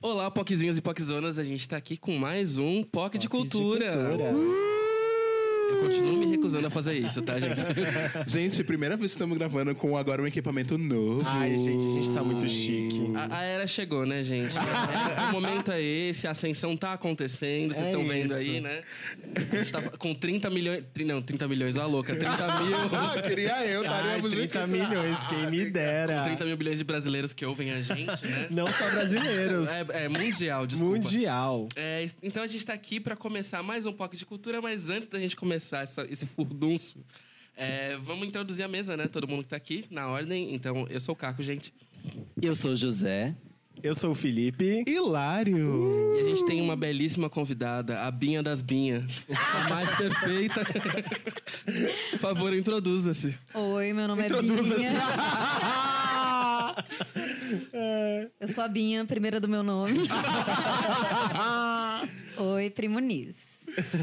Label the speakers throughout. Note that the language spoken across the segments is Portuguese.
Speaker 1: Olá, Poquezinhos e Poquezonas, a gente tá aqui com mais um Poc de
Speaker 2: Toque de
Speaker 1: Cultura. Uh!
Speaker 2: cultura.
Speaker 1: Eu continuo me recusando a fazer isso, tá, gente?
Speaker 3: Gente, primeira vez que estamos gravando com agora um equipamento novo.
Speaker 2: Ai, gente, a gente tá muito chique.
Speaker 1: A, a era chegou, né, gente? É- é- o momento é esse, a ascensão tá acontecendo, vocês
Speaker 2: É
Speaker 1: estão vendo
Speaker 2: isso.
Speaker 1: aí, né? A gente tá com 30 milhões. tri- Não, 30 milhões, a louca, 30 mil.
Speaker 3: Ah, queria eu,
Speaker 2: Ai,
Speaker 3: estaríamos
Speaker 2: 30
Speaker 3: juntos.
Speaker 2: milhões, quem me dera.
Speaker 1: 30 mil bilhões de brasileiros que ouvem a gente, né?
Speaker 2: Não só brasileiros,
Speaker 1: É, é mundial, desculpa.
Speaker 2: mundial.
Speaker 1: É, es- então a gente tá aqui para começar mais um pouco de cultura, mas antes da gente começar essa- esse furdunço, é, vamos introduzir a mesa, né? Todo mundo que tá aqui, na ordem. Então, eu sou o Caco, gente.
Speaker 4: Eu sou o José.
Speaker 2: Eu sou o Felipe. Uh.
Speaker 3: Hilário!
Speaker 1: E a gente tem uma belíssima convidada, a Binha das Binhas. A mais perfeita. Por favor, introduza-se.
Speaker 5: Oi, meu nome é Binha.
Speaker 2: Ah.
Speaker 5: Eu sou a Binha, primeira do meu nome. Oi, Primo Nis.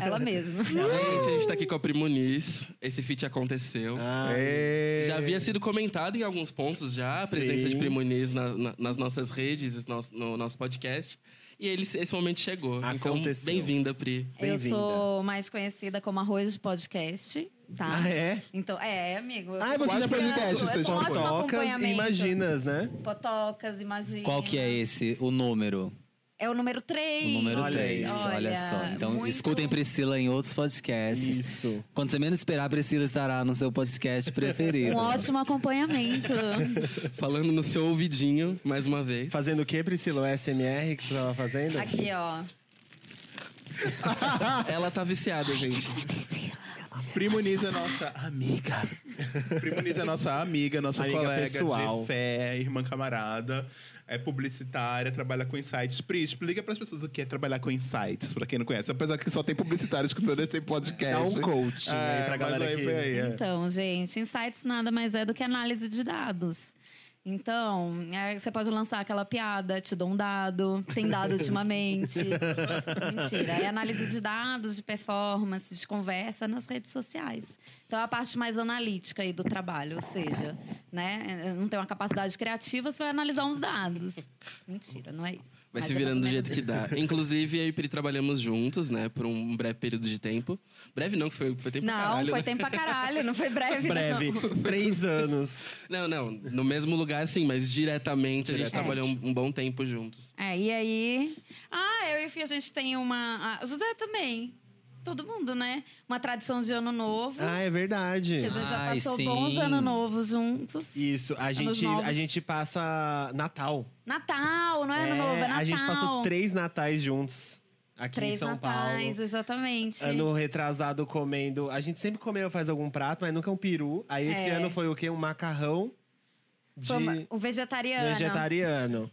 Speaker 5: Ela mesma.
Speaker 1: Gente, a gente tá aqui com a Primo Nis. Esse feat aconteceu.
Speaker 3: É.
Speaker 1: Já havia sido comentado em alguns pontos já a presença
Speaker 2: Sim.
Speaker 1: de Primo Nis na- na- nas nossas redes, no, no nosso podcast. E ele, esse momento chegou.
Speaker 2: Aconteceu.
Speaker 1: Então, bem-vinda, Pri.
Speaker 5: Eu
Speaker 2: é Bem-vinda.
Speaker 5: sou mais conhecida como Arroz de Podcast, tá?
Speaker 2: Ah, é?
Speaker 5: Então, é, amigo. eu
Speaker 2: Ai,
Speaker 5: fico
Speaker 2: você
Speaker 3: Quase
Speaker 2: já
Speaker 5: procurando,
Speaker 3: podcast,
Speaker 5: eu
Speaker 3: você
Speaker 5: sou
Speaker 3: já
Speaker 5: um ótimo
Speaker 2: potocas e
Speaker 5: acompanhamento.
Speaker 2: imaginas, né?
Speaker 5: Potocas, imagina.
Speaker 4: Qual que é esse, o número?
Speaker 5: É o número 3.
Speaker 4: O número
Speaker 2: Olha
Speaker 4: 3.
Speaker 2: isso.
Speaker 4: Olha, só. Então, escutem Priscila em outros podcasts.
Speaker 2: Isso.
Speaker 4: Quando você menos esperar, a Priscila estará no seu podcast preferido.
Speaker 5: Um ótimo acompanhamento.
Speaker 1: Falando no seu ouvidinho, mais uma vez.
Speaker 2: Fazendo o que, Priscila? O SMR que você tava fazendo?
Speaker 5: Aqui, ó.
Speaker 1: Ela tá viciada, gente.
Speaker 3: Primo Niz é nossa amiga. Primo Niz é nossa amiga, nossa
Speaker 2: Amiga
Speaker 3: colega
Speaker 2: pessoal.
Speaker 3: de fé, irmã camarada. É publicitária, trabalha com insights. Pri, explica pras pessoas o que é trabalhar com insights, pra quem não conhece. Apesar que só tem publicitário escutando esse podcast.
Speaker 2: Dá um coaching
Speaker 3: é,
Speaker 2: aí pra
Speaker 3: mas
Speaker 2: galera
Speaker 3: aí,
Speaker 2: que-
Speaker 3: vem aí, é.
Speaker 5: Então, gente, insights nada mais é do que análise de dados. Então, é, você pode lançar aquela piada, te dou um dado, tem dado ultimamente. Mentira. É análise de dados, de performance, de conversa nas redes sociais. Então, é a parte mais analítica aí do trabalho. Ou seja, né, não tem uma capacidade criativa, você vai analisar uns dados. Mentira, não é isso.
Speaker 1: Vai
Speaker 5: Mas
Speaker 1: se
Speaker 5: é mais
Speaker 1: virando
Speaker 5: ou
Speaker 1: do
Speaker 5: menos
Speaker 1: jeito que
Speaker 5: isso.
Speaker 1: dá. Inclusive, eu e Pri trabalhamos juntos, né? Por um breve período de tempo. Breve não, que foi, foi tempo pra
Speaker 5: Não,
Speaker 1: caralho.
Speaker 5: foi
Speaker 1: né?
Speaker 5: tempo pra caralho, não foi breve.
Speaker 2: Breve.
Speaker 5: é Não.
Speaker 2: Três anos.
Speaker 1: Não, não. No mesmo lugar, sim, mas diretamente a gente
Speaker 5: Diretamente.
Speaker 1: trabalhou um, um bom tempo juntos.
Speaker 5: É, e aí. Ah, eu e o Fih, a gente tem uma. ah, O José também. Todo mundo, né? Uma tradição de ano novo.
Speaker 2: Ah, é verdade.
Speaker 5: que a gente já
Speaker 4: Ai,
Speaker 5: passou
Speaker 4: sim.
Speaker 5: bons anos novos juntos.
Speaker 2: Isso, a gente, a
Speaker 5: novos.
Speaker 2: gente passa Natal.
Speaker 5: Natal, não é, ano novo, é Natal.
Speaker 2: A gente passou três natais juntos aqui
Speaker 5: Três
Speaker 2: em São
Speaker 5: natais,
Speaker 2: Paulo.
Speaker 5: exatamente.
Speaker 2: Ano retrasado comendo. A gente sempre comeu, faz algum prato, mas nunca um peru. Aí esse
Speaker 5: É.
Speaker 2: ano foi o quê? Um macarrão de
Speaker 5: Foi uma- o vegetariano.
Speaker 2: vegetariano.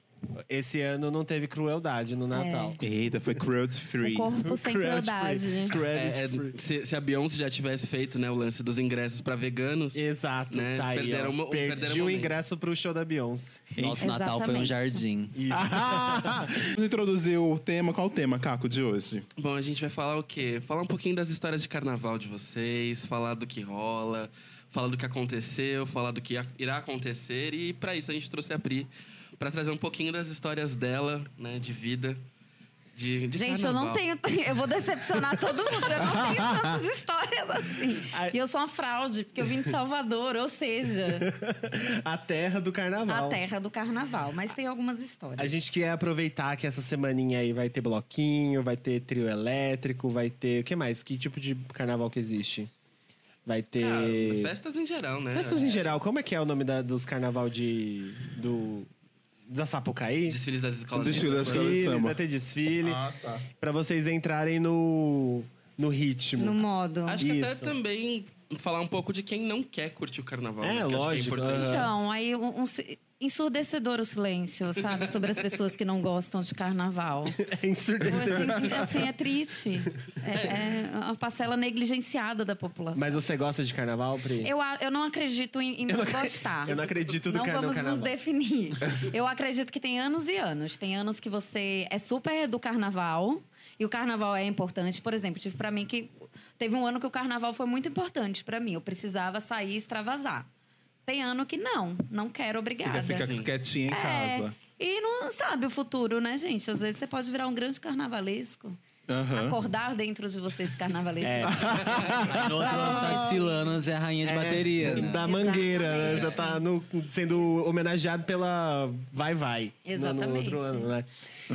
Speaker 2: Esse ano não teve crueldade no Natal.
Speaker 3: Eita, foi cruelty
Speaker 5: Um
Speaker 3: free.
Speaker 5: corpo sem
Speaker 2: Cruelty free.
Speaker 5: crueldade.
Speaker 2: Cruelty
Speaker 1: É, é,
Speaker 2: free.
Speaker 1: se, se a Beyoncé já tivesse feito né, o lance dos ingressos pra veganos,
Speaker 2: Exato,
Speaker 1: Né?
Speaker 2: tá aí.
Speaker 1: Perderam
Speaker 2: ó.
Speaker 1: uma-
Speaker 2: Perdi
Speaker 1: perderam um
Speaker 2: o
Speaker 1: momento.
Speaker 2: ingresso pro show da Beyoncé.
Speaker 4: Nosso Natal foi um
Speaker 5: Exatamente.
Speaker 4: jardim.
Speaker 2: Isso.
Speaker 3: Vamos introduzir o tema. Qual o tema, Caco, de hoje?
Speaker 1: Bom, a gente vai falar o quê? Falar um pouquinho das histórias de carnaval de vocês, falar do que rola, falar do que aconteceu, falar do que a- irá acontecer. E pra isso a gente trouxe a Pri pra trazer um pouquinho das histórias dela, né, de vida. De, de
Speaker 5: Gente, eu
Speaker 1: carnaval.
Speaker 5: não tenho. Eu vou decepcionar todo mundo. Eu não tenho tantas histórias assim.
Speaker 2: Ai.
Speaker 5: E eu sou uma fraude, porque eu vim de Salvador, ou seja.
Speaker 2: a terra do carnaval.
Speaker 5: A terra do carnaval, mas tem algumas histórias.
Speaker 2: A gente quer aproveitar que essa semaninha aí vai ter bloquinho, vai ter trio elétrico, vai ter. O que mais? Que tipo de carnaval que existe? Vai ter.
Speaker 1: Ah, festas em geral, né?
Speaker 2: Festas em geral. Como é que é o nome da- dos carnaval de. do. da Sapucaí?
Speaker 1: Desfiles das escolas.
Speaker 3: Desfile
Speaker 1: de
Speaker 3: das
Speaker 1: samba.
Speaker 3: escolas.
Speaker 2: Desfile,
Speaker 3: samba.
Speaker 2: vai ter desfile.
Speaker 5: Ah,
Speaker 3: tá.
Speaker 2: Pra vocês entrarem no. no ritmo.
Speaker 5: No modo.
Speaker 1: Acho que até
Speaker 2: Isso.
Speaker 1: também falar um pouco de quem não quer curtir o carnaval. né,
Speaker 2: É,
Speaker 1: que eu acho que
Speaker 2: lógico,
Speaker 1: importante.
Speaker 2: aham.
Speaker 5: Então, aí um, um si- ensurdecedor o silêncio, sabe? Sobre as pessoas que não gostam de carnaval.
Speaker 2: É ensurdecedor.
Speaker 5: Assim, assim, é triste. É, é uma parcela negligenciada da população.
Speaker 2: Mas você gosta de carnaval, Pri?
Speaker 5: Eu, a- eu não acredito em, em não gostar.
Speaker 2: eu não acredito do
Speaker 5: não
Speaker 2: car- no
Speaker 5: vamos
Speaker 2: carnaval.
Speaker 5: nos definir. Eu acredito que tem anos e anos. Tem anos que você é super do carnaval. E o carnaval é importante. Por exemplo, tive pra mim que... Teve um ano que o carnaval foi muito importante pra mim. Eu precisava sair e extravasar. Tem ano que não. Não quero,
Speaker 3: Você quer
Speaker 5: obrigada.
Speaker 3: ficar quietinha em
Speaker 5: É,
Speaker 3: casa.
Speaker 6: E não sabe o futuro, né, gente? Às vezes você pode virar um grande carnavalesco.
Speaker 3: Aham.
Speaker 6: Acordar dentro de você esse carnavalesco.
Speaker 2: É.
Speaker 4: Mas no outro lado tá desfilando, Zé Rainha de bateria, né?
Speaker 2: Da mangueira, né? Já tá no- sendo homenageado pela Vai Vai. no- No
Speaker 6: Exatamente.
Speaker 2: outro ano, né?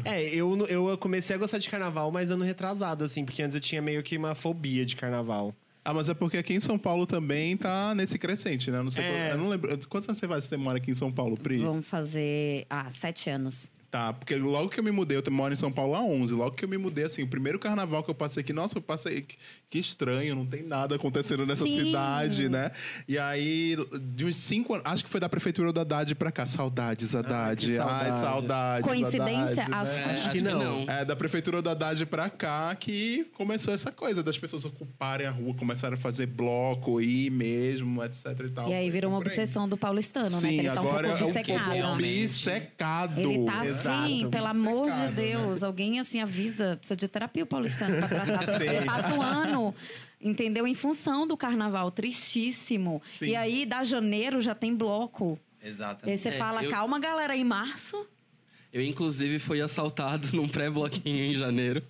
Speaker 2: É, eu, eu comecei a gostar de carnaval, mas ano retrasado, assim, porque antes eu tinha meio que uma fobia de carnaval.
Speaker 3: Ah, mas é porque aqui em São Paulo também tá nesse crescente, né? Não sei,
Speaker 2: É.
Speaker 3: quando- eu não lembro. Quantos anos você vai você mora aqui em São Paulo, Pri?
Speaker 5: Vão fazer. Ah, sete anos.
Speaker 3: Tá, porque logo que eu me mudei, eu moro em São Paulo há 11. Logo que eu me mudei, assim, o primeiro carnaval que eu passei aqui, nossa, eu passei. Que, que estranho, não tem nada acontecendo nessa
Speaker 6: Sim.
Speaker 3: cidade, né? E aí, de uns cinco anos, acho que foi da prefeitura da Haddad pra cá. Saudades, Haddad.
Speaker 2: Ah, que
Speaker 3: Ai,
Speaker 2: saudades.
Speaker 3: saudades.
Speaker 5: Coincidência?
Speaker 3: Haddad, né?
Speaker 5: Acho
Speaker 1: É,
Speaker 5: que
Speaker 1: acho
Speaker 2: que
Speaker 1: que
Speaker 2: não.
Speaker 1: não.
Speaker 3: É, da prefeitura da Haddad pra cá que começou essa coisa das pessoas ocuparem a rua, começaram a fazer bloco, ir mesmo, etc e tal.
Speaker 5: E aí
Speaker 3: Foi
Speaker 5: virou uma
Speaker 3: por aí.
Speaker 5: obsecção do paulistano, né? Que
Speaker 3: Sim,
Speaker 5: ele tá um
Speaker 3: agora
Speaker 5: pouco
Speaker 3: é um
Speaker 5: obcecado.
Speaker 3: pouco
Speaker 4: Realmente.
Speaker 3: é obcecado.
Speaker 5: né? Ele tá assim,
Speaker 2: Exato.
Speaker 5: pelo amor de
Speaker 3: Secado, né?
Speaker 5: Deus. Alguém assim avisa, precisa de terapia o paulistano pra tratar. porque
Speaker 3: Sim.
Speaker 5: Ele passa um ano, entendeu? Em função do carnaval, tristíssimo.
Speaker 3: Sim.
Speaker 5: E aí, da janeiro, já tem bloco. E aí
Speaker 4: Exatamente.
Speaker 5: você
Speaker 1: É,
Speaker 5: fala,
Speaker 1: eu-
Speaker 5: calma, galera, em março.
Speaker 1: Eu, inclusive, fui assaltado num pré-bloquinho em janeiro,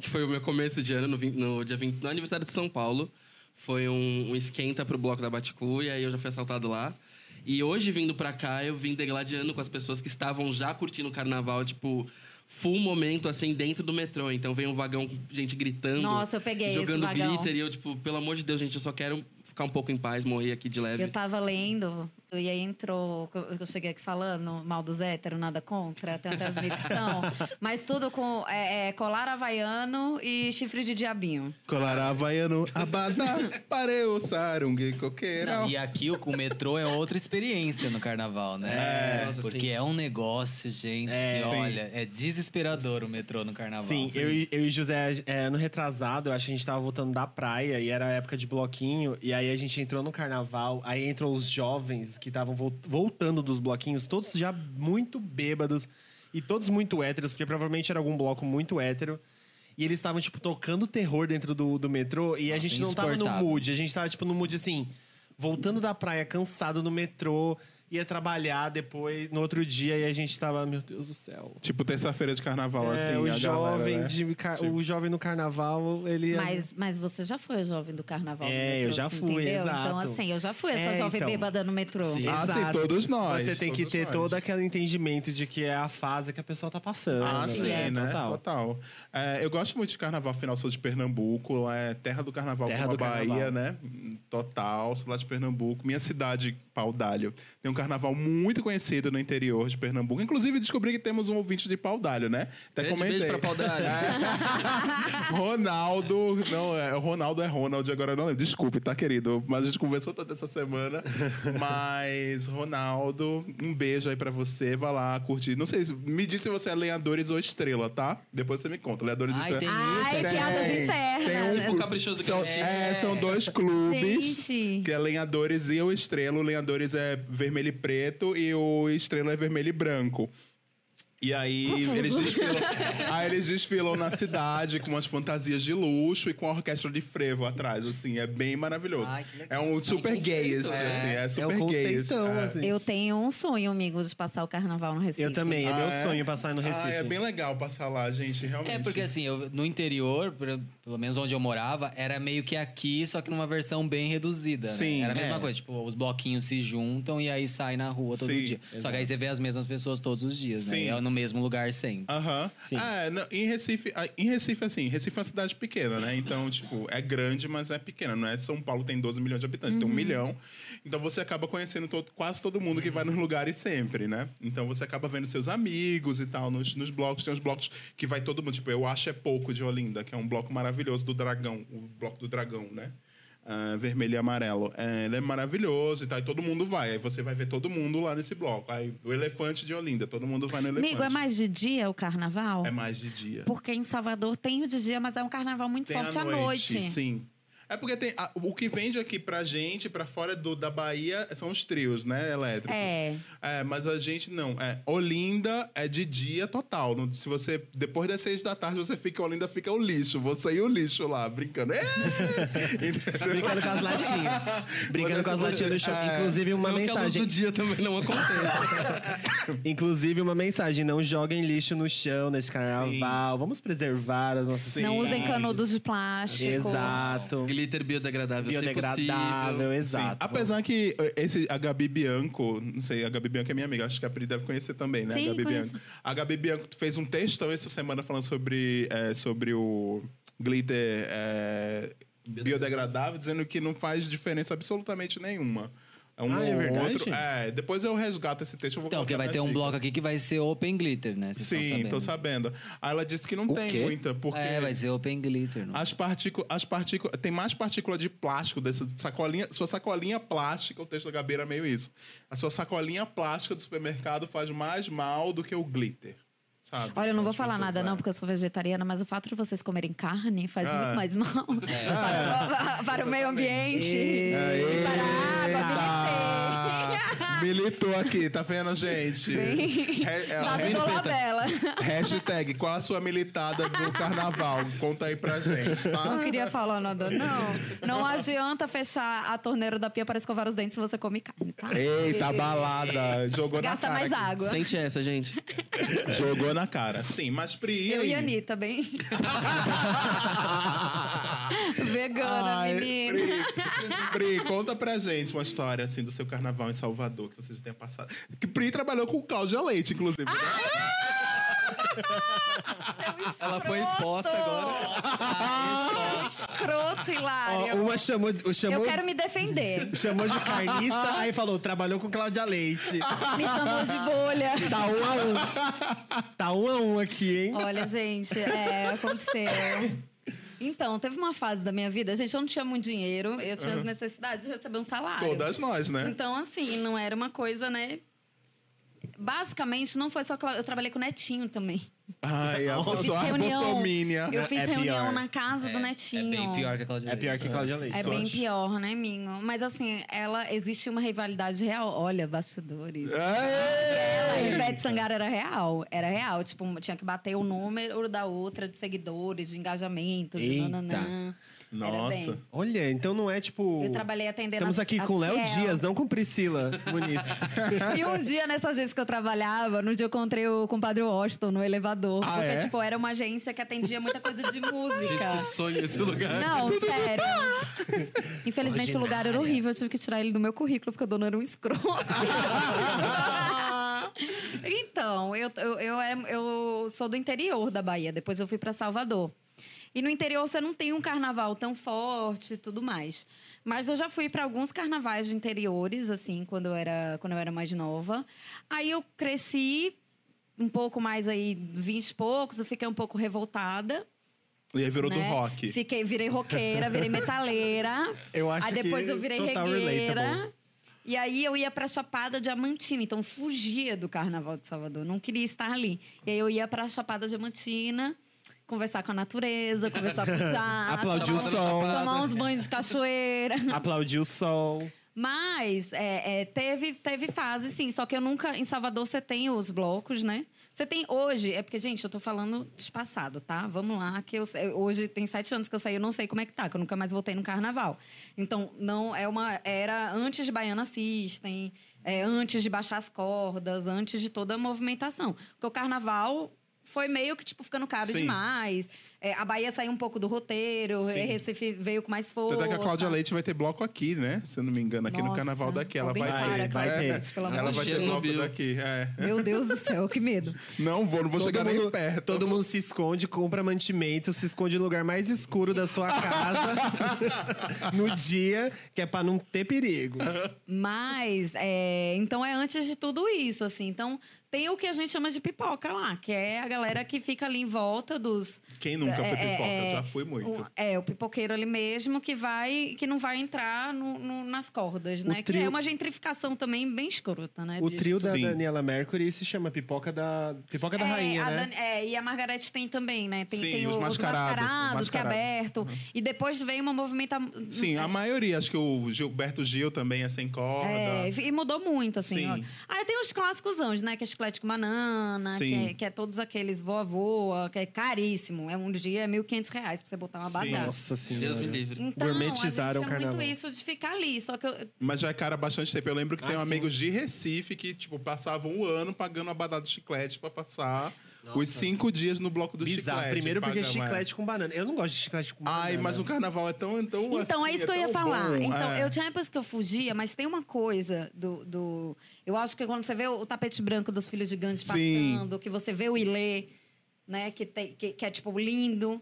Speaker 1: que foi o meu começo de ano, no, vin- no dia 20, no aniversário de São Paulo. Foi um, um esquenta pro bloco da Baticu, e aí eu já fui assaltado lá. E hoje, vindo pra cá, eu vim degladiando com as pessoas que estavam já curtindo o carnaval, tipo, full momento, assim, dentro do metrô. Então vem um vagão com gente gritando.
Speaker 5: Nossa, eu peguei esse
Speaker 1: Jogando
Speaker 5: vagão.
Speaker 1: glitter, e eu, tipo, pelo amor de Deus, gente, eu só quero ficar um pouco em paz, morrer aqui de leve.
Speaker 5: Eu tava lendo, e aí entrou, eu eu cheguei aqui falando mal dos héteros, nada contra, tem até as micção, mas tudo com é, é, colar havaiano e chifre de diabinho.
Speaker 3: Colará havaiano, abadá, pareu, sarungue, coqueira.
Speaker 4: Não, e aqui o, o metrô é outra experiência no carnaval, né?
Speaker 1: É. Nossa,
Speaker 4: Porque
Speaker 1: sim.
Speaker 4: é um negócio, gente,
Speaker 2: É.
Speaker 4: que
Speaker 3: Sim.
Speaker 4: olha, é desesperador o metrô no carnaval. assim.
Speaker 2: Sim, eu, e- eu e José, é, ano retrasado, eu acho que a gente tava voltando da praia e era época de bloquinho. E aí a gente entrou no carnaval, aí entrou os jovens que estavam vol- voltando dos bloquinhos, todos já muito bêbados e todos muito héteros, porque provavelmente era algum bloco muito hétero. E eles estavam, tipo, tocando terror dentro do, do metrô. E a
Speaker 4: Nossa,
Speaker 2: gente não tava no
Speaker 4: insuportável.
Speaker 2: mood. A gente tava, tipo, no mood assim, voltando da praia, cansado no metrô, ia trabalhar depois, no outro dia, e a gente tava, meu Deus do céu.
Speaker 3: Tipo, terça-feira de carnaval,
Speaker 2: É,
Speaker 3: assim.
Speaker 2: o
Speaker 3: a
Speaker 2: jovem
Speaker 3: galera, né?
Speaker 2: de ca-
Speaker 3: Tipo.
Speaker 2: o jovem no carnaval, ele
Speaker 5: Mas, mas você já foi a jovem do carnaval?
Speaker 2: É,
Speaker 5: no metrô,
Speaker 2: eu já
Speaker 5: você
Speaker 2: fui,
Speaker 5: entendeu? Então,
Speaker 2: exato.
Speaker 5: assim, eu já fui essa
Speaker 2: É,
Speaker 5: jovem
Speaker 2: então.
Speaker 5: bêbada no metrô.
Speaker 1: Sim.
Speaker 3: Ah, sim,
Speaker 2: Exato.
Speaker 3: todos nós.
Speaker 2: você tem que
Speaker 3: todos
Speaker 2: ter
Speaker 3: nós.
Speaker 2: todo aquele entendimento de que é a fase que a pessoa tá passando. né?
Speaker 3: Ah, sim,
Speaker 2: É,
Speaker 3: né? Total.
Speaker 2: total.
Speaker 3: É, eu gosto muito de carnaval, afinal, sou de Pernambuco, lá é terra do carnaval
Speaker 2: Terra
Speaker 3: como
Speaker 2: do
Speaker 3: a Bahia,
Speaker 2: carnaval.
Speaker 3: né? Total, sou lá de Pernambuco. Minha cidade, Paudalho, tem um carnaval muito conhecido no interior de Pernambuco. Inclusive, descobri que temos um ouvinte de Paudalho, né? Até
Speaker 1: Grande
Speaker 3: comentei.
Speaker 1: beijo pra Paudalho.
Speaker 3: É. Ronaldo, não, é, o Ronaldo é Ronald, agora eu não lembro. Desculpe, tá, querido? Mas a gente conversou toda essa semana. Mas, Ronaldo, um beijo aí pra você. Vai lá curtir. Não sei, se- me diz se você é lenhadores ou estrela, tá? Depois você me conta. Lenhadores ou
Speaker 4: Ai,
Speaker 3: estrela.
Speaker 4: tem isso.
Speaker 5: Ai,
Speaker 4: é
Speaker 5: piadas
Speaker 3: Tem,
Speaker 5: internas.
Speaker 3: tem um
Speaker 1: É o caprichoso que
Speaker 3: São,
Speaker 1: tem.
Speaker 3: é, são dois clubes.
Speaker 5: Gente.
Speaker 3: Que é Lenhadores e o Estrela. O Lenhadores é vermelho e preto e o Estrela é vermelho e branco. E aí eles, desfilam, aí eles desfilam na cidade com umas fantasias de luxo e com a orquestra de frevo atrás, assim. É bem maravilhoso.
Speaker 4: Ai, que legal.
Speaker 3: é um super gay,
Speaker 1: conceito,
Speaker 3: assim.
Speaker 1: é.
Speaker 3: É
Speaker 2: É o
Speaker 3: super é. gay.
Speaker 2: conceitão, assim.
Speaker 5: Eu tenho um sonho, amigos, de passar o carnaval no Recife.
Speaker 2: Eu também, é meu
Speaker 3: Ah, é?
Speaker 2: sonho passar no Recife. assim,
Speaker 3: Ah, é bem legal passar lá, gente, realmente.
Speaker 4: É, porque assim, eu- no interior, por- pelo menos onde eu morava, era meio que aqui, só que numa versão bem reduzida. né?
Speaker 3: Sim,
Speaker 4: Era a mesma
Speaker 2: é.
Speaker 4: coisa, tipo, os bloquinhos se juntam e aí sai na rua todo
Speaker 3: Sim,
Speaker 4: dia. Só que aí você vê as mesmas pessoas todos os dias,
Speaker 3: Sim.
Speaker 4: né? E É no mesmo lugar sempre.
Speaker 3: Aham.
Speaker 2: Sim.
Speaker 3: Ah, não, em Recife, ah, em Recife, assim, Recife é uma cidade pequena, né? Então, tipo, é grande, mas é pequena, não é? São Paulo tem 12 milhões de habitantes,
Speaker 2: Uhum.
Speaker 3: tem um milhão. Então você acaba conhecendo todo- quase todo mundo que vai nos lugares sempre, né? Então você acaba vendo seus amigos e tal, nos, nos blocos. Tem uns blocos que vai todo mundo. Tipo, eu acho é pouco de Olinda, que é um bloco maravilhoso do Dragão, o bloco do Dragão, né? Ah, vermelho e amarelo. É, ele é maravilhoso e tal. E todo mundo vai. Aí você vai ver todo mundo lá nesse bloco. Aí o elefante de Olinda, todo mundo vai no elefante.
Speaker 5: Amigo, é mais de dia o carnaval?
Speaker 3: É mais de dia.
Speaker 5: Porque em Salvador tem o de dia, mas é um carnaval muito
Speaker 3: Tem
Speaker 5: forte
Speaker 3: à noite. Sim. É porque tem a- o que vende aqui pra gente, pra fora do, da Bahia, são os trios, né? Elétricos.
Speaker 7: É.
Speaker 3: É, mas a gente não. É, Olinda é de dia total. Não- se você, depois das seis da tarde, você fica em Olinda, fica o lixo. Você e o lixo lá, brincando. É!
Speaker 2: Brincando com as latinhas. Brincando
Speaker 3: Mas
Speaker 2: com as
Speaker 3: você-
Speaker 2: latinhas do shopping.
Speaker 3: é.
Speaker 2: Inclusive, uma
Speaker 1: Não que a luz
Speaker 2: mensagem.
Speaker 1: do dia também não aconteça.
Speaker 2: Inclusive, uma mensagem. Não joguem lixo no chão nesse carnaval. Vamos preservar as nossas
Speaker 3: Sim.
Speaker 5: Não usem
Speaker 3: Sim.
Speaker 5: canudos de plástico.
Speaker 2: É. Exato.
Speaker 1: Glitter biodegradável, se possível.
Speaker 2: Biodegradável, exato.
Speaker 3: Apesar que eh, esse, a Gabi Bianco, não sei, a Gabi Bianco é minha amiga, acho que a Pri deve conhecer também, né?
Speaker 5: Sim,
Speaker 3: a Gabi
Speaker 5: conheço.
Speaker 3: Bianco. A Gabi Bianco fez um textão essa semana falando sobre, eh, sobre o glitter eh, biodegradável, dizendo que não faz diferença absolutamente nenhuma. É um
Speaker 2: Ah,
Speaker 3: ou
Speaker 2: é verdade?
Speaker 3: outro. É, depois eu resgato esse texto, eu vou
Speaker 4: Então, porque
Speaker 3: colocar
Speaker 4: vai
Speaker 3: nas
Speaker 4: ter um
Speaker 3: dicas.
Speaker 4: bloco aqui que vai ser Open Glitter, né? Vocês estão
Speaker 3: Sim, então tô sabendo. Aí ela disse que não
Speaker 8: O
Speaker 3: tem
Speaker 8: quê?
Speaker 3: muita, porque.
Speaker 4: É, vai ser Open Glitter. Não.
Speaker 3: As partículas. As partículas. Tem mais partícula de plástico dessa sacolinha. Sua sacolinha plástica, o texto da Gabeira é meio isso. A sua sacolinha plástica do supermercado faz mais mal do que o glitter. Sabe?
Speaker 5: Olha, eu não vou
Speaker 3: As
Speaker 5: falar
Speaker 3: pessoas,
Speaker 5: nada,
Speaker 3: é.
Speaker 5: não, porque eu sou vegetariana, mas o fato de vocês comerem carne faz
Speaker 3: Ah.
Speaker 5: muito mais mal para, para o meio ambiente.
Speaker 3: Aê!
Speaker 5: Para a água,
Speaker 3: Eita! Ah, Militou aqui, tá vendo, gente? Re- é,
Speaker 5: Lá
Speaker 3: re-
Speaker 5: do Labela.
Speaker 3: hashtag, qual a sua militada do carnaval? Conta aí pra gente,
Speaker 5: Não
Speaker 3: tá?
Speaker 5: queria falar nada, não. Não adianta fechar a torneira da pia para escovar os dentes se você come carne, tá?
Speaker 3: Eita, balada! Jogou
Speaker 5: Gasta
Speaker 3: na cara.
Speaker 5: mais
Speaker 3: aqui.
Speaker 5: água.
Speaker 1: Sente essa, gente.
Speaker 3: Jogou na cara. Sim, mas Pri.
Speaker 5: Eu
Speaker 3: aí?
Speaker 5: e a Anitta, bem. Vegana,
Speaker 3: Ai,
Speaker 5: menina.
Speaker 3: Pri, Pri, conta pra gente uma história assim do seu carnaval em Salvador que você já tenha passado. Que Pri trabalhou com Cláudia Leite, inclusive. né?
Speaker 5: É um
Speaker 1: Ela foi exposta agora.
Speaker 5: É Escroto,
Speaker 2: Ó,
Speaker 5: Hilário.
Speaker 2: uma chamou, o chamou,
Speaker 5: Eu quero me defender.
Speaker 2: chamou de carnista, aí falou, trabalhou com Cláudia Leite.
Speaker 5: Me chamou de bolha.
Speaker 2: Tá um a um. Tá um a um aqui, hein?
Speaker 5: Olha, gente, é, aconteceu. Então, teve uma fase da minha vida, gente, eu não tinha muito dinheiro, eu tinha as necessidades de receber um salário.
Speaker 3: Todas nós, né?
Speaker 5: Então, assim, não era uma coisa, né? Basicamente, não foi só. Clau- Eu trabalhei com o Netinho também.
Speaker 3: Ai, a
Speaker 5: Eu fiz
Speaker 3: sua
Speaker 5: reunião.
Speaker 3: bolsomínia.
Speaker 5: Eu fiz
Speaker 2: É
Speaker 5: reunião
Speaker 2: pior.
Speaker 5: na casa do Netinho.
Speaker 4: É bem pior que a Claudia
Speaker 2: É pior que Cláudia Leite.
Speaker 5: É bem
Speaker 3: Sorte.
Speaker 5: pior, né, Minho? Mas assim, ela existe uma rivalidade real. Olha, bastidores. A
Speaker 3: Ai!
Speaker 5: Ivete Sangara era real. Era real. Tipo, tinha que bater o número da outra de seguidores, de engajamento, de
Speaker 2: Eita.
Speaker 5: nananã.
Speaker 3: Nossa.
Speaker 5: bem.
Speaker 2: Olha, então não é tipo...
Speaker 5: Eu trabalhei atendendo
Speaker 2: Estamos
Speaker 5: a-
Speaker 2: aqui
Speaker 5: a
Speaker 2: com Léo
Speaker 5: Ciel.
Speaker 2: Dias, não com Priscila Muniz.
Speaker 5: E um dia, nessa agência que eu trabalhava, no dia eu encontrei o compadre Washington no elevador.
Speaker 3: Ah,
Speaker 5: porque,
Speaker 3: é?
Speaker 5: tipo, era uma agência que atendia muita coisa de
Speaker 1: Gente,
Speaker 5: música.
Speaker 1: que sonho esse lugar.
Speaker 5: Não, sério. Infelizmente, o lugar era horrível. Eu tive que tirar ele do meu currículo, porque o dono era um escroto. então, eu, eu, eu, é- eu sou do interior da Bahia. Depois eu fui para Salvador. E no interior você não tem um carnaval tão forte e tudo mais. Mas eu já fui para alguns carnavais de interiores, assim, quando eu, era, quando eu era mais nova. Aí eu cresci um pouco mais aí, 20 e poucos, eu fiquei um pouco revoltada.
Speaker 3: E aí virou do
Speaker 5: né?
Speaker 3: rock.
Speaker 5: Fiquei, virei roqueira, virei metaleira.
Speaker 2: Eu acho
Speaker 5: aí depois
Speaker 2: que
Speaker 5: eu virei
Speaker 2: total
Speaker 5: regueira.
Speaker 2: relatable.
Speaker 5: E aí eu ia pra Chapada Diamantina, então fugia do Carnaval de Salvador, não queria estar ali. E aí eu ia pra Chapada Diamantina, conversar com a natureza, conversar com o jato,
Speaker 2: Aplaudir o
Speaker 5: tomar-
Speaker 2: sol.
Speaker 5: Tomar uns banhos de cachoeira.
Speaker 2: Aplaudir o sol.
Speaker 5: Mas é, é, teve, teve fase, sim. Só que eu nunca. Em Salvador você tem os blocos, né? Você tem hoje. É porque, gente, eu tô falando de passado, tá? Vamos lá, que eu, eu- hoje tem sete anos que eu saí, eu não sei como é que tá, que eu nunca mais voltei no carnaval. Então, não é uma. Era antes de Baiana Assistem, é, antes de baixar as cordas, antes de toda a movimentação. Porque o carnaval. Foi meio que, tipo, ficando caro
Speaker 3: Sim.
Speaker 5: demais. É, a Bahia saiu um pouco do roteiro,
Speaker 3: Sim.
Speaker 5: Recife veio com mais força.
Speaker 3: Tanto é que a Cláudia Leite vai ter bloco aqui, né? Se eu não me engano, aqui no
Speaker 5: Nossa,
Speaker 3: carnaval daqui. Ela
Speaker 5: alguém
Speaker 3: vai,
Speaker 5: para,
Speaker 3: ter.
Speaker 5: Cláudia
Speaker 3: É.
Speaker 5: Leite, pelo amor
Speaker 3: Ela
Speaker 5: de
Speaker 3: vai ter
Speaker 1: Deus.
Speaker 3: bloco
Speaker 1: Chernobyl.
Speaker 3: daqui. é.
Speaker 5: Meu Deus do céu, que medo.
Speaker 3: Não vou, não vou chegar nem
Speaker 2: mundo-
Speaker 3: perto.
Speaker 2: todo mundo se esconde, compra mantimento, se esconde no lugar mais escuro da sua casa no dia, que é pra não ter perigo.
Speaker 5: Mas, é, então é antes de tudo isso, assim. Então, tem o que a gente chama de pipoca lá, que é a galera que fica ali em volta dos.
Speaker 3: Quem nunca
Speaker 5: é,
Speaker 3: fui
Speaker 5: é,
Speaker 3: pipoca,
Speaker 5: é,
Speaker 3: já fui muito.
Speaker 5: o- é, o pipoqueiro ali mesmo que vai, que não vai entrar no- no- nas cordas, né? Que
Speaker 2: trio-
Speaker 5: é uma gentrificação também bem escrota, né?
Speaker 2: O
Speaker 5: disso.
Speaker 2: trio da
Speaker 3: Sim.
Speaker 2: Daniela Mercury se chama Pipoca da, Pipoca da
Speaker 5: É,
Speaker 2: Rainha,
Speaker 5: a
Speaker 2: né?
Speaker 5: Dan- é, e a Margareth tem também, né? Tem,
Speaker 3: Sim,
Speaker 5: tem
Speaker 3: os
Speaker 5: o-
Speaker 3: mascarados, os
Speaker 5: mascarados, que é
Speaker 3: mascarados. Uhum.
Speaker 5: aberto. E depois vem uma movimenta...
Speaker 3: Sim, a maioria. Acho que o Gilberto Gil também é sem corda.
Speaker 5: É, e mudou muito, assim.
Speaker 3: Sim.
Speaker 5: ó. Aí tem os clássicos anjos, né? Que é chiclete com banana, que
Speaker 3: Sim.
Speaker 5: é, que é todos aqueles voa-voa, que é caríssimo. É um dia, é 1.500 reais pra você botar uma
Speaker 3: Sim.
Speaker 5: batata.
Speaker 2: Nossa senhora.
Speaker 1: Deus me livre.
Speaker 5: Então,
Speaker 2: Gourmetizaram
Speaker 5: a
Speaker 2: o
Speaker 5: gente é muito
Speaker 2: carnaval.
Speaker 5: isso de ficar ali. Só que eu-
Speaker 3: Mas já é cara há bastante tempo. Eu lembro que
Speaker 2: Ah,
Speaker 3: tem
Speaker 2: sim.
Speaker 3: amigos de Recife que, tipo, passavam o ano pagando a badada de chiclete pra passar os cinco dias no bloco do
Speaker 2: Bizarro.
Speaker 3: chiclete.
Speaker 2: Primeiro porque
Speaker 3: Pagava, é.
Speaker 2: chiclete com banana. Eu não gosto de chiclete com né? banana.
Speaker 3: Ai, mas o carnaval é tão. tão
Speaker 5: Então,
Speaker 3: assim,
Speaker 5: é isso que eu ia
Speaker 3: tão
Speaker 5: falar.
Speaker 3: bom,
Speaker 5: então,
Speaker 3: é.
Speaker 5: eu tinha épocas que eu fugia, mas tem uma coisa do, do- Eu acho que quando você vê o tapete branco dos filhos gigantes
Speaker 3: Sim.
Speaker 5: passando, que você vê o Ilê, né? Que, tem- que- que é, tipo, lindo.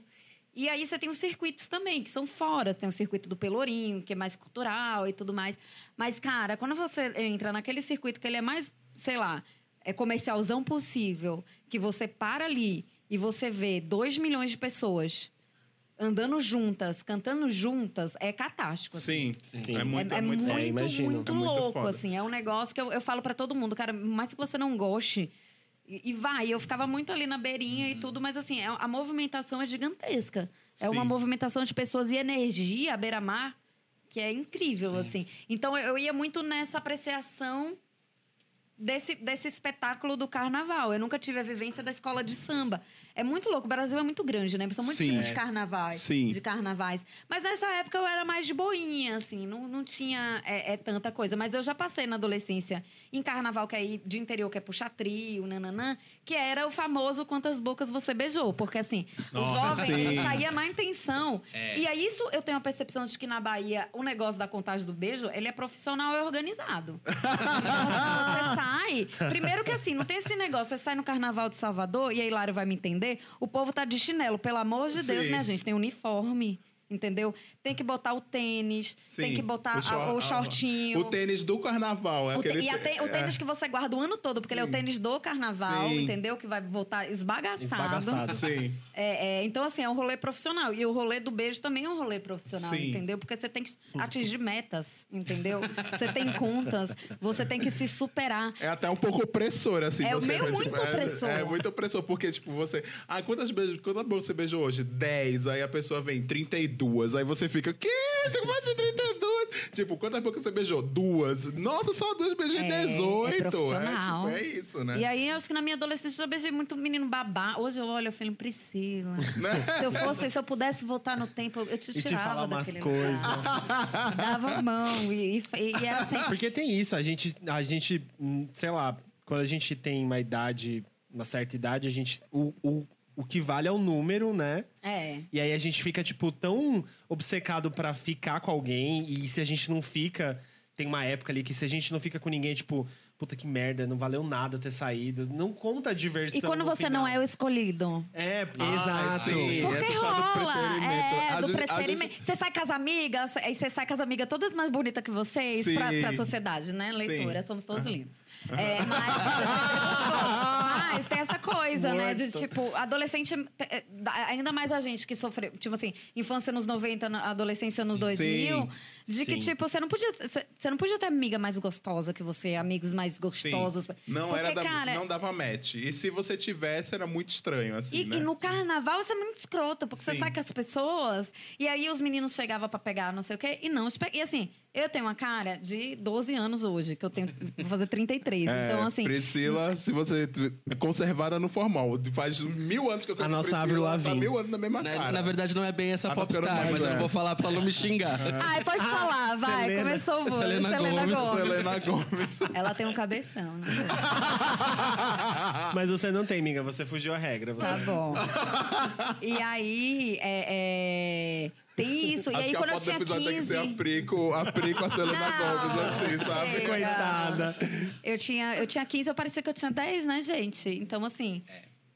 Speaker 5: E aí você tem os circuitos também, que são fora. Tem o circuito do Pelourinho, que é mais cultural e tudo mais. Mas, cara, quando você entra naquele circuito que ele é mais, sei lá, é comercialzão possível, que você para ali e você vê 2 milhões de pessoas andando juntas, cantando juntas, é catástrofe. assim.
Speaker 3: Sim,
Speaker 2: Sim.
Speaker 3: É muito,
Speaker 5: é, é muito,
Speaker 2: foda. É,
Speaker 5: muito,
Speaker 2: imagino.
Speaker 3: É muito
Speaker 5: louco,
Speaker 3: foda.
Speaker 5: assim. É um negócio que eu, eu falo pra todo mundo, cara, mas que você não goste. E, e vai, eu ficava muito ali na beirinha e
Speaker 3: Uhum.
Speaker 5: tudo, mas assim, é- a movimentação é gigantesca. É uma
Speaker 3: Sim.
Speaker 5: movimentação de pessoas e energia à beira-mar que é incrível, assim. Então eu eu ia muito nessa apreciação desse, desse espetáculo do carnaval. Eu nunca tive a vivência da escola de samba. É muito louco, o Brasil é muito grande, né? São muitos
Speaker 3: Sim. É,
Speaker 5: tipos de carnavais.
Speaker 3: Sim.
Speaker 5: De carnavais. Mas nessa época eu era mais de boinha, assim, não, não tinha é, é, tanta coisa. Mas eu já passei na adolescência em carnaval, que é ir de interior, que é puxar trio, nananã, que era o famoso quantas bocas você beijou. Porque assim, o
Speaker 3: Nossa,
Speaker 5: jovem ele
Speaker 3: sim. É.
Speaker 5: saía na intenção. E aí isso eu tenho a percepção de que na Bahia o negócio da contagem do beijo, ele é profissional e organizado. Você sai. Primeiro que assim, não tem esse negócio. Você sai no carnaval de Salvador, e a Hilário vai me entender. O povo tá de chinelo, pelo amor de Deus,
Speaker 3: Sim.
Speaker 5: minha gente. Tem uniforme. Entendeu? Tem que botar o tênis, tem
Speaker 3: Sim,
Speaker 5: que botar
Speaker 3: o shor-
Speaker 5: a- o,
Speaker 3: a-
Speaker 5: shortinho.
Speaker 3: O tênis do carnaval. É
Speaker 5: O te-
Speaker 3: aquele
Speaker 5: e a
Speaker 3: tê-
Speaker 5: tê- o tênis que você guarda o ano todo, porque ele é o tênis do carnaval,
Speaker 3: Sim.
Speaker 5: entendeu? Que vai voltar
Speaker 2: Esbagaçado.
Speaker 3: é, Sim.
Speaker 5: é, é, então, assim, é um rolê profissional. E o rolê do beijo também é um rolê profissional,
Speaker 3: Sim.
Speaker 5: entendeu? Porque você tem que atingir metas, entendeu? Você tem contas, você tem que se superar.
Speaker 3: É até um pouco opressor, assim.
Speaker 5: É
Speaker 3: você
Speaker 5: meio
Speaker 3: vai,
Speaker 5: muito
Speaker 3: é-
Speaker 5: opressor.
Speaker 3: É, muito opressor, porque, tipo, você... Ah, quantas beijos, quantas bolsas você beijou hoje? 10. Aí a pessoa vem, 32. Aí você fica, quê? Tem mais de 32? Tipo, quantas bocas você beijou? Duas. Nossa, só duas, beijei
Speaker 5: É,
Speaker 3: 18.
Speaker 5: é profissional.
Speaker 3: tipo, é isso, né?
Speaker 5: E aí, eu acho que na minha adolescência eu já beijei muito menino babá. Hoje eu olho, eu falo, Priscila.
Speaker 3: Né?
Speaker 5: Se eu fosse, se eu pudesse voltar no tempo, eu te
Speaker 2: E te
Speaker 5: tirava
Speaker 2: fala umas
Speaker 5: daquele
Speaker 2: coisas.
Speaker 5: lugar. Dava a mão. E, e, e era assim,
Speaker 2: Porque tem isso, a gente, a gente, hum, sei lá, quando a gente tem uma idade, uma certa idade, a gente. O, o, o que vale é o número, né?
Speaker 5: é.
Speaker 2: E aí a gente fica, tipo, tão obcecado pra ficar com alguém. E se a gente não fica. Tem uma época ali que se a gente não fica com ninguém, tipo, puta que merda, não valeu nada ter saído. Não conta a diversão.
Speaker 5: E quando
Speaker 2: no
Speaker 5: você não é
Speaker 2: final.
Speaker 5: o escolhido?
Speaker 2: É, porque-
Speaker 3: Ah,
Speaker 2: exato.
Speaker 3: sim.
Speaker 2: Por-
Speaker 3: É
Speaker 5: Porque
Speaker 3: puxado do
Speaker 5: rola,
Speaker 3: preferimento.
Speaker 5: é,
Speaker 3: Às
Speaker 5: do
Speaker 3: vezes- às
Speaker 5: preferimento. Você sai com as amigas, aí você sai com as amigas todas mais bonitas que vocês,
Speaker 3: Sim.
Speaker 5: pra, pra sociedade, né? Leitura,
Speaker 3: Sim.
Speaker 5: somos todos lindos. É, mas, mas tem essa coisa, né? De,
Speaker 2: Muito.
Speaker 5: tipo, adolescente, é, da- ainda mais a gente que sofreu, tipo assim, infância nos 90, na- adolescência nos 2000, de que,
Speaker 2: Sim.
Speaker 5: tipo, você não podia você você não podia ter amiga mais gostosa que você, amigos mais
Speaker 3: Sim.
Speaker 5: gostosos.
Speaker 3: Não,
Speaker 5: assim. Porque,
Speaker 3: era da-
Speaker 5: cara,
Speaker 3: não dava match. E se você tivesse, era muito estranho, assim,
Speaker 5: e,
Speaker 3: né?
Speaker 5: e no carnaval isso é muito escroto, porque você
Speaker 3: Sim.
Speaker 5: sai com as pessoas e aí os meninos chegavam pra pegar não sei o quê e não. espe- E assim, eu tenho uma cara de 12 anos hoje, que eu tenho. Vou fazer 33.
Speaker 3: É,
Speaker 5: então, assim.
Speaker 3: Priscila, se você t- é conservada no formal, faz mil anos que eu conheço
Speaker 2: nossa
Speaker 3: Priscila,
Speaker 2: Avril
Speaker 3: ela tá
Speaker 2: Lavigne.
Speaker 3: mil anos na mesma
Speaker 1: Na,
Speaker 3: cara.
Speaker 1: na verdade, não é bem essa
Speaker 3: Ah, tá ficando
Speaker 1: popstar,
Speaker 3: mais, Ah.
Speaker 1: mas eu não
Speaker 3: é.
Speaker 1: vou falar pra ela não me xingar.
Speaker 5: Ai, pode falar, vai.
Speaker 2: Selena.
Speaker 5: Começou o bolo.
Speaker 1: Selena
Speaker 5: Selena,
Speaker 1: Gomes.
Speaker 5: Gomes.
Speaker 3: Selena Gomes.
Speaker 5: Ela tem um cabeção, né?
Speaker 2: Mas você não tem, amiga, você fugiu a regra. Você...
Speaker 5: Tá bom. E aí, é, é, tem isso. E
Speaker 3: Acho
Speaker 5: aí,
Speaker 3: que a
Speaker 5: quando
Speaker 3: foto
Speaker 5: eu
Speaker 3: do
Speaker 5: tinha
Speaker 3: episódio tem que
Speaker 5: 15.
Speaker 3: ser a Pri com a, Pri com a Selena
Speaker 5: Não,
Speaker 3: Gomes, assim, sabe?
Speaker 5: chega.
Speaker 2: Coitada.
Speaker 5: Eu tinha, eu tinha 15, eu parecia que eu tinha 10, né, gente? Então, assim.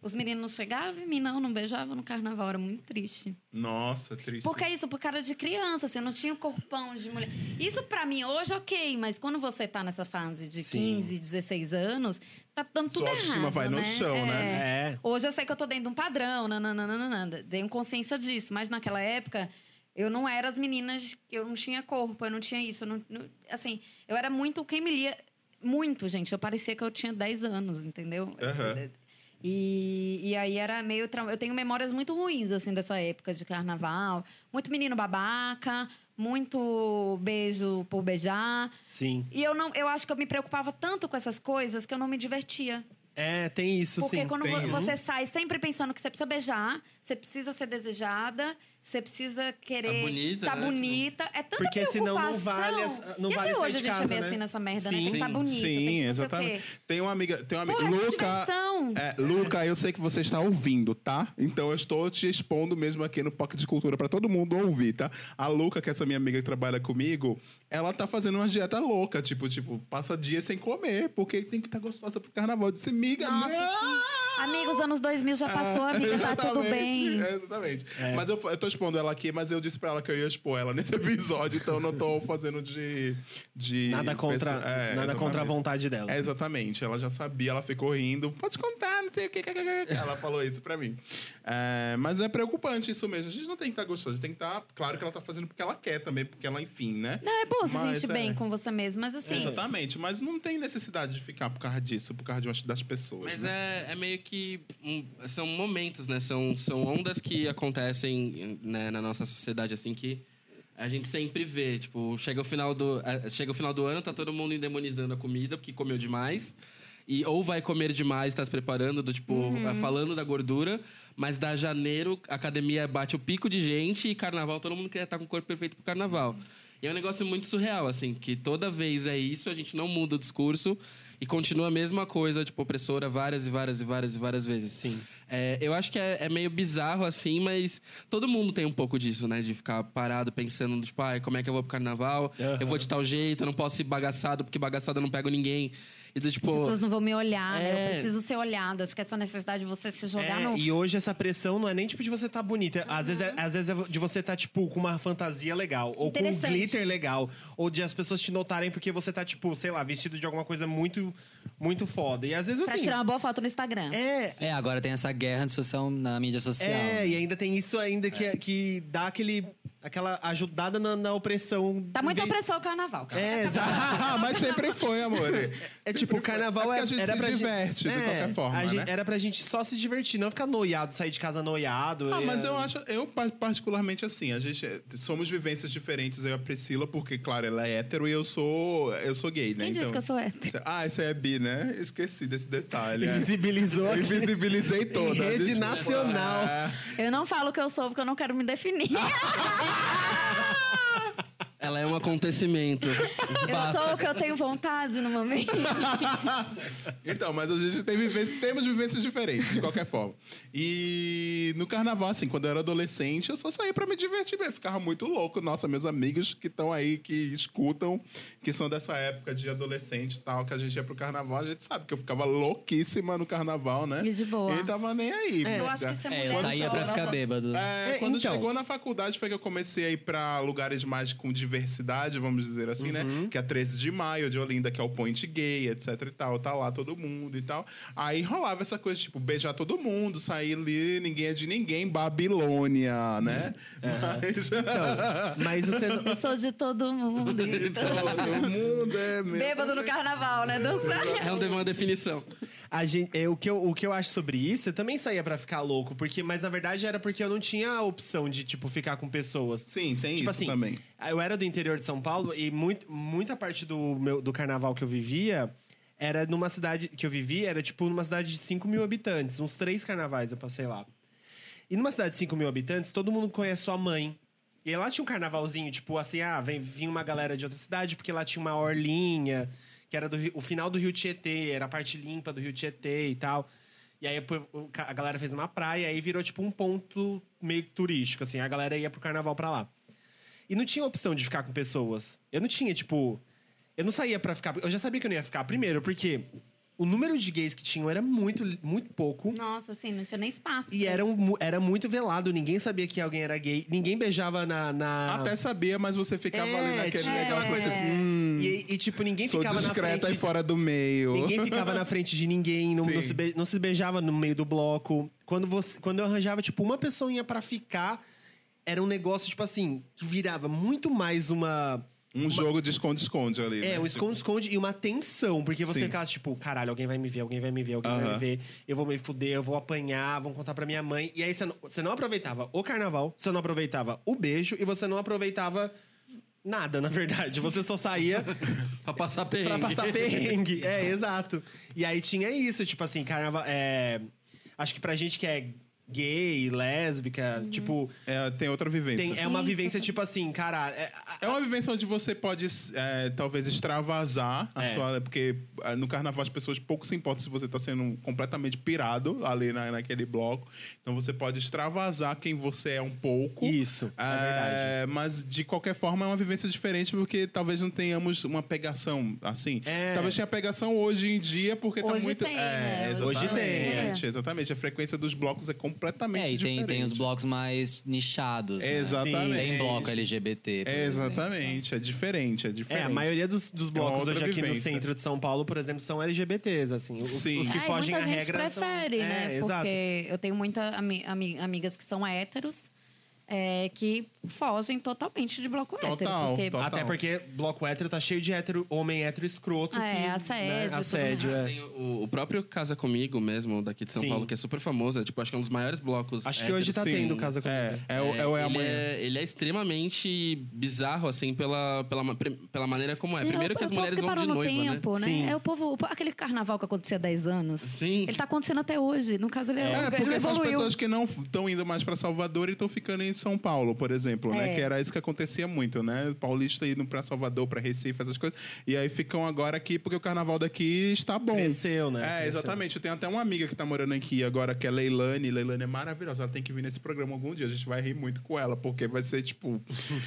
Speaker 5: Os meninos não chegavam em mim, não, não beijavam no carnaval, era muito triste.
Speaker 3: Nossa, triste.
Speaker 5: Porque é isso, por cara de criança, assim, eu não tinha o corpão de mulher. Isso pra mim hoje, ok, mas quando você tá nessa fase de
Speaker 2: Sim.
Speaker 5: 15, 16 anos, tá dando tudo
Speaker 3: Sua autoestima
Speaker 5: errado,
Speaker 3: vai no
Speaker 5: né?
Speaker 3: chão, né?
Speaker 2: É.
Speaker 5: Hoje eu sei que eu tô dentro de um padrão, nananana, tenho consciência disso, mas naquela época eu não era as meninas, eu não tinha corpo, eu não tinha isso, eu não, não- assim, eu era muito quem me lia, muito, gente, eu parecia que eu tinha 10 anos, entendeu?
Speaker 3: Aham.
Speaker 5: E, e aí era meio trauma. Eu tenho memórias muito ruins, assim, dessa época de carnaval. Muito menino babaca, muito beijo por beijar.
Speaker 2: Sim.
Speaker 5: E eu não, eu acho que eu me preocupava tanto com essas coisas que eu não me divertia.
Speaker 2: É, tem isso,
Speaker 5: Porque
Speaker 2: sim.
Speaker 5: quando
Speaker 3: tem
Speaker 5: vo-
Speaker 3: isso.
Speaker 5: você sai sempre pensando que você precisa beijar, você precisa ser desejada, você precisa querer.
Speaker 1: Tá bonita,
Speaker 5: Tá
Speaker 1: né?
Speaker 5: bonita. É tanta
Speaker 2: Porque senão não
Speaker 5: preocupação.
Speaker 2: vale as- não
Speaker 5: e
Speaker 2: vale
Speaker 5: até
Speaker 2: sair
Speaker 5: hoje a
Speaker 2: de
Speaker 5: gente
Speaker 2: casa,
Speaker 5: é meio
Speaker 2: né?
Speaker 5: assim nessa merda, né? Tem
Speaker 2: Sim.
Speaker 5: que tá bonito, tem que não
Speaker 3: Sim,
Speaker 5: sei o
Speaker 3: exatamente.
Speaker 5: quê.
Speaker 3: Tem uma amiga. Tem uma amiga.
Speaker 5: Porra, essa
Speaker 3: Luca.
Speaker 5: diversão.
Speaker 3: É, Luca, eu sei que você está ouvindo, tá? Então eu estou te expondo mesmo aqui no Pocket de Cultura pra todo mundo ouvir, tá? A Luca, que é essa minha amiga que trabalha comigo, ela tá fazendo uma dieta louca, tipo, tipo, passa dias sem comer, porque tem que estar gostosa pro carnaval. Eu disse, miga,
Speaker 5: Nossa,
Speaker 3: não!
Speaker 5: sim. Amigos, anos 2000 já passou, a vida tá tudo
Speaker 3: Ah, Exatamente,
Speaker 5: bem.
Speaker 3: é, Exatamente. Mas eu, eu tô expondo ela aqui, mas eu disse pra ela que eu ia expor ela nesse episódio, então eu não tô fazendo de. de
Speaker 2: Nada contra,
Speaker 3: pessoa- é,
Speaker 2: nada contra a
Speaker 3: exatamente.
Speaker 2: vontade dela.
Speaker 3: É, exatamente. Ela já sabia, ela ficou rindo. Pode contar, não sei o que. Ela falou isso pra mim. É, mas é preocupante isso mesmo. A gente não tem que estar gostoso. A gente tem que estar... Claro que ela tá fazendo porque ela quer também, porque ela, enfim, né?
Speaker 5: Não, é bom se
Speaker 3: Mas,
Speaker 5: sentir
Speaker 3: é. tá
Speaker 5: bem com você mesmo, mas assim.
Speaker 3: Exatamente. Mas não tem necessidade de ficar por causa disso, por causa de umas- das pessoas,
Speaker 1: Mas
Speaker 3: né?
Speaker 1: é, é meio que. um, são momentos, né? São, são ondas que acontecem né, na nossa sociedade, assim, que a gente sempre vê. Tipo, chega o final do, eh, chega o final do ano, tá todo mundo endemonizando a comida, porque comeu demais. E ou vai comer demais, tá se preparando, do tipo, eh, falando da gordura, mas da janeiro, a academia bate o pico de gente e carnaval, todo mundo quer estar com o corpo perfeito pro carnaval. E é um negócio muito surreal, assim, que toda vez é isso, a gente não muda o discurso e continua a mesma coisa, tipo, opressora várias e várias e várias e várias vezes. Sim. eu acho que é, é meio bizarro, assim, mas todo mundo tem um pouco disso, né? De ficar parado pensando, tipo, ai, como é que eu vou pro carnaval? Eu vou de tal jeito, eu não posso ir bagaçado, porque bagaçado eu não pego ninguém. E do tipo.
Speaker 5: As pessoas não vão me olhar, né?
Speaker 1: É.
Speaker 5: Eu preciso ser olhado. Acho que essa necessidade de você se jogar Uhum.
Speaker 2: É,
Speaker 5: no.
Speaker 2: E hoje essa pressão não é nem tipo de você tá bonita. Às, vezes é, às vezes é de você tá, tipo, com uma fantasia legal. Ou com um
Speaker 5: Interessante.
Speaker 2: glitter legal. Ou de as pessoas te notarem porque você tá, tipo, sei lá, vestido de alguma coisa muito, muito foda. E às vezes
Speaker 5: Pra
Speaker 2: assim.
Speaker 5: tirar uma boa foto no Instagram.
Speaker 2: É.
Speaker 4: É, agora tem essa guerra de social, na mídia social.
Speaker 2: É, e ainda tem isso ainda que, é, que dá aquele, aquela ajudada na, na opressão.
Speaker 5: Tá muito
Speaker 2: Em vez-
Speaker 5: opressão o carnaval, cara.
Speaker 2: É, exato.
Speaker 3: Ah, mas sempre foi, amor.
Speaker 2: É tipo, o carnaval
Speaker 3: É
Speaker 2: é,
Speaker 3: porque a gente
Speaker 2: era
Speaker 3: se
Speaker 2: pra
Speaker 3: diverte, de
Speaker 2: gente, é,
Speaker 3: qualquer forma,
Speaker 2: a gente-
Speaker 3: né?
Speaker 2: Era pra gente só se divertir, não ficar noiado, sair de casa noiado. é,
Speaker 3: Ah,
Speaker 2: e-
Speaker 3: mas eu acho, eu par- particularmente assim, a gente é- somos vivências diferentes, eu e a Priscila, porque, claro, ela é hétero e eu sou, eu sou gay, né?
Speaker 5: Quem disse que eu sou hétero?
Speaker 3: Ah, essa é bi, né? Esqueci desse detalhe. é.
Speaker 2: Invisibilizou aqui.
Speaker 3: Invisibilizei toda.
Speaker 2: Em rede
Speaker 3: desculpa.
Speaker 2: nacional.
Speaker 3: É.
Speaker 5: Eu não falo o que eu sou porque eu não quero me definir.
Speaker 1: Ela é um acontecimento.
Speaker 5: eu sou o que eu tenho vontade no momento.
Speaker 3: Então, mas a gente tem vivência- temos vivências diferentes, de qualquer forma. E no carnaval, assim, quando eu era adolescente, eu só saía pra me divertir mesmo. Ficava muito louco. Nossa, meus amigos que estão aí, que escutam, que são dessa época de adolescente e tal, que a gente ia pro carnaval, a gente sabe que eu ficava louquíssima no carnaval, né?
Speaker 5: E de boa.
Speaker 3: E tava nem aí.
Speaker 5: Eu acho que isso é
Speaker 4: É, eu
Speaker 5: mulher
Speaker 4: saía
Speaker 5: chora.
Speaker 4: pra ficar bêbado.
Speaker 3: É,
Speaker 2: É,
Speaker 3: quando
Speaker 2: então.
Speaker 3: chegou na faculdade foi que eu comecei a ir pra lugares mais com diversidade, vamos dizer assim, né?
Speaker 2: Uhum.
Speaker 3: Que é 13 de maio, de Olinda, que é o point gay, etc e tal. Tá lá todo mundo e tal. Aí rolava essa coisa, tipo, beijar todo mundo, sair ali, ninguém é de ninguém, Babilônia, né?
Speaker 2: Uhum. Então,
Speaker 3: Mas...
Speaker 2: mas você. não-
Speaker 5: Eu sou de todo mundo.
Speaker 1: Então,
Speaker 3: Então, todo mundo é meu.
Speaker 5: Bêbado no carnaval, né? Dançando.
Speaker 1: é uma definição.
Speaker 2: A gente, é, o, que eu, o que eu acho sobre isso, eu também saía pra ficar louco, porque, mas na verdade era porque eu não tinha a opção de, tipo, ficar com pessoas.
Speaker 3: Sim, tem
Speaker 2: tipo
Speaker 3: isso
Speaker 2: assim,
Speaker 3: também.
Speaker 2: eu era do interior de São Paulo e muito, muita parte do, meu, do carnaval que eu vivia era numa cidade que eu vivia, era tipo numa cidade de 5 mil habitantes. Uns três carnavais eu passei lá. E numa cidade de 5 mil habitantes, todo mundo conhece sua mãe. E aí lá tinha um carnavalzinho, tipo assim, ah, vem, vinha uma galera de outra cidade, porque lá tinha uma orlinha, que era do, Rio- o final do Rio Tietê, era a parte limpa do Rio Tietê e tal. E aí pô, o ca- a galera fez uma praia, aí virou tipo um ponto meio que turístico, assim, a galera ia pro carnaval pra lá. E não tinha opção de ficar com pessoas. Eu não tinha, tipo. Eu não saía pra ficar. Eu já sabia que eu não ia ficar. Primeiro, porque O número de gays que tinham era muito, muito pouco.
Speaker 5: Nossa, assim, não tinha nem espaço.
Speaker 2: E era, um mu- era muito velado, ninguém sabia que alguém era gay, ninguém beijava na. na-
Speaker 3: Até sabia, mas você ficava
Speaker 2: É,
Speaker 3: ali naquele,
Speaker 2: tinha
Speaker 3: naquela
Speaker 2: aquela
Speaker 3: coisa.
Speaker 2: coisa-
Speaker 3: Hum,
Speaker 2: E, e, tipo, ninguém
Speaker 3: sou
Speaker 2: ficava na
Speaker 3: discreta
Speaker 2: frente.
Speaker 3: e fora do meio.
Speaker 2: Ninguém ficava na frente de ninguém, não,
Speaker 3: Sim.
Speaker 2: não se be- não se beijava no meio do bloco. Quando, você, quando eu arranjava, tipo, uma pessoinha pra ficar, era um negócio, tipo assim, que virava muito mais uma.
Speaker 3: Um jogo de esconde-esconde ali.
Speaker 2: É,
Speaker 3: né?
Speaker 2: um esconde-esconde e uma tensão. Porque você
Speaker 3: Sim.
Speaker 2: ficava, tipo, caralho, alguém vai me ver, alguém vai me ver, alguém vai
Speaker 3: Aham.
Speaker 2: me ver. Eu vou me fuder, eu vou apanhar, vão contar pra minha mãe. E aí você não, você não aproveitava o carnaval, você não aproveitava o beijo e você não aproveitava nada, na verdade. Você só saía
Speaker 1: Pra passar perrengue.
Speaker 2: Pra passar perrengue. É, exato. E aí tinha isso, tipo assim, carnaval. é, acho que pra gente que é gay, lésbica, tipo,
Speaker 3: É, tem outra vivência.
Speaker 2: tem, é uma vivência, tipo assim, cara. é-
Speaker 3: É uma vivência onde você pode, é, talvez, extravasar a
Speaker 2: É.
Speaker 3: sua. Porque é, no carnaval as pessoas pouco se importam se você está sendo completamente pirado ali na, naquele bloco. Então você pode extravasar quem você é um pouco.
Speaker 2: isso, é verdade.
Speaker 3: É, mas de qualquer forma é uma vivência diferente porque talvez não tenhamos uma pegação assim.
Speaker 2: É.
Speaker 3: Talvez tenha pegação hoje em dia porque tá
Speaker 5: Hoje
Speaker 3: muito.
Speaker 5: tem,
Speaker 3: é,
Speaker 5: né? Hoje
Speaker 2: tem.
Speaker 3: exatamente, exatamente. A frequência dos blocos é completamente
Speaker 4: É, e tem,
Speaker 3: diferente.
Speaker 4: tem os blocos mais nichados. né?
Speaker 3: Exatamente.
Speaker 4: Tem bloco LGBT. por
Speaker 1: né?
Speaker 3: É,
Speaker 4: exemplo.
Speaker 3: exatamente, é diferente, é
Speaker 2: É,
Speaker 3: diferente.
Speaker 2: a maioria dos, dos blocos
Speaker 3: outra
Speaker 2: hoje aqui no
Speaker 3: vivência.
Speaker 2: centro de São Paulo, por exemplo, são LGBTs, assim. Os,
Speaker 3: Sim.
Speaker 2: os que
Speaker 5: Ah, e
Speaker 2: fogem à
Speaker 5: muita gente
Speaker 2: regra. são-
Speaker 5: prefere,
Speaker 2: É,
Speaker 5: né?
Speaker 2: exato.
Speaker 5: Porque eu tenho muitas amigas que são héteros é, que fogem totalmente de bloco
Speaker 3: Total,
Speaker 5: hétero. Porque
Speaker 3: total.
Speaker 2: Até porque bloco hétero tá cheio de hétero, homem hétero escroto.
Speaker 5: Ah, é,
Speaker 2: que,
Speaker 5: assédio,
Speaker 2: Né?
Speaker 5: tudo
Speaker 2: Assédio, é.
Speaker 1: Tem o, o próprio Casa Comigo mesmo, daqui de São
Speaker 2: Sim.
Speaker 1: Paulo, que é super famoso. É, tipo, acho que é um dos maiores blocos.
Speaker 2: Acho que hoje tá
Speaker 1: héteros,
Speaker 2: tendo
Speaker 1: sim.
Speaker 2: casa comigo.
Speaker 3: É, é, o- é, o é
Speaker 1: ele,
Speaker 3: amanhã.
Speaker 1: é, ele é extremamente bizarro, assim, pela, pela, ma- pre- pela maneira como é.
Speaker 5: Tira
Speaker 1: Primeiro
Speaker 5: o-
Speaker 1: que as
Speaker 5: o povo
Speaker 1: mulheres
Speaker 5: que
Speaker 1: vão
Speaker 5: parou
Speaker 1: de
Speaker 5: no
Speaker 1: noiva, né?
Speaker 5: tempo, né?
Speaker 2: Sim.
Speaker 5: É o povo. o- Aquele carnaval que acontecia há 10 anos.
Speaker 1: Sim.
Speaker 5: Ele tá acontecendo até hoje. No caso, ele,
Speaker 3: É,
Speaker 5: ele
Speaker 3: porque são as
Speaker 5: evoluiu.
Speaker 3: pessoas que não estão indo mais pra Salvador e estão ficando em São Paulo, por exemplo, né?
Speaker 5: É.
Speaker 3: Que era isso que acontecia muito, né? Paulista indo pra Salvador, pra Recife, essas coisas. E aí ficam agora aqui porque o carnaval daqui está bom.
Speaker 2: Cresceu, né?
Speaker 3: É,
Speaker 2: Cresceu.
Speaker 3: exatamente. Eu tenho até uma amiga que tá morando aqui agora, que é Leilane. Leilane é maravilhosa. Ela tem que vir nesse programa algum dia. A gente vai rir muito com ela, porque vai ser, tipo,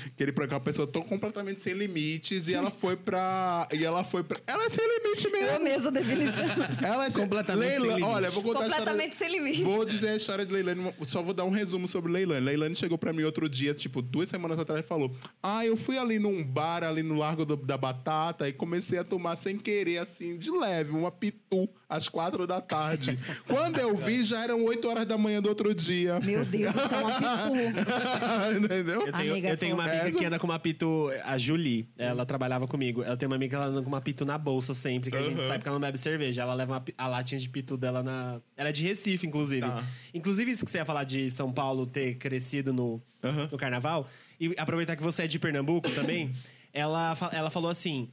Speaker 3: aquele programa, uma pessoa tão completamente sem limites. E ela foi pra. E ela foi pra. Ela é sem limite
Speaker 5: Eu
Speaker 3: mesmo.
Speaker 5: mesma debilitando.
Speaker 3: Ela é sem-
Speaker 2: Completamente sem
Speaker 3: Leilane-
Speaker 2: limite.
Speaker 3: Olha, vou contar a história.
Speaker 5: Completamente sem limite.
Speaker 3: Vou dizer a história de Leilane, só vou dar um resumo sobre Leilane. Leilane chegou pra mim outro dia, tipo, duas semanas atrás, e falou: Ah, eu fui ali num bar, ali no Largo do- da Batata, e comecei a tomar sem querer, assim, de leve, uma pitu, às quatro da tarde. Quando eu vi, já eram oito horas da manhã do outro dia.
Speaker 5: Meu Deus, isso é uma pitu.
Speaker 3: Entendeu?
Speaker 2: Eu tenho,
Speaker 5: Amiga
Speaker 2: eu tenho uma amiga
Speaker 3: fofa.
Speaker 2: que anda com uma pito, a Julie, ela trabalhava comigo. Ela tem uma amiga que ela anda com uma pito na bolsa sempre, que a gente
Speaker 3: Aham.
Speaker 2: sabe que ela não bebe cerveja. Ela leva uma pi- a latinha de pitu dela na. Ela é de Recife, inclusive.
Speaker 3: Tá.
Speaker 2: Inclusive, isso que você ia falar de São Paulo ter crescido no,
Speaker 3: Aham.
Speaker 2: no carnaval, e aproveitar que você é de Pernambuco também, ela, fa- ela falou assim.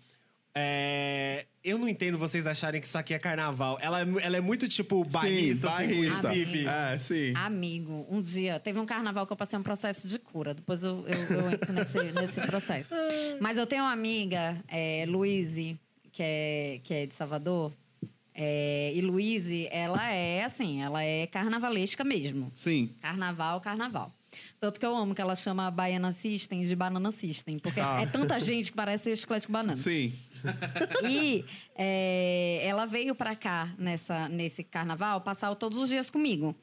Speaker 2: é, eu não entendo vocês acharem que isso aqui é carnaval. Ela, é mu- ela é muito tipo
Speaker 3: Sim,
Speaker 2: bairrista, assim, com
Speaker 3: barrista.
Speaker 2: Recife.
Speaker 3: É, sim.
Speaker 5: Amigo, um dia teve um carnaval que eu passei um processo de cura. Depois eu, eu- eu entro nesse, nesse processo. Mas eu tenho uma amiga, é, Luíse, que é, que é de Salvador. É, e Luíse, ela é assim, ela é carnavalesca mesmo.
Speaker 3: Sim.
Speaker 5: Carnaval, carnaval. Tanto que eu amo que ela chama a Baiana System de Banana System. Porque
Speaker 3: Ah.
Speaker 5: é tanta gente que parece chiclete com banana.
Speaker 3: Sim.
Speaker 5: E é, ela veio pra cá nessa, nesse carnaval, passar todos os dias comigo.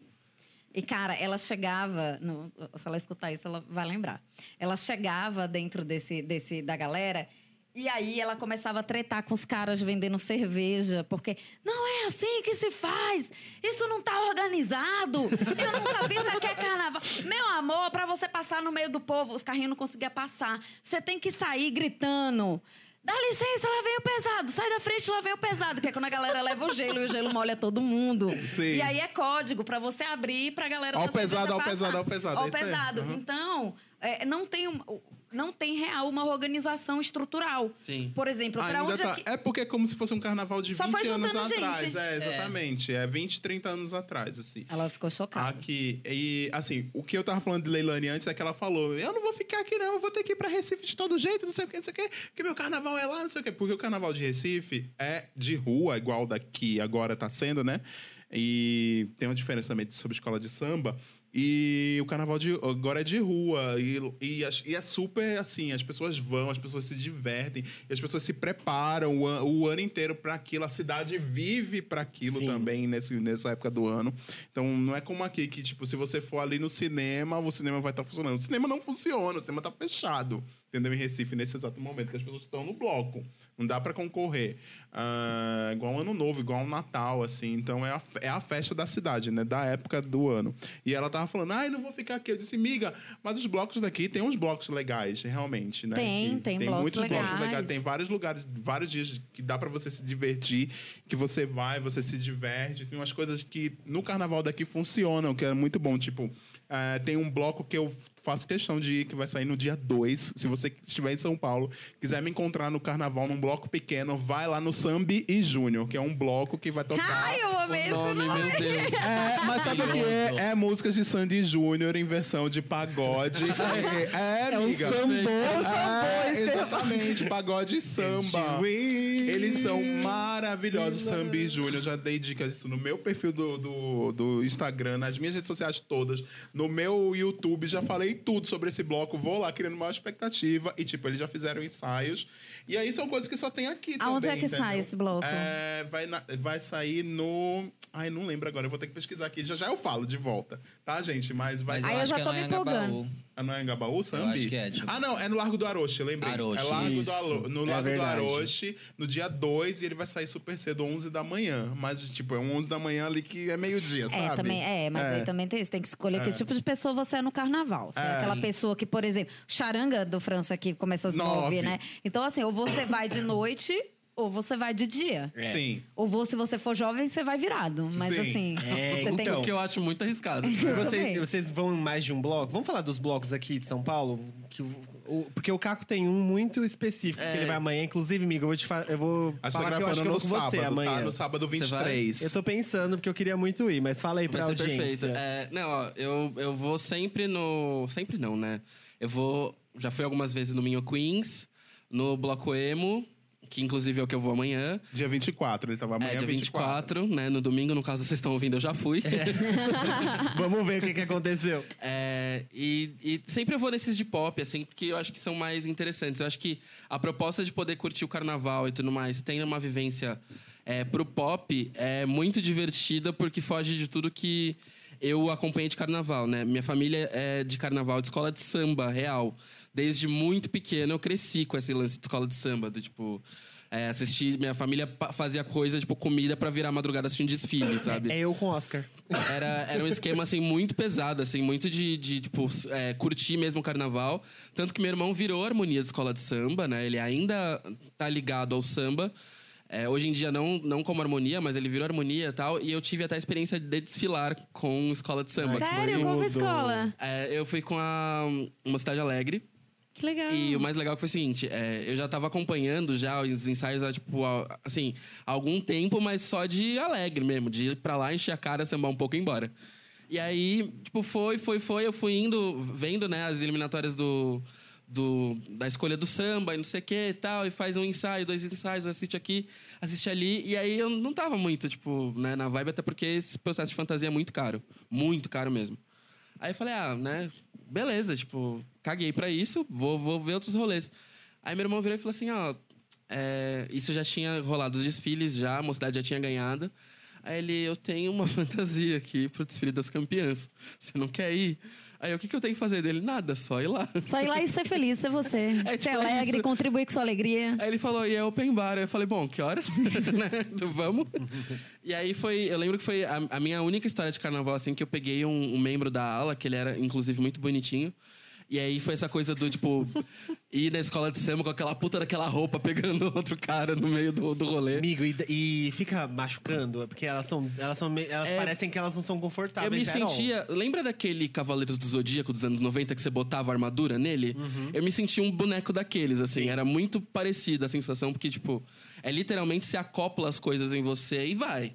Speaker 5: E, cara, ela chegava. no- se ela escutar isso, ela vai lembrar. Ela chegava dentro desse, desse da galera. E aí ela começava a tretar com os caras vendendo cerveja, porque não é assim que se faz. Isso não tá organizado. Eu nunca vi isso aqui é carnaval. Meu amor, pra você passar no meio do povo, os carrinhos não conseguiam passar. Você tem que sair gritando. Dá licença, lá vem o pesado. Sai da frente, lá vem o pesado. Que é quando a galera leva o gelo e o gelo molha todo mundo.
Speaker 3: Sim.
Speaker 5: E aí é código pra você abrir pra galera.
Speaker 3: Ó o
Speaker 5: da cerveja
Speaker 3: pesado, ó o
Speaker 5: passar.
Speaker 3: pesado, ó o pesado,
Speaker 5: Ó
Speaker 3: é
Speaker 5: o
Speaker 3: isso aí.
Speaker 5: pesado.
Speaker 3: Aham.
Speaker 5: Então, é, não, tem, um- não tem real uma organização estrutural.
Speaker 1: Sim.
Speaker 5: Por exemplo, pra
Speaker 3: Ainda
Speaker 5: onde
Speaker 3: tá.
Speaker 5: aqui.
Speaker 3: É porque é como se fosse um carnaval de
Speaker 5: Só
Speaker 3: 20
Speaker 5: foi
Speaker 3: anos
Speaker 5: juntando gente.
Speaker 3: atrás. É, exatamente. É 20, 30 anos atrás, assim.
Speaker 5: Ela ficou chocada.
Speaker 3: Aqui. E, assim, o que eu tava falando de Leilani antes é que ela falou: eu não vou ficar aqui, não, eu vou ter que ir pra Recife de todo jeito, não sei o que, não sei o que, porque meu carnaval é lá, não sei o que. Porque o carnaval de Recife é de rua, igual daqui agora tá sendo, né? E tem uma diferença também sobre escola de samba. E o carnaval de, agora é de rua. E, e, as- e é super assim: as pessoas vão, as pessoas se divertem, e as pessoas se preparam o, an- o ano inteiro para aquilo. A cidade vive para aquilo
Speaker 2: Sim.
Speaker 3: também nesse, nessa época do ano. Então não é como aqui que, tipo, se você for ali no cinema, o cinema vai estar funcionando. O cinema não funciona, o cinema tá fechado. Entendeu? Em Recife, nesse exato momento, que as pessoas estão no bloco. Não dá para concorrer. Ah, igual ano novo, igual um Natal, assim. Então é a, fe- é a festa da cidade, né? Da época do ano. E ela tava falando, ai, não vou ficar aqui. Eu disse, miga, mas os blocos daqui tem uns blocos legais, realmente, né?
Speaker 6: Tem,
Speaker 3: Que
Speaker 6: tem blocos
Speaker 3: muitos blocos
Speaker 6: legais.
Speaker 3: legais. Tem vários lugares, vários dias que dá para você se divertir, que você vai, você se diverte. Tem umas coisas que no carnaval daqui funcionam, que é muito bom. Tipo, eh, tem um bloco que eu faço questão de ir, que vai sair no dia 2. Se você estiver em São Paulo, quiser me encontrar no carnaval, num bloco pequeno, vai lá no Sambi e Júnior, que é um bloco que vai tocar.
Speaker 5: Ai, eu amei
Speaker 1: O
Speaker 5: esse
Speaker 1: nome,
Speaker 5: nome.
Speaker 1: meu Deus.
Speaker 3: É, mas sabe o que
Speaker 4: Maravilhoso.
Speaker 3: é? É músicas de Sandy Júnior em versão de pagode. É, é
Speaker 2: É um
Speaker 3: amiga.
Speaker 2: sambô.
Speaker 3: É, exatamente, pagode e samba. Eles são maravilhosos, Sambi e Júnior. Eu já dei dicas disso no meu perfil do, do, do Instagram, nas minhas redes sociais todas, no meu YouTube. Já falei tudo sobre esse bloco. Vou lá criando maior expectativa. E, tipo, eles já fizeram ensaios. E aí são coisas que só tem aqui
Speaker 6: Aonde
Speaker 3: também,
Speaker 6: é que
Speaker 3: entendeu?
Speaker 6: sai esse bloco?
Speaker 3: É, vai, na- vai sair no. Ai, não lembro agora. Eu vou ter que pesquisar aqui. Já já eu falo de volta, tá, gente? Mas vai.
Speaker 4: Mas
Speaker 3: ser-
Speaker 6: Aí eu
Speaker 4: acho
Speaker 6: já
Speaker 4: que
Speaker 6: tô
Speaker 4: é
Speaker 6: me
Speaker 4: lá em Angabaú.
Speaker 6: empolgando.
Speaker 3: Ah, Não é Angabaú, Sambi?
Speaker 4: acho que é, deixa eu-
Speaker 3: Ah, não, é no Largo do Aroche, lembrei.
Speaker 4: Aroche,
Speaker 3: É Largo
Speaker 2: isso.
Speaker 3: do Alo... no
Speaker 2: É
Speaker 3: Largo do
Speaker 2: verdade.
Speaker 3: Aroche, no dia 2, e ele vai sair super cedo, 11 da manhã. Mas, tipo, é um 11 da manhã ali que é meio-dia,
Speaker 6: É,
Speaker 3: sabe?
Speaker 6: também, é, mas
Speaker 3: É.
Speaker 5: então-
Speaker 6: aí também tem isso. Tem que escolher que tipo de pessoa você é no carnaval. Você é. aquela pessoa que, por exemplo, charanga do França que começa às
Speaker 3: Nove.
Speaker 6: nove, né? Então, assim, ou você vai de noite, ou você vai de dia.
Speaker 2: É.
Speaker 3: Sim.
Speaker 6: Ou vou, se você for jovem, você vai virado. Mas
Speaker 3: Sim.
Speaker 6: assim,
Speaker 2: É,
Speaker 6: você
Speaker 2: então.
Speaker 1: O que eu acho muito arriscado. né?
Speaker 2: E
Speaker 6: Eu
Speaker 2: você-
Speaker 6: também.
Speaker 2: vocês vão em mais de um bloco? Vamos falar dos blocos aqui de São Paulo? Que, o- o- porque o Caco tem um muito específico
Speaker 1: É.
Speaker 2: que ele vai amanhã. Inclusive, amigo, eu vou te fa- eu vou
Speaker 3: A gente tá
Speaker 2: falar que eu acho
Speaker 3: gravando
Speaker 2: que eu vou
Speaker 3: no
Speaker 2: com você
Speaker 3: sábado,
Speaker 2: amanhã.
Speaker 3: tá? No sábado
Speaker 1: Você vai?
Speaker 3: 23.
Speaker 2: Eu tô pensando, porque eu queria muito ir, mas fala aí pra
Speaker 1: Vai ser
Speaker 2: audiência.
Speaker 1: perfeito. É, não, ó, eu, eu vou sempre no. Sempre não, né? Eu vou. Já fui algumas vezes no Minho Queens, no Bloco Emo, que inclusive é o que eu vou amanhã.
Speaker 3: Dia 24, ele tava amanhã.
Speaker 1: é, dia 24, né? No domingo, no caso vocês estão ouvindo, eu já fui.
Speaker 3: É.
Speaker 2: Vamos ver o que, que aconteceu.
Speaker 1: É, e, e sempre eu vou nesses de pop, assim, porque eu acho que são mais interessantes. Eu acho que a proposta de poder curtir o carnaval e tudo mais, tendo uma vivência é, pro pop, é muito divertida, porque foge de tudo que eu acompanhei de carnaval, né? Minha família é de carnaval, de escola de samba, real. Desde muito pequeno eu cresci com esse lance de escola de samba, do tipo. É, assistir, minha família pa- fazia coisa, tipo, comida pra virar madrugada assistindo desfile, sabe?
Speaker 2: É eu com o Oscar.
Speaker 1: Era, era um esquema, assim, muito pesado, assim, muito de, de tipo, s- é, curtir mesmo o carnaval. Tanto que meu irmão virou harmonia de escola de samba, né? Ele ainda tá ligado ao samba. É, hoje em dia, não, não como harmonia, mas ele virou harmonia e tal. E eu tive até a experiência de desfilar com escola de samba. que
Speaker 6: Sério?
Speaker 1: foi-
Speaker 6: Qual foi a
Speaker 2: Tudo.
Speaker 6: escola?
Speaker 1: É, eu fui com a uma cidade alegre.
Speaker 6: Que legal.
Speaker 1: E o mais legal que foi o seguinte, é, eu já tava acompanhando já os ensaios há, tipo, há, assim, há algum tempo, mas só de alegre mesmo, de ir pra lá, encher a cara, sambar um pouco e ir embora. E aí, tipo, foi, foi, foi, eu fui indo, vendo, né, as eliminatórias do, do- da escolha do samba e não sei o que e tal, e faz um ensaio, dois ensaios, assiste aqui, assiste ali. E aí eu não tava muito, tipo, né, na vibe, até porque esse processo de fantasia é muito caro, muito caro mesmo. Aí eu falei, ah, né, beleza, tipo, caguei pra isso, vou, vou ver outros rolês. Aí meu irmão virou e falou assim, ó, é, isso já tinha rolado os desfiles já, a mocidade já tinha ganhado. Aí ele, eu tenho uma fantasia aqui pro desfile das campeãs, você não quer ir? Aí eu, o que, que eu tenho que fazer dele? Nada, só ir lá.
Speaker 6: Só ir lá e ser feliz, ser você.
Speaker 1: É, tipo,
Speaker 6: ser alegre,
Speaker 1: isso.
Speaker 6: contribuir com sua alegria.
Speaker 1: Aí ele falou, e é open bar. Aí eu falei, bom, que horas? Né? então vamos. E aí foi, eu lembro que foi a, a minha única história de carnaval, assim, que eu peguei um, um membro da ala, que ele era, inclusive, muito bonitinho. E aí foi essa coisa do, tipo, ir na escola de samba com aquela puta daquela roupa, pegando outro cara no meio do, do rolê.
Speaker 2: Amigo, e, e fica machucando, é porque elas são. Elas, são, me- elas
Speaker 1: É.
Speaker 2: parecem que elas não são confortáveis.
Speaker 1: Eu me é
Speaker 2: at all.
Speaker 1: sentia. Lembra daquele Cavaleiros do Zodíaco dos anos 90 que você botava a armadura nele? Eu me sentia um boneco daqueles, assim. Era muito parecida a sensação, porque, tipo, é literalmente se acopla as coisas em você e vai.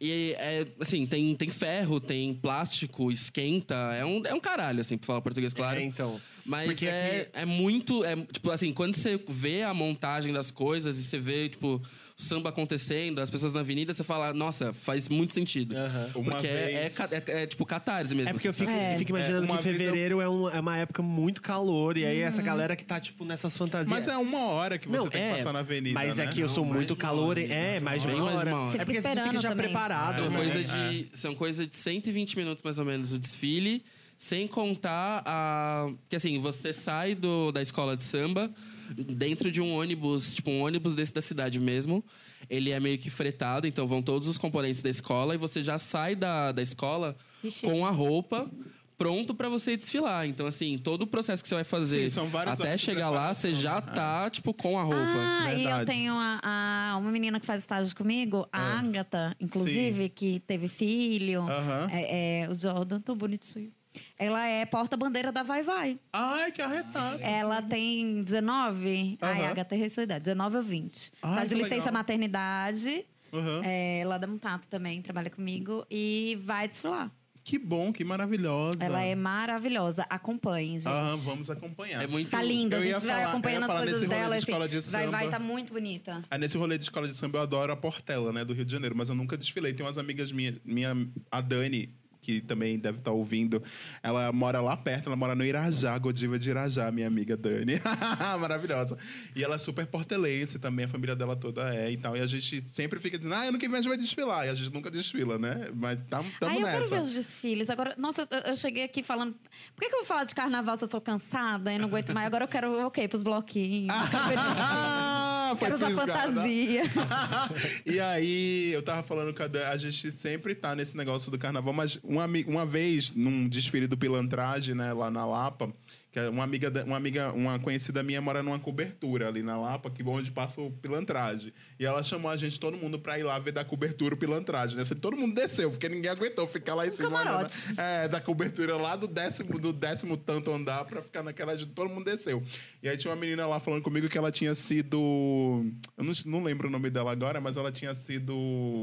Speaker 1: E é, assim, tem, tem ferro, tem plástico, esquenta. É um, é um caralho, assim, pra falar português, claro.
Speaker 2: É, então.
Speaker 1: Mas
Speaker 2: Porque
Speaker 1: é,
Speaker 2: aqui-
Speaker 1: é muito. É, tipo assim, quando você vê a montagem das coisas e você vê, tipo, samba acontecendo, as pessoas na avenida, você fala, nossa, faz muito sentido.
Speaker 2: Aham.
Speaker 3: Uma
Speaker 1: Porque é-
Speaker 3: vez-
Speaker 1: é, ca- é- é tipo catarse mesmo.
Speaker 2: É porque eu
Speaker 1: assim,
Speaker 2: fico,
Speaker 6: É.
Speaker 2: eu fico imaginando
Speaker 3: É, uma
Speaker 2: que
Speaker 3: vez eu-
Speaker 2: fevereiro é, um- é uma época muito calor. E aí essa galera que tá, tipo, nessas fantasias.
Speaker 3: Mas é uma hora que você
Speaker 2: Não,
Speaker 3: tem
Speaker 2: é,
Speaker 3: que passar na avenida.
Speaker 2: Mas
Speaker 3: né?
Speaker 2: é que eu sou
Speaker 4: Não,
Speaker 2: muito
Speaker 4: mais de uma
Speaker 2: calor.
Speaker 4: hora,
Speaker 2: É, mais de
Speaker 1: Bem
Speaker 2: uma
Speaker 1: mais de
Speaker 2: hora.
Speaker 1: uma hora. Você
Speaker 2: É porque
Speaker 6: fica
Speaker 2: você fica
Speaker 6: esperando
Speaker 2: já
Speaker 6: também.
Speaker 2: preparado.
Speaker 1: São
Speaker 2: né?
Speaker 1: coisa,
Speaker 3: É.
Speaker 1: de, são coisa de 120 minutos, mais ou menos, o desfile. Sem contar a... Que assim, você sai do, da escola de samba dentro de um ônibus, tipo um ônibus desse da cidade mesmo. Ele é meio que fretado, então vão todos os componentes da escola. E você já sai da, da escola
Speaker 6: Vixe.
Speaker 1: com a roupa pronto pra você desfilar. Então assim, todo o processo que você vai fazer
Speaker 3: Sim, são várias
Speaker 1: até
Speaker 3: horas de
Speaker 1: chegar lá,
Speaker 3: preparação,
Speaker 1: você já
Speaker 3: né?
Speaker 1: tá, tipo, com a roupa.
Speaker 6: Ah, e eu
Speaker 3: Verdade. Ah,
Speaker 6: tenho a, a- uma menina que faz estágio comigo, a Agatha, inclusive, que teve filho.
Speaker 3: Aham.
Speaker 6: É, é, o Jordan, tão bonitinho. Ela é porta-bandeira da Vai Vai.
Speaker 3: Ai, que arretado.
Speaker 5: É.
Speaker 6: Ela tem 19. Ai,
Speaker 3: É. Uhum. Aham.
Speaker 6: Agatha errei sua idade. 19 ou 20.
Speaker 3: Ai,
Speaker 6: tá de
Speaker 3: que
Speaker 6: licença
Speaker 3: legal. Uhum.
Speaker 6: maternidade.
Speaker 3: Aham.
Speaker 6: É, lá da Mutato também, trabalha comigo. E vai desfilar.
Speaker 3: Que bom, que maravilhosa.
Speaker 6: Ela é maravilhosa. Acompanhe, gente.
Speaker 3: Aham, vamos acompanhar.
Speaker 1: É muito...
Speaker 6: Tá linda, a
Speaker 3: Eu ia
Speaker 6: gente vai
Speaker 3: falar- eu
Speaker 6: acompanhando
Speaker 3: ia
Speaker 6: as
Speaker 3: falar
Speaker 6: coisas
Speaker 3: nesse rolê
Speaker 6: dela.
Speaker 3: de
Speaker 6: assim,
Speaker 3: escola de
Speaker 6: vai, vai,
Speaker 3: samba.
Speaker 6: tá muito bonita.
Speaker 3: Aí nesse rolê de escola de samba, eu adoro a Portela, né, do Rio de Janeiro, mas eu nunca desfilei. Tem umas amigas minhas, minha, a Dani, que também deve estar ouvindo, ela mora lá perto, ela mora no Irajá, Godiva de Irajá, minha amiga Dani. Maravilhosa. E ela é super portelense também, a família dela toda é e tal. E a gente sempre fica dizendo, ah, ano que vem a gente vai desfilar. E a gente nunca desfila, né? Mas tam, tamo
Speaker 6: Aí eu quero ver
Speaker 3: nessa.
Speaker 6: os desfiles. Agora, nossa, eu, eu cheguei aqui falando. Por que, que eu vou falar de carnaval se eu sou cansada e não aguento mais? Agora eu quero, ok, pros bloquinhos.
Speaker 3: Ah, foi Ah,
Speaker 6: quero usar
Speaker 3: fisgada.
Speaker 6: fantasia.
Speaker 3: e aí, eu tava falando com a Dan, a gente sempre tá nesse negócio do carnaval, mas uma, ami- uma vez, num desfile do Pilantragem, né, lá na Lapa, que é uma amiga, da- uma amiga, uma conhecida minha mora numa cobertura ali na Lapa, que onde passa o Pilantragem. E ela chamou a gente, todo mundo, pra ir lá ver da cobertura o Pilantragem, né? Todo mundo desceu, porque ninguém aguentou ficar lá em cima.
Speaker 6: camarote.
Speaker 3: olhando. É, da cobertura lá do décimo, do décimo tanto andar pra ficar naquela de todo mundo desceu. E aí tinha uma menina lá falando comigo que ela tinha sido. Eu não, não lembro o nome dela agora, mas ela tinha sido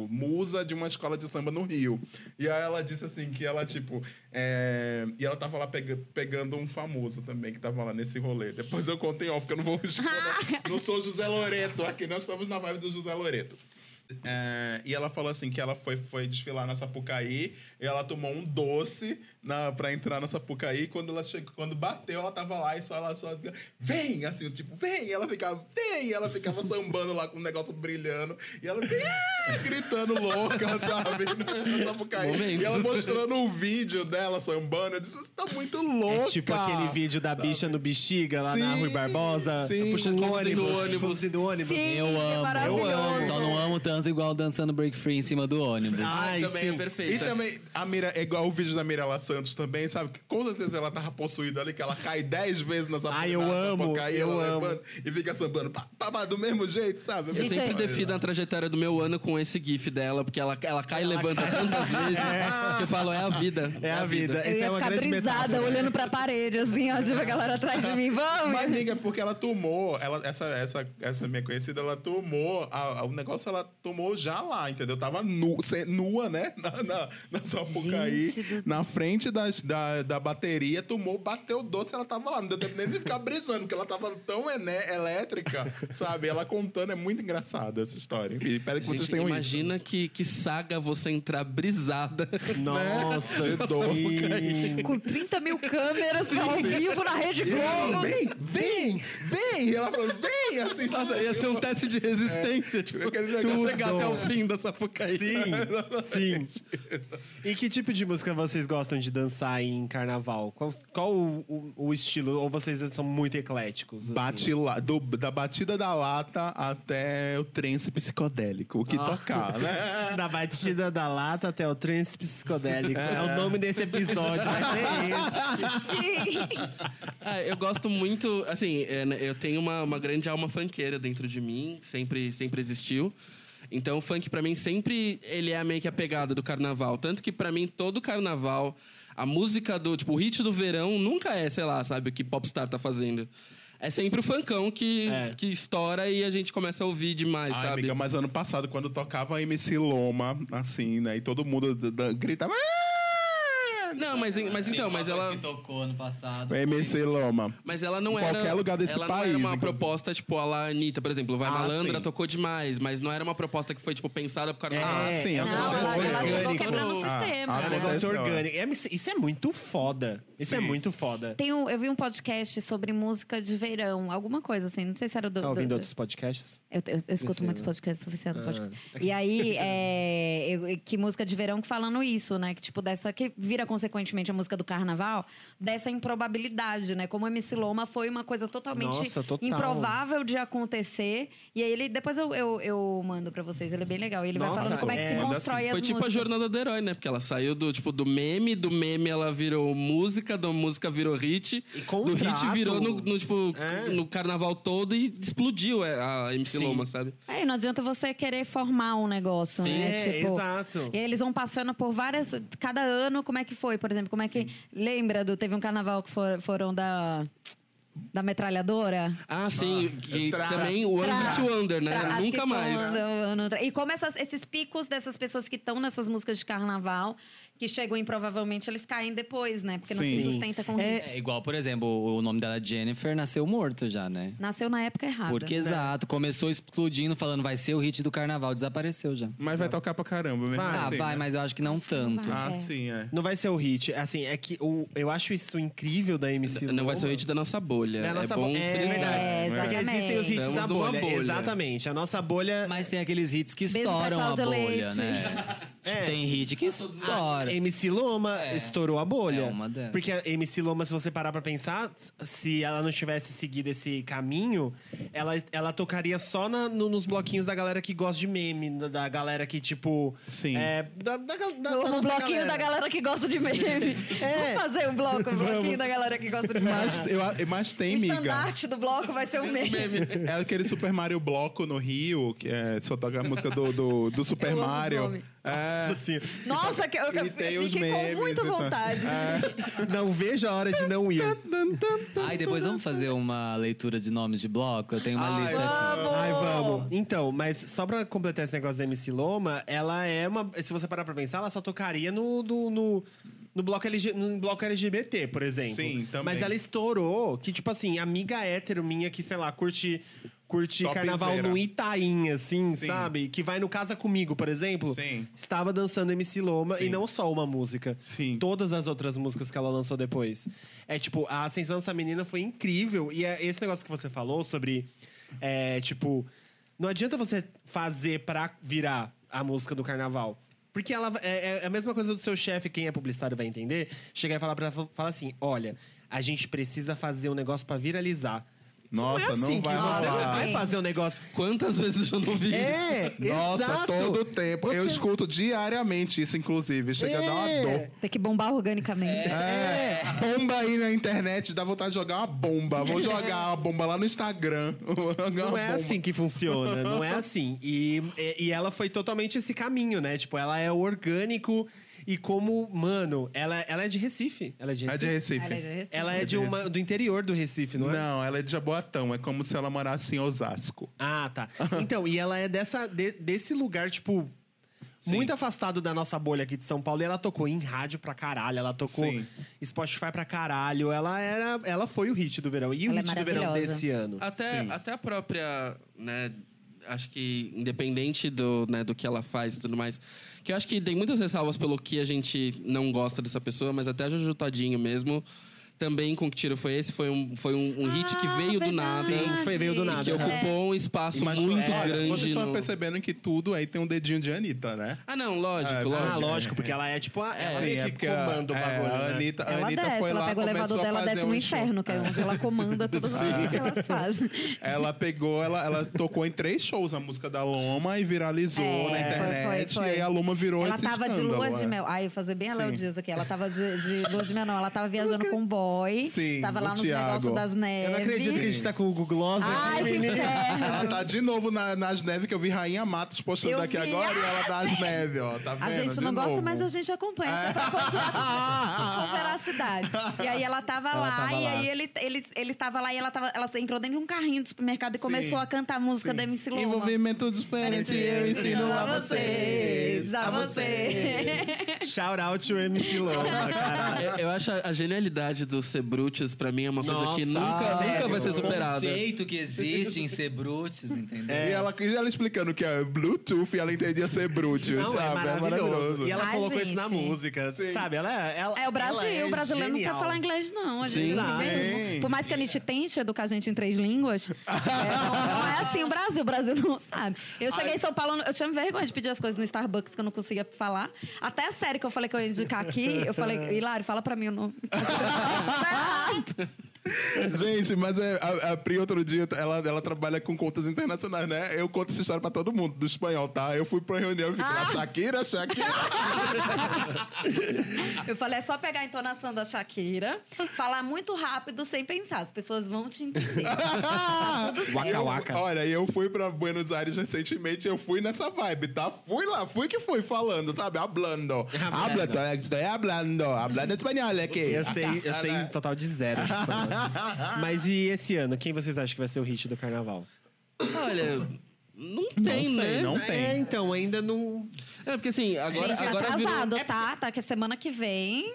Speaker 3: musa de uma escola de samba no Rio. E aí ela disse assim que ela, tipo. é, E ela tava lá pega- pegando um famoso também que tava lá nesse rolê. Depois eu contei off, que eu não vou. expor, não sou José Loreto, aqui nós estamos na vibe do José Loreto. É, e ela falou assim que ela foi, foi desfilar na Sapucaí e ela tomou um doce na, pra entrar na Sapucaí. Quando ela chegou, quando bateu, ela tava lá e só ela só fica, vem, assim, tipo, vem! E Ela ficava, vem! E Ela ficava sambando lá com um negócio brilhando. E ela "Ah", gritando louca, sabe? Na Sapucaí.
Speaker 1: Momentos.
Speaker 3: E ela mostrando um vídeo dela sambando. Eu disse, você tá muito
Speaker 2: É
Speaker 3: louca.
Speaker 2: tipo aquele vídeo da bicha no bexiga lá na
Speaker 3: Sim,
Speaker 2: Rui Barbosa.
Speaker 3: sim.
Speaker 2: Puxando o
Speaker 1: Conduzindo
Speaker 2: ônibus.
Speaker 1: o ônibus.
Speaker 2: Conduzindo o ônibus.
Speaker 6: Sim,
Speaker 4: Eu
Speaker 6: é
Speaker 4: amo.
Speaker 6: maravilhoso.
Speaker 5: Ah,
Speaker 4: Só não amo tanto igual dançando break free em cima do ônibus.
Speaker 2: Ai,
Speaker 1: também é
Speaker 2: sim.
Speaker 1: perfeita.
Speaker 3: E também, a Mira, é igual o vídeo da Mirella Santos também, sabe? Que com certeza ela tava possuída ali, que ela cai 10 vezes nessa
Speaker 2: Ai, eu amo, eu amo.
Speaker 3: e fica sambando pá, pá, pá, do mesmo jeito, sabe?
Speaker 1: Eu
Speaker 6: Gente,
Speaker 1: sempre
Speaker 6: é-
Speaker 1: defino a trajetória do meu ano com esse gif dela, porque ela, ela cai e levanta tantas vezes que eu falo, é a vida.
Speaker 2: É a vida.
Speaker 6: Eu
Speaker 2: Essa é
Speaker 6: ia
Speaker 2: uma
Speaker 6: ficar
Speaker 2: grande
Speaker 6: brisada,
Speaker 4: né?
Speaker 2: metáfora.
Speaker 6: olhando pra parede, assim, ó, tipo a galera atrás de mim. Vamos!
Speaker 3: Mas, amiga, é porque ela tomou, ela, essa, essa, essa minha conhecida, ela tomou, a- a- o negócio ela tomou já lá, entendeu? Tava nu, se- nua, né? Na, na, na Sapucaí, na frente das, da, da bateria, tomou, bateu o doce, ela tava lá. Não deu tempo nem de ficar brisando, porque ela tava tão ené- elétrica, sabe? Ela contando, é muito engraçada essa história. Enfim, espero que
Speaker 1: Gente,
Speaker 2: um
Speaker 3: vocês tenham
Speaker 1: imagina que, que saga você entrar brisada.
Speaker 3: Né?
Speaker 2: Nossa,
Speaker 3: Nossa,
Speaker 2: sim.
Speaker 6: Com 30 mil câmeras ao vivo na Rede
Speaker 3: isso. Ela,
Speaker 6: Globo.
Speaker 3: Vem, vem, vem! E ela falou, vem! Assim,
Speaker 1: Nossa, ia ser um teste de resistência, tipo,
Speaker 3: aquele
Speaker 1: tu
Speaker 3: negócio-
Speaker 1: chegar até o fim dessa focaí.
Speaker 2: Sim, sim. E que tipo de música vocês gostam de dançar em carnaval? Qual, qual o, o- o estilo? Ou vocês são muito ecléticos? assim?
Speaker 3: Bate lá, do- da batida da lata até o trance psicodélico, o que tocar, né?
Speaker 2: Da batida da lata até o trance psicodélico. É o nome desse episódio, vai ser esse.
Speaker 1: Ah, eu gosto muito, assim, é, né, eu tenho uma, uma grande alma funkeira dentro de mim, sempre, sempre existiu. Então, o funk, pra mim, sempre ele é meio que a pegada do carnaval. Tanto que, pra mim, todo carnaval, a música do, tipo, o hit do verão nunca é, sei lá, sabe, o que popstar tá fazendo. É sempre o funkão que,
Speaker 2: É.
Speaker 1: que estoura e a gente começa a ouvir demais,
Speaker 3: Ai,
Speaker 1: sabe?
Speaker 3: amiga, mas ano passado, quando tocava a MC Loma, assim, né? E todo mundo d- d- gritava. "Ah!"
Speaker 1: Não, Não, mas, em- mas
Speaker 4: Tem
Speaker 1: então,
Speaker 4: uma
Speaker 1: mas
Speaker 4: coisa
Speaker 1: ela.
Speaker 4: que tocou ano passado.
Speaker 3: MC Loma.
Speaker 1: Mas ela não
Speaker 3: Em
Speaker 1: era.
Speaker 3: qualquer lugar desse
Speaker 1: ela
Speaker 3: país,
Speaker 1: Não era uma
Speaker 3: inclusive.
Speaker 1: proposta, tipo, a la Anitta, por exemplo. Vai
Speaker 3: Ah,
Speaker 1: Malandra
Speaker 3: sim.
Speaker 1: tocou demais, mas não era uma proposta que foi, tipo, pensada pro carnaval.
Speaker 3: Ah,
Speaker 2: É,
Speaker 3: sim,
Speaker 2: é um
Speaker 5: Não, ela,
Speaker 3: aconteceu.
Speaker 6: tá
Speaker 5: ela
Speaker 2: orgânico.
Speaker 5: ficou quebrando o
Speaker 3: Ah,
Speaker 5: sistema.
Speaker 2: É um
Speaker 3: aconteceu.
Speaker 2: negócio orgânico. É, mas isso é muito foda. Isso é
Speaker 3: Sim.
Speaker 2: muito foda.
Speaker 5: Tem um- eu vi um podcast sobre música de verão, alguma coisa assim. Não sei se era o
Speaker 2: Tá
Speaker 5: do. do-
Speaker 2: ouvindo
Speaker 5: do-
Speaker 2: outros podcasts?
Speaker 5: Eu, eu- eu escuto
Speaker 2: Oficina.
Speaker 5: muitos podcasts, sou viciada no
Speaker 2: Ah.
Speaker 5: podcast. E aí, é, eu- que música de verão que falando isso, né? Que tipo, dessa que vira consequentemente a música do carnaval, dessa improbabilidade, né? Como MC Loma foi uma coisa totalmente
Speaker 2: Nossa, total.
Speaker 5: improvável de acontecer. E aí ele, depois eu, eu, eu mando pra vocês, ele é bem legal. Ele vai
Speaker 2: Nossa,
Speaker 5: falando como é, que se
Speaker 2: é.
Speaker 5: constrói as
Speaker 1: Foi tipo a
Speaker 5: músicas.
Speaker 1: jornada do herói, né? Porque ela saiu do, tipo, do meme, do meme ela virou música, da música virou hit.
Speaker 2: E
Speaker 1: Do
Speaker 2: contrato.
Speaker 1: hit virou no, no, tipo,
Speaker 2: É.
Speaker 1: no carnaval todo e explodiu é, a MC
Speaker 2: Sim.
Speaker 1: Loma, sabe?
Speaker 5: É, não adianta você querer formar um negócio,
Speaker 1: Sim,
Speaker 5: né?
Speaker 2: É,
Speaker 5: tipo,
Speaker 2: exato.
Speaker 5: E aí eles vão passando por várias. Cada ano, como é que foi, por exemplo? Como é que. Lembra do. Teve um carnaval que for- foram da. Da metralhadora?
Speaker 1: Ah, sim. que
Speaker 3: Tra-
Speaker 1: também o One
Speaker 5: Tra-
Speaker 1: Hit Wonder, né?
Speaker 5: Pra-
Speaker 1: Nunca
Speaker 5: que
Speaker 1: mais.
Speaker 5: coisa, ano atrás. E como essas- esses picos dessas pessoas que estão nessas músicas de carnaval, que chegam improvavelmente, eles caem depois, né? Porque não
Speaker 3: Sim.
Speaker 5: se sustenta com
Speaker 2: É,
Speaker 5: hit.
Speaker 4: É igual, por exemplo, o nome dela é Jennifer nasceu morto já, né?
Speaker 5: Nasceu na época errada. né?
Speaker 4: Porque exato, começou explodindo, falando vai ser o hit do carnaval, desapareceu já.
Speaker 3: Mas vai tocar pra caramba. mesmo
Speaker 2: Vai.
Speaker 4: Ah,
Speaker 3: assim,
Speaker 4: vai,
Speaker 3: né?
Speaker 4: mas eu acho que não tanto.
Speaker 5: vai.
Speaker 3: Ah,
Speaker 5: É.
Speaker 3: sim, é.
Speaker 2: Não vai ser o hit. Assim, é que o- eu acho isso incrível da MC
Speaker 1: Não vai ser o
Speaker 2: Loma.
Speaker 1: hit da nossa bolha.
Speaker 2: Da nossa
Speaker 1: é bom
Speaker 2: bo- é
Speaker 1: frisar.
Speaker 2: verdade.
Speaker 5: É,
Speaker 2: Porque existem os hits
Speaker 1: Estamos
Speaker 2: da
Speaker 1: numa
Speaker 2: bolha.
Speaker 1: bolha.
Speaker 2: Exatamente. A nossa bolha.
Speaker 4: Mas tem aqueles hits que
Speaker 5: Beijo pra
Speaker 4: estouram a
Speaker 5: Cláudia
Speaker 4: bolha,
Speaker 5: Leite.
Speaker 4: né?
Speaker 2: É.
Speaker 4: Tem hit que estoura.
Speaker 2: MC Loma estourou a bolha.
Speaker 4: É uma delas.
Speaker 2: Porque a MC Loma, se você parar pra pensar, se ela não tivesse seguido esse caminho, ela, ela tocaria só na- no- nos bloquinhos da galera que gosta de meme, da, da galera que, tipo.
Speaker 3: Sim.
Speaker 2: É, da, da, gal- da,
Speaker 5: No,
Speaker 2: da
Speaker 5: no
Speaker 2: nossa
Speaker 5: bloquinho da galera que gosta de meme.
Speaker 2: É.
Speaker 5: Vamos fazer um bloco, um bloquinho da galera que gosta de meme.
Speaker 3: Mas, eu, mas tem,
Speaker 5: o
Speaker 3: miga.
Speaker 5: estandarte do bloco vai ser o meme.
Speaker 3: É aquele Super Mario Bloco no Rio, que é, só toca a música do, do, do Super
Speaker 5: Eu amo os
Speaker 3: Mario.
Speaker 5: nomes.
Speaker 3: É,
Speaker 2: Nossa senhora.
Speaker 5: Nossa, que eu, eu
Speaker 3: E tem os
Speaker 5: fiquei
Speaker 3: memes então. Ah.
Speaker 5: com muita
Speaker 3: e tal.
Speaker 5: vontade.
Speaker 2: Não vejo a hora de não ir.
Speaker 4: Ai, depois vamos fazer uma leitura de nomes de bloco. Eu tenho uma
Speaker 3: Ai,
Speaker 4: lista é aqui.
Speaker 5: Vamos!
Speaker 2: Ai, vamos. Então, mas só pra completar esse negócio da MC Loma, ela é uma. Se você parar pra pensar, ela só tocaria no. do- no no bloco, LG no bloco LGBT, por exemplo.
Speaker 3: Sim, também.
Speaker 2: Mas ela estourou que, tipo assim, amiga hétero minha que, sei lá, curte, curte
Speaker 3: Topzera.
Speaker 2: carnaval no Itaim, assim,
Speaker 3: Sim.
Speaker 2: sabe? Que vai no Casa Comigo, por exemplo.
Speaker 3: Sim.
Speaker 2: Estava dançando MC Loma
Speaker 3: Sim.
Speaker 2: e não só uma música.
Speaker 3: Sim.
Speaker 2: Todas as outras músicas que ela lançou depois. É tipo, a ascensão dessa menina foi incrível. E é esse negócio que você falou sobre. É, tipo, não adianta você fazer pra virar a música do carnaval. Porque ela é, é a mesma coisa do seu chefe, quem é publicitário vai entender. Chegar e falar pra ela falar assim: olha, a gente precisa fazer um negócio pra viralizar.
Speaker 3: Nossa,
Speaker 2: não é assim
Speaker 3: não
Speaker 2: que
Speaker 3: vai
Speaker 2: você
Speaker 3: rolar.
Speaker 2: vai fazer um negócio.
Speaker 1: Quantas vezes eu já não vi isso?
Speaker 2: É,
Speaker 3: Nossa,
Speaker 2: exato.
Speaker 3: todo tempo. Eu
Speaker 2: Você-
Speaker 3: escuto diariamente isso, inclusive. Chega a dar uma
Speaker 2: É.
Speaker 3: dor.
Speaker 5: Tem que bombar organicamente.
Speaker 3: É, bomba aí na internet, dá vontade de jogar uma bomba. Vou jogar uma bomba lá no Instagram. Vou jogar
Speaker 2: Não
Speaker 3: uma
Speaker 2: é
Speaker 3: bomba.
Speaker 2: assim que funciona, não é assim. E, e, e ela foi totalmente esse caminho, né? Tipo, ela é orgânico e como, mano, ela, ela é de Recife. Ela é de
Speaker 3: É
Speaker 2: Recife.
Speaker 3: de Recife.
Speaker 2: Ela é de
Speaker 3: Recife.
Speaker 2: uma, do interior do Recife, não é?
Speaker 3: Não, ela é de Jaboatão. É como se ela morasse em Osasco.
Speaker 2: Ah, tá. Então, e ela é dessa, de- desse lugar, tipo,
Speaker 3: Sim.
Speaker 2: muito afastado da nossa bolha aqui de São Paulo. E ela tocou em rádio pra caralho, ela tocou
Speaker 3: Sim.
Speaker 2: Spotify pra caralho. Ela era. Ela foi o hit do verão. E
Speaker 5: Ela
Speaker 2: o
Speaker 5: é
Speaker 2: hit do verão
Speaker 5: maravilhosa.
Speaker 2: desse ano.
Speaker 3: Ah,
Speaker 1: Até,
Speaker 3: Sim.
Speaker 1: até a própria, né? Acho que independente do, né, do que ela faz e tudo mais. Que eu acho que tem muitas ressalvas pelo que a gente não gosta dessa pessoa, mas até a Jojo Todinho mesmo. Também com que tiro foi esse, foi um, foi um, um hit que
Speaker 5: Ah,
Speaker 1: veio do
Speaker 5: verdade. É.
Speaker 1: nada.
Speaker 2: Sim, foi- veio do nada.
Speaker 3: né?
Speaker 1: Que ocupou um espaço
Speaker 3: Mas,
Speaker 1: muito
Speaker 3: olha, Vocês
Speaker 1: grande.
Speaker 3: estão
Speaker 1: no-
Speaker 3: percebendo que tudo aí tem um dedinho de Anitta, né?
Speaker 1: Ah, não, lógico,
Speaker 3: Ah,
Speaker 1: lógico.
Speaker 2: Ah, lógico, porque ela é tipo a, ela
Speaker 3: Sim,
Speaker 2: meio que comanda o
Speaker 3: é,
Speaker 2: bagulho.
Speaker 3: a
Speaker 2: né?
Speaker 3: Anitta, a
Speaker 5: Ela
Speaker 3: Anitta
Speaker 5: desce,
Speaker 3: foi
Speaker 5: ela
Speaker 3: lá,
Speaker 5: pega o
Speaker 3: começou
Speaker 5: elevador
Speaker 3: a
Speaker 5: dela,
Speaker 3: fazer
Speaker 5: desce no
Speaker 3: um
Speaker 5: inferno, que é onde ela comanda todas as coisas que elas fazem.
Speaker 3: Ela pegou, ela, ela tocou em três shows a música da Loma e viralizou
Speaker 5: É,
Speaker 3: na
Speaker 5: foi,
Speaker 3: internet.
Speaker 5: foi, foi.
Speaker 3: E aí a Loma virou
Speaker 5: Ela
Speaker 3: esse
Speaker 5: tava de
Speaker 3: escândalo,
Speaker 5: lua de
Speaker 3: é.
Speaker 5: mel. Ai, eu vou fazer bem a Léo
Speaker 3: Sim.
Speaker 5: Dias aqui. Ela tava de, de lua de mel, não. Ela tava viajando com o Playboy.
Speaker 3: Sim,
Speaker 5: tava lá
Speaker 3: o
Speaker 5: nos
Speaker 3: Thiago.
Speaker 5: negócios das neves.
Speaker 2: Eu não acredito que a gente tá com o Google Gloss
Speaker 5: Ai,
Speaker 2: aqui,
Speaker 5: que
Speaker 2: menino.
Speaker 5: inferno.
Speaker 3: Ela tá de novo na- nas neves, que eu vi Rainha Matos postando
Speaker 5: Eu
Speaker 3: aqui
Speaker 5: vi.
Speaker 3: agora e ela nas neves, ó. Tá vendo?
Speaker 5: A gente
Speaker 3: De
Speaker 5: não gosta,
Speaker 3: novo.
Speaker 5: mas a gente acompanha
Speaker 3: É.
Speaker 5: tá com com veracidade. E aí ela tava
Speaker 4: Ela
Speaker 5: lá,
Speaker 4: tava
Speaker 5: e
Speaker 4: lá.
Speaker 5: aí ele, ele, ele tava lá e ela, tava, ela entrou dentro de um carrinho do supermercado e começou a cantar a música
Speaker 3: Sim.
Speaker 5: da MC Loma.
Speaker 3: Em movimento diferente, eu ensino a vocês.
Speaker 5: a vocês. é
Speaker 2: Shout out to MC Loma, cara.
Speaker 1: Eu, eu acho a, a genialidade do ser brutus, pra mim, é uma coisa que
Speaker 2: Nossa,
Speaker 1: nunca,
Speaker 2: sério?
Speaker 1: nunca vai ser
Speaker 4: O
Speaker 1: superada.
Speaker 4: É, um conceito que existe em ser brutes, entendeu?
Speaker 2: É.
Speaker 3: E, ela, e ela explicando que é Bluetooth e ela entendia ser Bluetooth,
Speaker 2: Não, é
Speaker 3: sabe?
Speaker 2: maravilhoso. E ela
Speaker 5: Ai,
Speaker 2: colocou isso na
Speaker 5: Ah, gente.
Speaker 2: música,
Speaker 3: Sim.
Speaker 2: sabe? Ela é... Ela,
Speaker 5: É o Brasil,
Speaker 2: ela é
Speaker 5: o brasileiro não
Speaker 2: genial.
Speaker 5: sabe falar inglês, não. A gente
Speaker 1: Sim,
Speaker 5: é assim
Speaker 1: sim.
Speaker 5: mesmo. Por mais que a gente tente educar a gente em três línguas, é, não, não é assim o Brasil, o Brasil não sabe. Eu cheguei em São Paulo, eu tinha vergonha de pedir as coisas no Starbucks que eu não conseguia falar. Até a série que eu falei que eu ia indicar aqui, eu falei, Hilário, fala pra mim o nome.
Speaker 3: Gente, mas é, a, a Pri, outro dia, ela, ela trabalha com contas internacionais, né? Eu conto essa história pra todo mundo, do espanhol, tá? Eu fui pra reunião e fiquei lá, Shakira, Shakira.
Speaker 5: Eu falei, é só pegar a entonação da Shakira, falar muito rápido sem pensar, as pessoas vão te entender.
Speaker 2: Waka
Speaker 3: Eu-
Speaker 2: waka.
Speaker 3: Olha, eu fui pra Buenos Aires recentemente, eu fui nessa vibe, tá? Fui lá, fui que fui falando, sabe? Hablando.
Speaker 2: É
Speaker 3: Hablando, estoy hablando. Hablando é espanhol aqui.
Speaker 2: Eu sei, eu sei total de zero. de espanhol. Mas e esse ano? Quem vocês acham que vai ser o hit do carnaval?
Speaker 1: Olha, não tem,
Speaker 3: sei,
Speaker 1: né?
Speaker 3: não.
Speaker 2: É,
Speaker 3: tem.
Speaker 2: então, ainda não...
Speaker 1: É, porque assim, agora,
Speaker 5: gente,
Speaker 1: agora virou...
Speaker 5: atrasado, tá? Tá que semana que vem.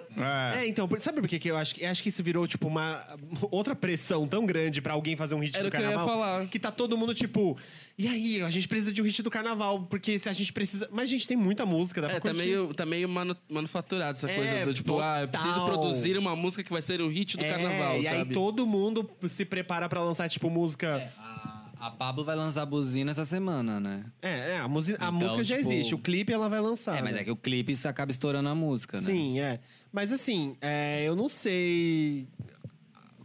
Speaker 3: É.
Speaker 2: É, então, por- sabe por que que eu acho que... Acho que isso virou, tipo, uma... Outra pressão tão grande pra alguém fazer um hit
Speaker 1: Era
Speaker 2: do
Speaker 1: o que eu ia
Speaker 2: carnaval.
Speaker 1: falar.
Speaker 2: Que tá todo mundo, tipo... E aí, a gente precisa de um hit do carnaval, porque se a gente precisa... Mas, gente, tem muita música, dá
Speaker 1: É,
Speaker 2: pra
Speaker 1: tá
Speaker 2: curtir.
Speaker 1: meio, tá meio manu- manufaturado essa
Speaker 2: É,
Speaker 1: coisa do tipo, ah, eu preciso
Speaker 2: total.
Speaker 1: produzir uma música que vai ser o hit do
Speaker 2: É,
Speaker 1: carnaval,
Speaker 2: e
Speaker 1: sabe?
Speaker 2: aí todo mundo se prepara pra lançar, tipo, música...
Speaker 4: É, a, a Pablo vai lançar a buzina essa semana, né?
Speaker 2: É, é, a, musi- a
Speaker 4: Então,
Speaker 2: música já
Speaker 4: tipo-
Speaker 2: existe, o clipe ela vai lançar.
Speaker 4: É, mas
Speaker 2: né?
Speaker 4: é que o clipe isso acaba estourando a música, né?
Speaker 2: Sim, é. Mas assim, é, eu não sei.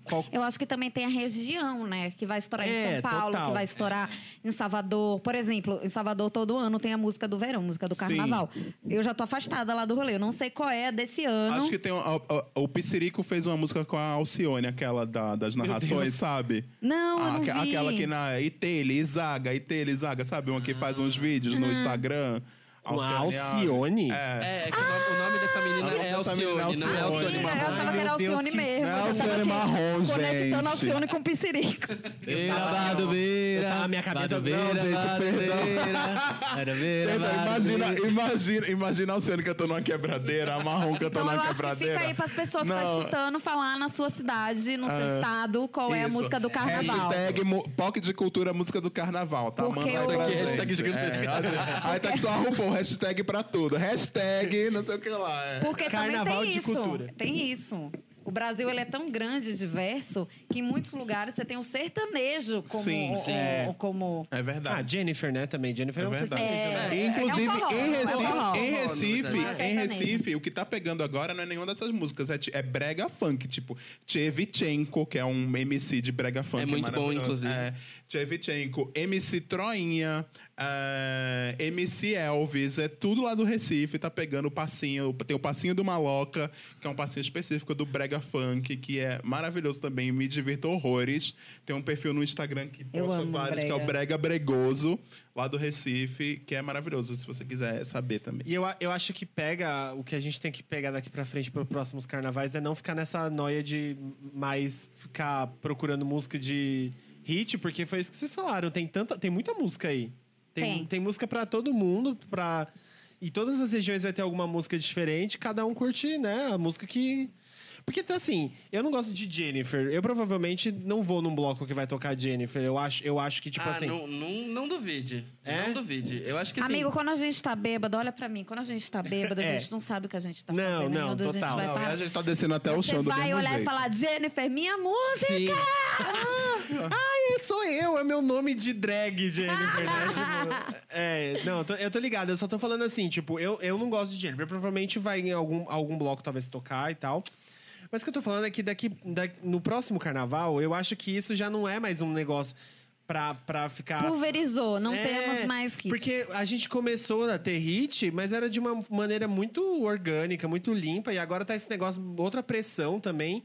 Speaker 2: Qual...
Speaker 5: Eu acho que também tem a região, né? Que vai estourar em
Speaker 2: É,
Speaker 5: São Paulo,
Speaker 2: total.
Speaker 5: que vai estourar
Speaker 3: É.
Speaker 5: em Salvador. Por exemplo, em Salvador todo ano tem a música do verão, música do carnaval. Eu já tô afastada lá do rolê. Eu não sei qual é a desse ano.
Speaker 3: Acho que tem. um- a- a- o Piscirico fez uma música com a Alcione, aquela da- das narrações, sabe?
Speaker 5: Não, eu
Speaker 3: Ah,
Speaker 5: não
Speaker 3: aque-
Speaker 5: vi. Ah.
Speaker 3: Aquela que na Itele, Isaga, Itele, Isaga, sabe? Uma que faz uns vídeos no Instagram.
Speaker 2: Com a Alcione?
Speaker 3: É.
Speaker 1: É, é que o nome- o nome dessa menina
Speaker 3: Ah,
Speaker 1: é
Speaker 3: dessa
Speaker 1: Alcione,
Speaker 3: menina é
Speaker 1: não é
Speaker 3: Alcione.
Speaker 1: Alcione
Speaker 5: Menina,
Speaker 1: Marrom.
Speaker 5: eu achava que era
Speaker 2: Meu Deus,
Speaker 5: Alcione
Speaker 2: que
Speaker 5: mesmo.
Speaker 3: É
Speaker 5: eu já tava
Speaker 3: Alcione
Speaker 5: aqui
Speaker 3: Marrom,
Speaker 5: Conectando
Speaker 3: gente.
Speaker 5: Alcione com o Pissirico.
Speaker 4: Beira,
Speaker 2: tava-
Speaker 4: bado,
Speaker 2: eu
Speaker 4: beira.
Speaker 2: tava- minha cabeça-
Speaker 4: bado, beira,
Speaker 2: Não, gente,
Speaker 4: bado,
Speaker 3: perdão.
Speaker 4: beira, bado,
Speaker 2: É
Speaker 4: beira,
Speaker 3: Então,
Speaker 4: bado,
Speaker 3: imagina,
Speaker 4: beira.
Speaker 3: imagina, imagina a Alcione cantando uma quebradeira, a Marrom
Speaker 5: Então
Speaker 3: cantando
Speaker 5: eu
Speaker 3: uma
Speaker 5: acho que
Speaker 3: quebradeira.
Speaker 5: fica aí pras pessoas que estão
Speaker 3: Não.
Speaker 5: escutando falar na sua cidade, no seu
Speaker 3: Ah,
Speaker 5: estado, qual é a
Speaker 3: Isso.
Speaker 5: música do carnaval.
Speaker 3: Hashtag mu- POC de Cultura Música do Carnaval, tá?
Speaker 5: Porque
Speaker 3: Manda aí
Speaker 5: eu-
Speaker 3: pra
Speaker 5: Isso aqui é
Speaker 3: gente.
Speaker 1: hashtag gigantesca.
Speaker 3: É, assim, aí tá que só arrumou hashtag pra tudo. Hashtag não sei o que lá. É.
Speaker 5: Porque
Speaker 2: Carnaval
Speaker 5: também
Speaker 2: de
Speaker 5: tem isso.
Speaker 2: cultura.
Speaker 5: Tem isso. O Brasil ele é tão grande e diverso que em muitos lugares você tem o sertanejo como.
Speaker 3: Sim, sim.
Speaker 5: o- o- como
Speaker 3: É
Speaker 2: Ah,
Speaker 3: verdade.
Speaker 2: Jennifer, né, também. Jennifer
Speaker 3: É
Speaker 2: é um
Speaker 3: verdade.
Speaker 2: sertanejo, né?
Speaker 5: É,
Speaker 3: Inclusive,
Speaker 5: é um forró,
Speaker 3: em Recife,
Speaker 5: é um forró.
Speaker 3: em
Speaker 1: Forró,
Speaker 3: Recife,
Speaker 1: na
Speaker 5: verdade.
Speaker 3: em
Speaker 5: É sertanejo.
Speaker 3: Recife, o que tá pegando agora não é nenhuma dessas músicas, é, ti- é brega funk, tipo Tchevchenko, que é um MC de brega funk.
Speaker 1: muito bom,
Speaker 3: maravilhoso.
Speaker 1: inclusive.
Speaker 3: É, Tchevchenko, MC Troinha, ah, MC Elvis, é tudo lá do Recife, tá pegando o passinho, tem o passinho do Maloca, que é um passinho específico do brega funk, que é maravilhoso também, me divirto horrores. Tem um perfil no Instagram que
Speaker 5: Eu
Speaker 3: posta
Speaker 5: amo
Speaker 3: vários, que é o
Speaker 5: brega.
Speaker 3: Brega Bregoso, lá do Recife, que é maravilhoso, se você quiser saber também.
Speaker 2: E eu, a- eu acho que pega... O que a gente tem que pegar daqui pra frente pros próximos carnavais é não ficar nessa noia de mais ficar procurando música de hit, porque foi isso que vocês falaram. Tem, tanta, tem muita música aí. Tem,
Speaker 5: Tem.
Speaker 2: música pra todo mundo, pra... E todas as regiões vai ter alguma música diferente, cada um curte, né? A música que... Porque, tá assim, eu não gosto de Jennifer. Eu provavelmente não vou num bloco que vai tocar Jennifer. Eu acho, eu acho que, tipo
Speaker 1: ah,
Speaker 2: assim...
Speaker 1: não, não, não duvide.
Speaker 2: É?
Speaker 1: Não duvide. Eu acho que assim,
Speaker 5: Amigo, quando a gente tá bêbado, olha pra mim. Quando a gente tá bêbado,
Speaker 2: É.
Speaker 5: a gente não sabe o que a gente tá
Speaker 2: Não,
Speaker 5: fazendo.
Speaker 2: não,
Speaker 5: nem onde a gente
Speaker 2: total.
Speaker 5: vai
Speaker 3: Não, e
Speaker 5: parar.
Speaker 3: a gente tá descendo até o
Speaker 5: É, Você
Speaker 3: chão do
Speaker 5: vai
Speaker 3: mesmo
Speaker 5: olhar e
Speaker 3: jeito.
Speaker 5: falar, Jennifer, minha música!
Speaker 1: sim.
Speaker 2: Eu sou eu, é meu nome de drag, Jennifer, né? Tipo, é, não, eu tô, eu tô ligado, eu só tô falando assim, tipo, eu, eu não gosto de Jennifer. Provavelmente vai em algum, algum bloco, talvez, tocar e tal. Mas o que eu tô falando é que daqui, da- no próximo carnaval, eu acho que isso já não é mais um negócio pra, pra
Speaker 3: Ah.
Speaker 2: ficar.
Speaker 5: Pulverizou, não
Speaker 2: É,
Speaker 5: temos mais hits.
Speaker 2: Porque a gente começou a ter hit, mas era de uma maneira muito orgânica, muito limpa, e agora tá esse negócio, outra pressão também.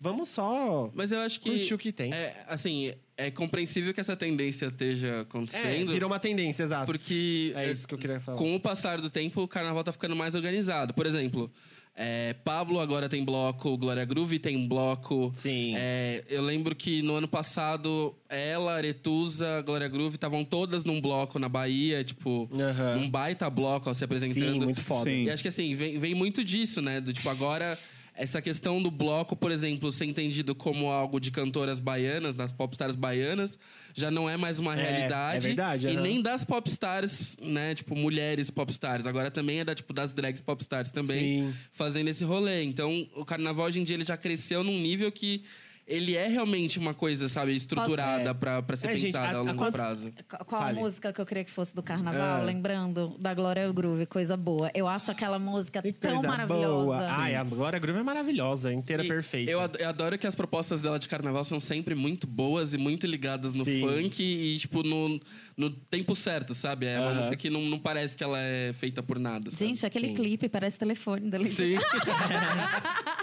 Speaker 2: Vamos só
Speaker 1: Mas eu acho que.
Speaker 2: curtir o que tem.
Speaker 1: É, assim, é compreensível que essa tendência esteja
Speaker 2: É,
Speaker 1: acontecendo.
Speaker 2: virou uma tendência, exato.
Speaker 1: Porque
Speaker 2: É isso que eu queria falar.
Speaker 1: com o passar do tempo, o carnaval tá ficando mais organizado. Por exemplo, é, Pablo agora tem bloco, Glória Groove tem bloco.
Speaker 2: Sim.
Speaker 1: É, eu lembro que no ano passado, ela, Aretusa, Glória Groove estavam todas num bloco na Bahia, tipo,
Speaker 2: Aham.
Speaker 1: um baita bloco ó, se apresentando.
Speaker 2: Sim, muito foda.
Speaker 3: Sim.
Speaker 1: E acho que assim, vem, vem muito disso, né? Do tipo, agora, essa questão do bloco, por exemplo, ser entendido como algo de cantoras baianas, das popstars baianas, já não é mais uma
Speaker 2: É,
Speaker 1: realidade.
Speaker 2: é verdade,
Speaker 1: E
Speaker 2: aham.
Speaker 1: nem das popstars, né? Tipo, mulheres popstars. Agora também é da, tipo, das drags popstars também
Speaker 2: Sim.
Speaker 1: fazendo esse rolê. Então, o carnaval hoje em dia ele já cresceu num nível que. Ele é realmente uma coisa, sabe, estruturada
Speaker 2: É.
Speaker 1: pra, pra ser
Speaker 2: É, gente,
Speaker 1: pensada
Speaker 2: a-
Speaker 1: a,
Speaker 2: a
Speaker 1: longo
Speaker 2: quantos-
Speaker 1: prazo.
Speaker 5: Qu- Qual
Speaker 2: Fale.
Speaker 5: a música que eu queria que fosse do carnaval?
Speaker 2: Ah.
Speaker 5: Lembrando da Glória Groove, coisa boa. Eu acho aquela música
Speaker 2: Que
Speaker 5: tão
Speaker 2: coisa
Speaker 5: maravilhosa.
Speaker 2: boa. Ai, a Glória Groove é maravilhosa, inteira
Speaker 1: E
Speaker 2: perfeita.
Speaker 1: Eu ad- eu adoro que as propostas dela de carnaval são sempre muito boas e muito ligadas no
Speaker 2: Sim.
Speaker 1: funk e, tipo, no, no tempo certo, sabe? É uma
Speaker 2: Aham.
Speaker 1: música que não, não parece que ela é feita por nada. sabe?
Speaker 5: Gente, aquele
Speaker 2: Sim.
Speaker 5: clipe parece telefone da Lisa.
Speaker 2: Sim.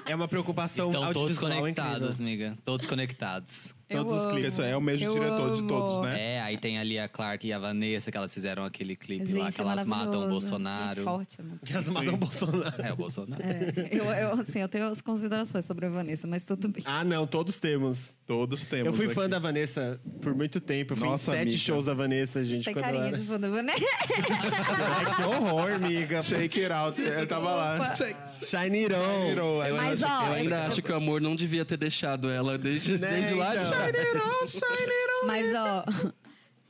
Speaker 2: é uma preocupação
Speaker 4: Estão todos
Speaker 2: audiovisual
Speaker 4: conectados,
Speaker 2: incrível.
Speaker 4: amiga. Todos conectados.
Speaker 3: Todos os clipes. Esse é o mesmo
Speaker 9: Eu
Speaker 3: diretor de
Speaker 9: amo.
Speaker 3: todos, né?
Speaker 4: É, aí tem ali a Clark e a Vanessa, que elas fizeram aquele clipe
Speaker 5: Gente,
Speaker 4: lá, que elas
Speaker 5: é
Speaker 4: matam o
Speaker 5: maravilhoso.
Speaker 4: Bolsonaro.
Speaker 5: É forte a música.
Speaker 2: Que as matam o Bolsonaro.
Speaker 4: É, o Bolsonaro.
Speaker 5: É, eu, eu, assim, eu tenho as considerações sobre a Vanessa, mas tudo bem.
Speaker 2: Ah, não, todos temos.
Speaker 3: Todos temos.
Speaker 2: eu fui
Speaker 3: aqui.
Speaker 2: fã da Vanessa por muito tempo. Eu fui
Speaker 3: Nossa,
Speaker 2: em sete
Speaker 3: amiga.
Speaker 2: shows da Vanessa, gente.
Speaker 5: Tem
Speaker 2: quando eu
Speaker 5: carinha
Speaker 2: era-
Speaker 5: de fã da Vanessa.
Speaker 2: Ai, que horror, amiga.
Speaker 3: Shake It Out. Ele tava lá. Shake
Speaker 2: Shine It On.
Speaker 3: It Out.
Speaker 1: Eu,
Speaker 5: Mas,
Speaker 1: ainda,
Speaker 5: ó, é
Speaker 1: eu ainda
Speaker 5: eu-
Speaker 1: acho que o amor não devia ter deixado ela desde,
Speaker 2: Né,
Speaker 1: desde lá de
Speaker 2: então.
Speaker 1: Shine
Speaker 5: Mas, ó.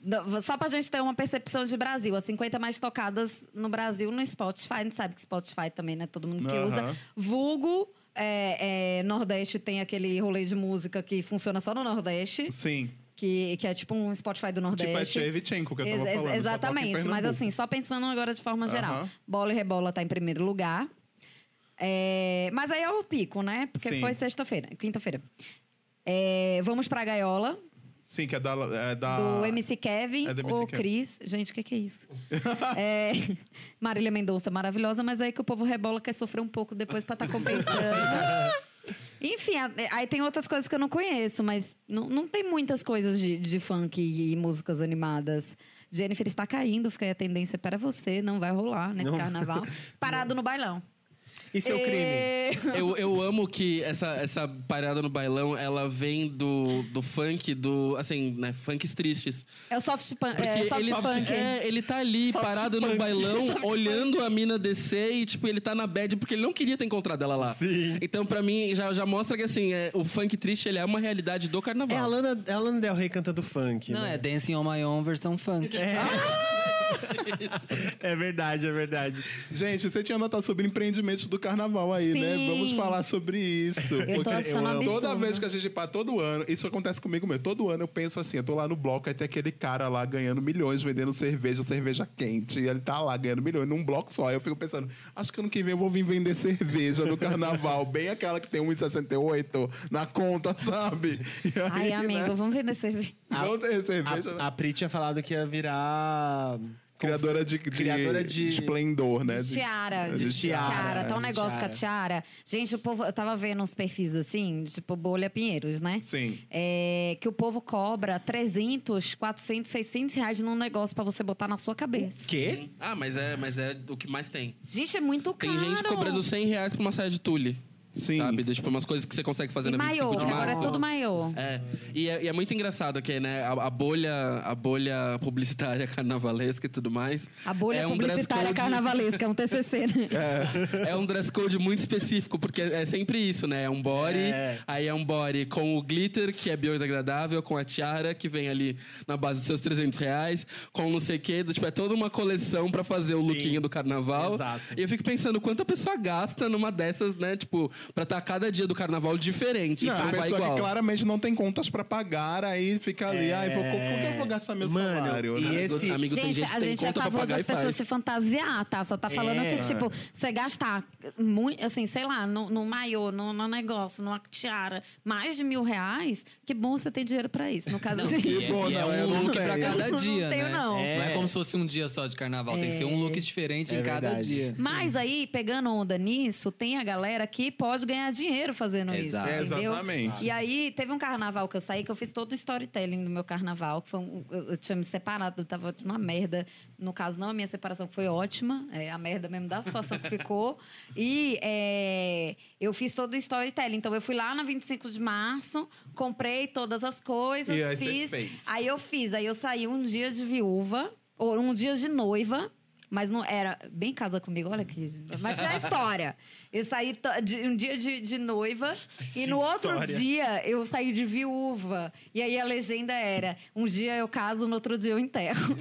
Speaker 5: no- Só pra gente ter uma percepção de Brasil, as 50 mais tocadas no Brasil no Spotify. A gente sabe que Spotify também, né? Todo mundo que
Speaker 3: Aham.
Speaker 5: usa. Vulgo, é, é, Nordeste tem aquele rolê de música que funciona só no Nordeste,
Speaker 3: Sim.
Speaker 5: que, que é tipo um Spotify do Nordeste.
Speaker 3: Tipo a Shevchenko que eu tava
Speaker 5: Ex-
Speaker 3: falando.
Speaker 5: ex-
Speaker 3: só toca em
Speaker 5: exatamente, mas
Speaker 3: Pernambuco.
Speaker 5: assim, só pensando agora de forma geral.
Speaker 3: Aham.
Speaker 5: Bola e Rebola tá em primeiro lugar. É, mas aí é o pico, né? Porque
Speaker 3: Sim.
Speaker 5: foi sexta-feira, quinta-feira. É, vamos pra Gaiola,
Speaker 3: Sim, que é da. É da...
Speaker 5: do MC Kevin,
Speaker 3: é do MC
Speaker 5: o
Speaker 3: Kevin.
Speaker 5: Cris. Gente, o que, que é isso? É, Marília Mendonça, maravilhosa, mas é aí que o povo rebola quer sofrer um pouco depois pra tá compensando. Enfim, a- aí tem outras coisas que eu não conheço, mas não, não tem muitas coisas de, de funk e músicas animadas. Jennifer está caindo, fica aí a tendência para você, não vai rolar nesse
Speaker 2: Não.
Speaker 5: carnaval. Parado no bailão.
Speaker 2: E seu crime?
Speaker 5: É,
Speaker 1: Eu, eu amo que essa, essa parada no bailão, ela vem do, do funk, do. Assim, né? Funks tristes.
Speaker 5: É o soft, punk,
Speaker 1: Porque
Speaker 5: é, soft
Speaker 1: ele,
Speaker 5: punk.
Speaker 1: É, ele tá ali,
Speaker 2: Soft
Speaker 1: parado no
Speaker 2: punk.
Speaker 1: bailão, olhando a mina descer e, tipo, ele tá na bad porque ele não queria ter encontrado ela lá.
Speaker 2: Sim.
Speaker 1: Então, pra mim, já, já mostra que, assim, é, o funk triste, ele é uma realidade do
Speaker 2: É a
Speaker 1: carnaval.
Speaker 2: Lana, é a Lana Del Rey cantando funk.
Speaker 4: Não,
Speaker 2: né?
Speaker 4: é Dancing on My Own versão funk.
Speaker 2: É verdade, é verdade.
Speaker 3: Gente, você tinha notado sobre empreendimentos do carnaval aí, né?
Speaker 5: Sim.
Speaker 3: Vamos falar sobre isso.
Speaker 5: Eu tô achando
Speaker 2: eu amo.
Speaker 5: absurdo.
Speaker 3: Toda vez que a gente pá, todo ano, isso acontece comigo mesmo. Todo ano eu penso assim, eu tô lá no bloco, aí tem aquele cara lá ganhando milhões, vendendo cerveja, cerveja quente. E ele tá lá ganhando milhões num bloco só. Aí eu fico pensando, acho que ano que vem eu vou vir vender cerveja no carnaval, bem aquela que tem 1,68 na conta, sabe? E
Speaker 5: Ai,
Speaker 3: aí,
Speaker 5: amigo,
Speaker 3: né?
Speaker 5: vamos vender cerveja.
Speaker 3: Vamos ter cerveja.
Speaker 2: A, a Pri tinha falado que ia virar.
Speaker 3: Criadora de, de,
Speaker 2: Criadora de-
Speaker 3: esplendor, né?
Speaker 5: De tiara.
Speaker 3: De
Speaker 2: tiara.
Speaker 5: Tá um negócio com a tiara. Gente, o povo. Eu tava vendo uns perfis assim, tipo Bolha Pinheiros, né?
Speaker 3: Sim.
Speaker 5: É, que o povo cobra 300, 400, 600 reais num negócio pra você botar na sua cabeça.
Speaker 2: Quê?
Speaker 1: Ah, mas é, mas é o que mais tem.
Speaker 5: Gente, é muito
Speaker 1: Tem
Speaker 5: caro.
Speaker 1: gente cobrando 100 reais pra uma saia de tule.
Speaker 3: Sim.
Speaker 1: Sabe? Do, tipo, umas coisas que você consegue fazer
Speaker 5: E
Speaker 1: na 25
Speaker 5: maiô,
Speaker 1: de
Speaker 5: que agora é
Speaker 1: março.
Speaker 5: tudo maiô.
Speaker 1: É, e é, e é muito engraçado que, né, a, a bolha, a bolha publicitária carnavalesca e tudo mais.
Speaker 5: A bolha
Speaker 1: é um dress
Speaker 5: publicitária
Speaker 1: code-
Speaker 5: carnavalesca, é um TCC, né?
Speaker 1: É um dress code muito específico, porque é sempre isso, né? É um body,
Speaker 2: É.
Speaker 1: aí é um body com o glitter, que é biodegradável, com a tiara, que vem ali na base dos seus 300 reais, com não sei o quê. do Tipo, é toda uma coleção pra fazer o lookinho do carnaval.
Speaker 2: Exato.
Speaker 1: E eu fico pensando, quanto a pessoa gasta numa dessas, né? Tipo, pra estar cada dia do carnaval diferente.
Speaker 3: Não,
Speaker 1: pra
Speaker 3: a
Speaker 1: vai
Speaker 3: pessoa
Speaker 1: igual.
Speaker 3: que claramente não tem contas pra pagar, aí fica ali, ai, vou,
Speaker 2: É.
Speaker 3: como que eu vou gastar meu
Speaker 2: Mano,
Speaker 3: salário,
Speaker 2: e
Speaker 3: né?
Speaker 1: Amigo-
Speaker 2: esse-
Speaker 1: amigo, tem
Speaker 5: Gente,
Speaker 1: gente que
Speaker 5: a
Speaker 1: tem
Speaker 5: gente é a
Speaker 1: conta pra
Speaker 5: favor
Speaker 1: pagar
Speaker 5: das
Speaker 1: e faz.
Speaker 5: pessoas se fantasiar, tá? Só tá falando
Speaker 2: É.
Speaker 5: que, tipo, você gastar muito, assim, sei lá, no, no maiô, no, no negócio, numa tiara, mais de mil reais, que bom você ter dinheiro pra isso. No caso de.
Speaker 3: que
Speaker 4: E é-
Speaker 3: bom,
Speaker 4: e é,
Speaker 3: não, eu
Speaker 4: um
Speaker 3: não
Speaker 4: look pra
Speaker 3: tenho.
Speaker 4: cada
Speaker 5: Não
Speaker 4: dia,
Speaker 5: tenho,
Speaker 4: né?
Speaker 5: não.
Speaker 4: é
Speaker 2: É.
Speaker 4: como se fosse um dia só de carnaval. Tem que ser um look diferente
Speaker 2: É
Speaker 4: em cada
Speaker 2: verdade.
Speaker 4: dia.
Speaker 5: Mas aí, pegando onda nisso, tem a galera que pode ganhar dinheiro fazendo
Speaker 4: Exato.
Speaker 3: É,
Speaker 5: isso. Entendeu?
Speaker 3: exatamente.
Speaker 5: E aí, teve um carnaval que eu saí, que eu fiz todo o storytelling do meu carnaval. Que foi um- eu, eu tinha me separado, eu tava numa merda. No caso, não, a minha separação foi ótima. É a merda mesmo da situação que ficou. E é, eu fiz todo o storytelling. Então, eu fui lá na 25 de março, comprei todas as coisas,
Speaker 3: E aí você
Speaker 5: fiz.
Speaker 3: fez.
Speaker 5: Aí eu fiz. Aí eu saí um dia de viúva, ou um dia de noiva. Mas não era bem casa comigo, olha aqui. Mas tinha a história. Eu saí to- de- um dia de, de noiva e no outro
Speaker 2: história.
Speaker 5: dia eu saí de viúva. E aí a legenda era: um dia eu caso, no outro dia eu enterro.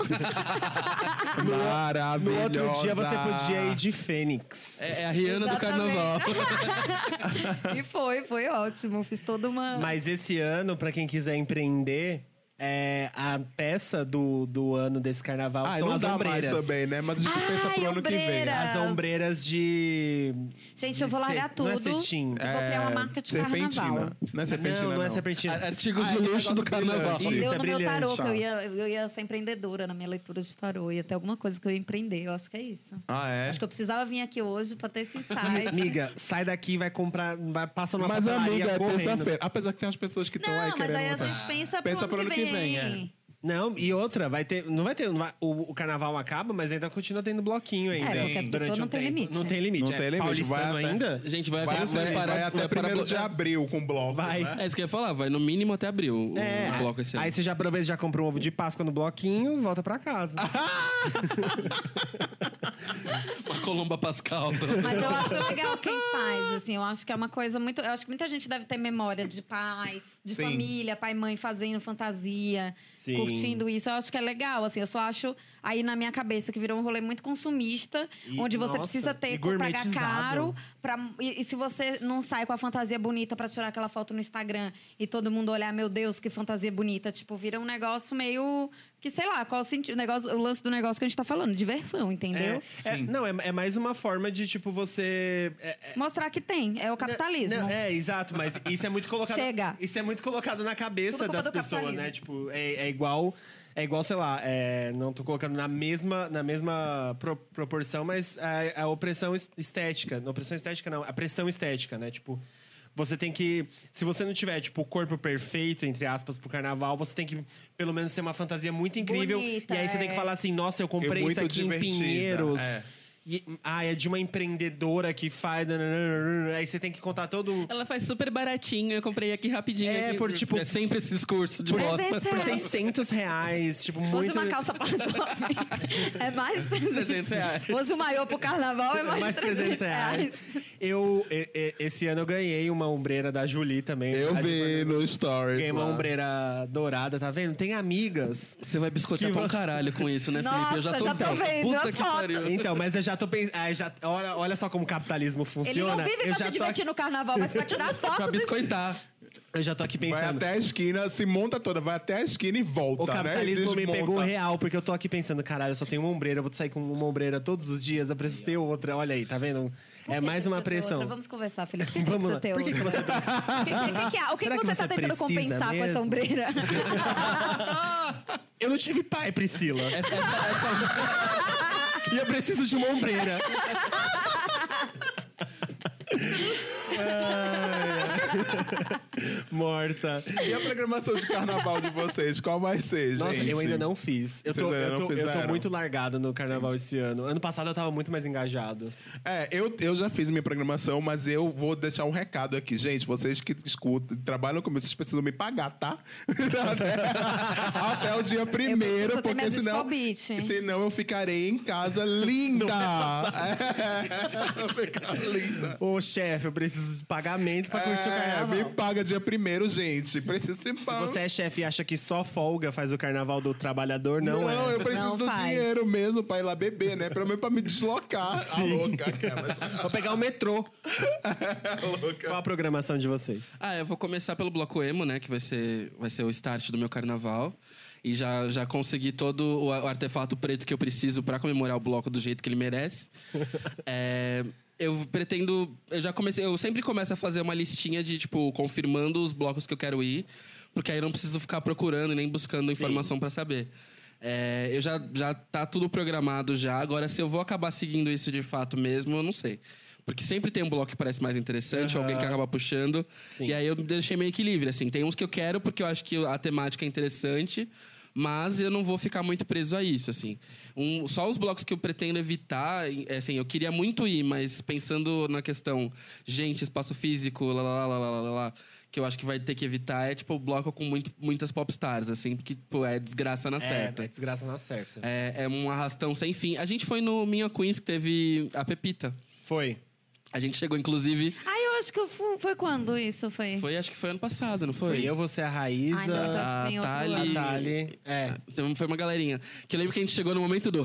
Speaker 2: No
Speaker 3: Maravilhoso.
Speaker 2: outro dia você podia ir de Fênix.
Speaker 1: É, é a Rihanna do carnaval.
Speaker 5: e foi, foi ótimo. Fiz toda uma.
Speaker 2: Mas esse ano, pra quem quiser empreender, é, a peça do, do ano desse carnaval
Speaker 3: Ah,
Speaker 2: são
Speaker 3: não
Speaker 2: as
Speaker 3: dá mais
Speaker 2: ombreiras.
Speaker 3: também, né? Mas a gente pensa pro
Speaker 5: Ai,
Speaker 3: ano que vem. né?
Speaker 5: ombreira.
Speaker 2: As ombreiras de.
Speaker 5: Gente,
Speaker 2: de
Speaker 5: eu vou largar
Speaker 2: ce- Não é
Speaker 5: tudo.
Speaker 2: cetim.
Speaker 5: Eu vou criar uma marca de
Speaker 3: é serpentina.
Speaker 5: carnaval.
Speaker 3: Não é serpentina,
Speaker 2: não, não é serpentina.
Speaker 1: Artigos
Speaker 3: Ah,
Speaker 1: de
Speaker 3: é
Speaker 1: luxo
Speaker 3: negócio
Speaker 1: do carnaval.
Speaker 3: brilhante.
Speaker 5: Eu
Speaker 2: Isso, é
Speaker 5: no meu tarô,
Speaker 2: brilhante,
Speaker 5: que eu
Speaker 3: ó.
Speaker 5: ia, eu ia ser empreendedora na minha leitura de tarô. Ia ter alguma coisa que eu ia empreender. Eu acho que é isso.
Speaker 3: Ah, é?
Speaker 5: Acho que eu precisava vir aqui hoje pra ter esse
Speaker 2: Mi-
Speaker 5: insight.
Speaker 2: Amiga, sai daqui, vai comprar, vai passa numa
Speaker 3: Mas,
Speaker 2: papelaria
Speaker 3: amiga, é
Speaker 2: correndo.
Speaker 3: terça-feira. Apesar que tem as pessoas que estão
Speaker 5: Não,
Speaker 3: aí
Speaker 5: mas
Speaker 3: querendo...
Speaker 5: aí a
Speaker 3: voltar.
Speaker 5: gente pensa,
Speaker 3: Pensa
Speaker 5: pro ano que vem.
Speaker 3: é.
Speaker 2: Não, e outra, vai ter. Não vai ter. não vai- o, o carnaval acaba, mas ainda continua tendo bloquinho ainda.
Speaker 5: porque as
Speaker 2: durante
Speaker 5: pessoas É, não
Speaker 2: um
Speaker 5: têm
Speaker 2: tempo.
Speaker 5: limite,
Speaker 2: Não
Speaker 5: né?
Speaker 2: tem limite.
Speaker 3: Não
Speaker 2: é
Speaker 3: tem limite, vai
Speaker 2: paulistano
Speaker 3: até-
Speaker 2: ainda?
Speaker 1: Gente, vai, um
Speaker 3: Vai,
Speaker 1: até
Speaker 3: até-
Speaker 1: parar
Speaker 3: vai até
Speaker 1: para
Speaker 3: primeiro de
Speaker 1: bloquear.
Speaker 3: abril com o bloco,
Speaker 2: Vai.
Speaker 3: né?
Speaker 1: É isso que eu ia falar, vai no mínimo até abril o-
Speaker 2: É.
Speaker 1: o bloco esse ano.
Speaker 2: Aí você já aproveita, já compra um ovo de Páscoa no bloquinho, volta pra casa.
Speaker 1: Uma Colomba Pascal.
Speaker 5: Mas eu acho legal quem faz, assim. Eu acho que é uma coisa muito... Eu acho que muita gente deve ter memória de pai, de
Speaker 3: Sim.
Speaker 5: família, pai e mãe fazendo fantasia,
Speaker 2: Sim.
Speaker 5: curtindo isso. Eu acho que é legal, assim. Eu só acho, aí na minha cabeça, que virou um rolê muito consumista,
Speaker 2: E-
Speaker 5: onde você
Speaker 2: nossa,
Speaker 5: precisa
Speaker 2: e
Speaker 5: ter, pagar
Speaker 2: gourmetizado.
Speaker 5: caro. Pra, e, e se você não sai com a fantasia bonita pra tirar aquela foto no Instagram e todo mundo olhar, meu Deus, que fantasia bonita. Tipo, vira um negócio meio... Que, sei lá, qual o sentido... O, negócio- o lance do negócio que a gente tá falando. Diversão, entendeu?
Speaker 2: É,
Speaker 4: Sim.
Speaker 2: não, é, é mais uma forma de, tipo, você. é- é-
Speaker 5: Mostrar que tem. É o capitalismo.
Speaker 2: Não, é, exato, mas isso é muito colocado.
Speaker 5: Chega.
Speaker 2: Isso é muito colocado na cabeça
Speaker 5: Tudo culpa
Speaker 2: das
Speaker 5: do
Speaker 2: pessoas,
Speaker 5: capitalismo.
Speaker 2: né? Tipo, é, é igual. É igual, sei lá, é, não tô colocando na mesma, na mesma pro- proporção, mas a, a opressão es- estética. Não, opressão estética não, a pressão estética, né? Tipo, você tem que. Se você não tiver, tipo, o corpo perfeito, entre aspas, pro carnaval, você tem que, pelo menos, ter uma fantasia muito incrível.
Speaker 5: Bonita,
Speaker 2: e aí você tem que
Speaker 5: é.
Speaker 2: falar assim: nossa, eu comprei
Speaker 3: muito
Speaker 2: isso aqui em
Speaker 3: divertida,
Speaker 2: Pinheiros.
Speaker 3: é.
Speaker 2: E- ah, é de uma empreendedora que faz. nananana, Aí você tem que contar todo. um
Speaker 1: Ela faz super baratinho, eu comprei aqui rapidinho.
Speaker 2: É,
Speaker 1: aqui.
Speaker 2: por, tipo-
Speaker 1: É sempre esse discurso de
Speaker 5: Mas
Speaker 1: bosta.
Speaker 5: esse é-
Speaker 2: Por 600 reais, tipo,
Speaker 5: Hoje
Speaker 2: muito.
Speaker 5: uma calça para jovem é mais
Speaker 1: 300 reais.
Speaker 5: Hoje um maiô pro carnaval é mais,
Speaker 2: Mais 300 reais. Eu, e- e- esse ano eu ganhei uma ombreira da Julie também.
Speaker 3: Eu
Speaker 2: A
Speaker 3: vi
Speaker 2: Julie-
Speaker 3: no Stories.
Speaker 2: Ganhei uma
Speaker 3: lá.
Speaker 2: ombreira dourada, tá vendo? Tem amigas.
Speaker 1: Você vai biscoitar
Speaker 2: Que
Speaker 1: pra um
Speaker 2: vo-
Speaker 1: caralho com isso, né, Felipe? eu já
Speaker 5: Nossa,
Speaker 1: tô,
Speaker 5: já tô vendo
Speaker 1: Puta
Speaker 5: as
Speaker 1: que
Speaker 5: fotos.
Speaker 1: pariu.
Speaker 2: Então, mas eu já tô pensando. Ah, já... olha, olha só como o capitalismo
Speaker 5: Ele não
Speaker 2: funciona.
Speaker 5: vive
Speaker 2: eu,
Speaker 5: pra
Speaker 2: já
Speaker 5: se
Speaker 2: tô...
Speaker 5: divertir no carnaval, mas pra tirar
Speaker 1: Pra
Speaker 5: foto. desse-
Speaker 1: biscoitar.
Speaker 2: eu já tô aqui
Speaker 3: Vai
Speaker 2: pensando.
Speaker 3: até a esquina, se monta toda, vai até a esquina e volta.
Speaker 2: O capitalismo
Speaker 3: né? E
Speaker 2: me pegou
Speaker 3: desmonta.
Speaker 2: real, porque eu tô aqui pensando, caralho, eu só tenho uma ombreira, eu vou sair com uma ombreira todos os dias, eu preciso ter outra. Olha aí, tá vendo?
Speaker 5: Por
Speaker 2: É
Speaker 5: que
Speaker 2: mais
Speaker 5: você
Speaker 2: uma
Speaker 5: precisa ter outra?
Speaker 2: pressão.
Speaker 5: Vamos conversar, Felipe. Por que
Speaker 2: Vamos
Speaker 5: você
Speaker 2: lá.
Speaker 5: tem
Speaker 2: Por que, que
Speaker 5: outra?
Speaker 2: você pensa?
Speaker 5: O que, que- que é? O que,
Speaker 2: Será
Speaker 5: que
Speaker 2: que
Speaker 5: você,
Speaker 2: você
Speaker 5: tá
Speaker 2: precisa
Speaker 5: tentando compensar com essa
Speaker 2: mesmo?
Speaker 5: ombreira?
Speaker 2: Eu não tive pai, Priscila.
Speaker 1: Essa, essa-
Speaker 2: e eu preciso de uma ombreira. Ai, ai. Morta.
Speaker 3: E a programação de carnaval de vocês, qual vai ser, gente?
Speaker 2: Nossa, eu ainda não fiz. Eu
Speaker 3: Vocês
Speaker 2: tô,
Speaker 3: ainda
Speaker 2: eu,
Speaker 3: não
Speaker 2: tô, eu tô
Speaker 3: fizeram?
Speaker 2: muito largado no carnaval esse ano. Ano passado eu tava muito mais engajado.
Speaker 3: É, eu, eu já fiz minha programação, mas eu vou deixar um recado aqui. Gente, vocês que escutam, trabalham comigo, vocês precisam me pagar, tá? até, até o dia primeiro,
Speaker 5: preciso ter
Speaker 3: porque
Speaker 5: minhas
Speaker 3: senão...
Speaker 5: Scobit.
Speaker 3: Senão eu ficarei em casa linda. É, eu ficar linda.
Speaker 2: Ô, chefe, eu preciso de pagamento pra curtir o
Speaker 3: É, me
Speaker 2: carnaval.
Speaker 3: paga dia primeiro, gente. Preciso ser
Speaker 2: Se
Speaker 3: pago.
Speaker 2: você é chefe e acha que só folga faz o carnaval do trabalhador, não, é.
Speaker 3: eu preciso
Speaker 5: Não
Speaker 3: do
Speaker 5: faz.
Speaker 3: dinheiro mesmo pra ir lá beber, né? Pelo menos pra me deslocar.
Speaker 2: Sim.
Speaker 3: A louca, aquelas.
Speaker 2: Vou pegar o metrô.
Speaker 3: A louca.
Speaker 2: Qual a programação de vocês?
Speaker 1: Ah, eu vou começar pelo bloco emo, né? Que vai ser, vai ser o start do meu carnaval. E já, já consegui todo o, a- o artefato preto que eu preciso pra comemorar o bloco do jeito que ele merece. É, eu pretendo. Eu já comecei. Eu sempre começo a fazer uma listinha de, tipo, confirmando os blocos que eu quero ir. Porque aí eu não preciso ficar procurando e nem buscando informação pra saber. É, eu já, já tá tudo programado já. Agora, se eu vou acabar seguindo isso de fato mesmo, eu não sei. Porque sempre tem um bloco que parece mais interessante,
Speaker 2: Aham.
Speaker 1: alguém que acaba puxando.
Speaker 2: Sim.
Speaker 1: E aí eu deixei meio que livre, assim. Tem uns que eu quero porque eu acho que a temática é interessante, mas eu não vou ficar muito preso a isso, assim. Um- só os blocos que eu pretendo evitar, e, assim, eu queria muito ir, mas pensando na questão gente, espaço físico, lá, lá, lá, lá, lá, lá, lá, que eu acho que vai ter que evitar é, tipo, bloco com muito, muitas popstars, assim, porque, pô, é desgraça na certa.
Speaker 2: É, desgraça na certa.
Speaker 1: É, é um arrastão sem fim. A gente foi no Minha Queens, que teve a Pepita.
Speaker 2: Foi.
Speaker 1: A gente chegou, inclusive.
Speaker 5: Ai, eu acho que eu fui, foi quando isso foi?
Speaker 1: Foi, acho que foi ano passado, não
Speaker 2: Foi
Speaker 1: foi?
Speaker 2: eu, você, a
Speaker 5: Ai, não, então
Speaker 2: Raíza,
Speaker 5: acho que foi em outro
Speaker 1: Ah, tá
Speaker 5: lugar.
Speaker 1: ali.
Speaker 2: a Thali. É.
Speaker 1: Então foi uma galerinha. Que eu lembro que a gente chegou no momento do.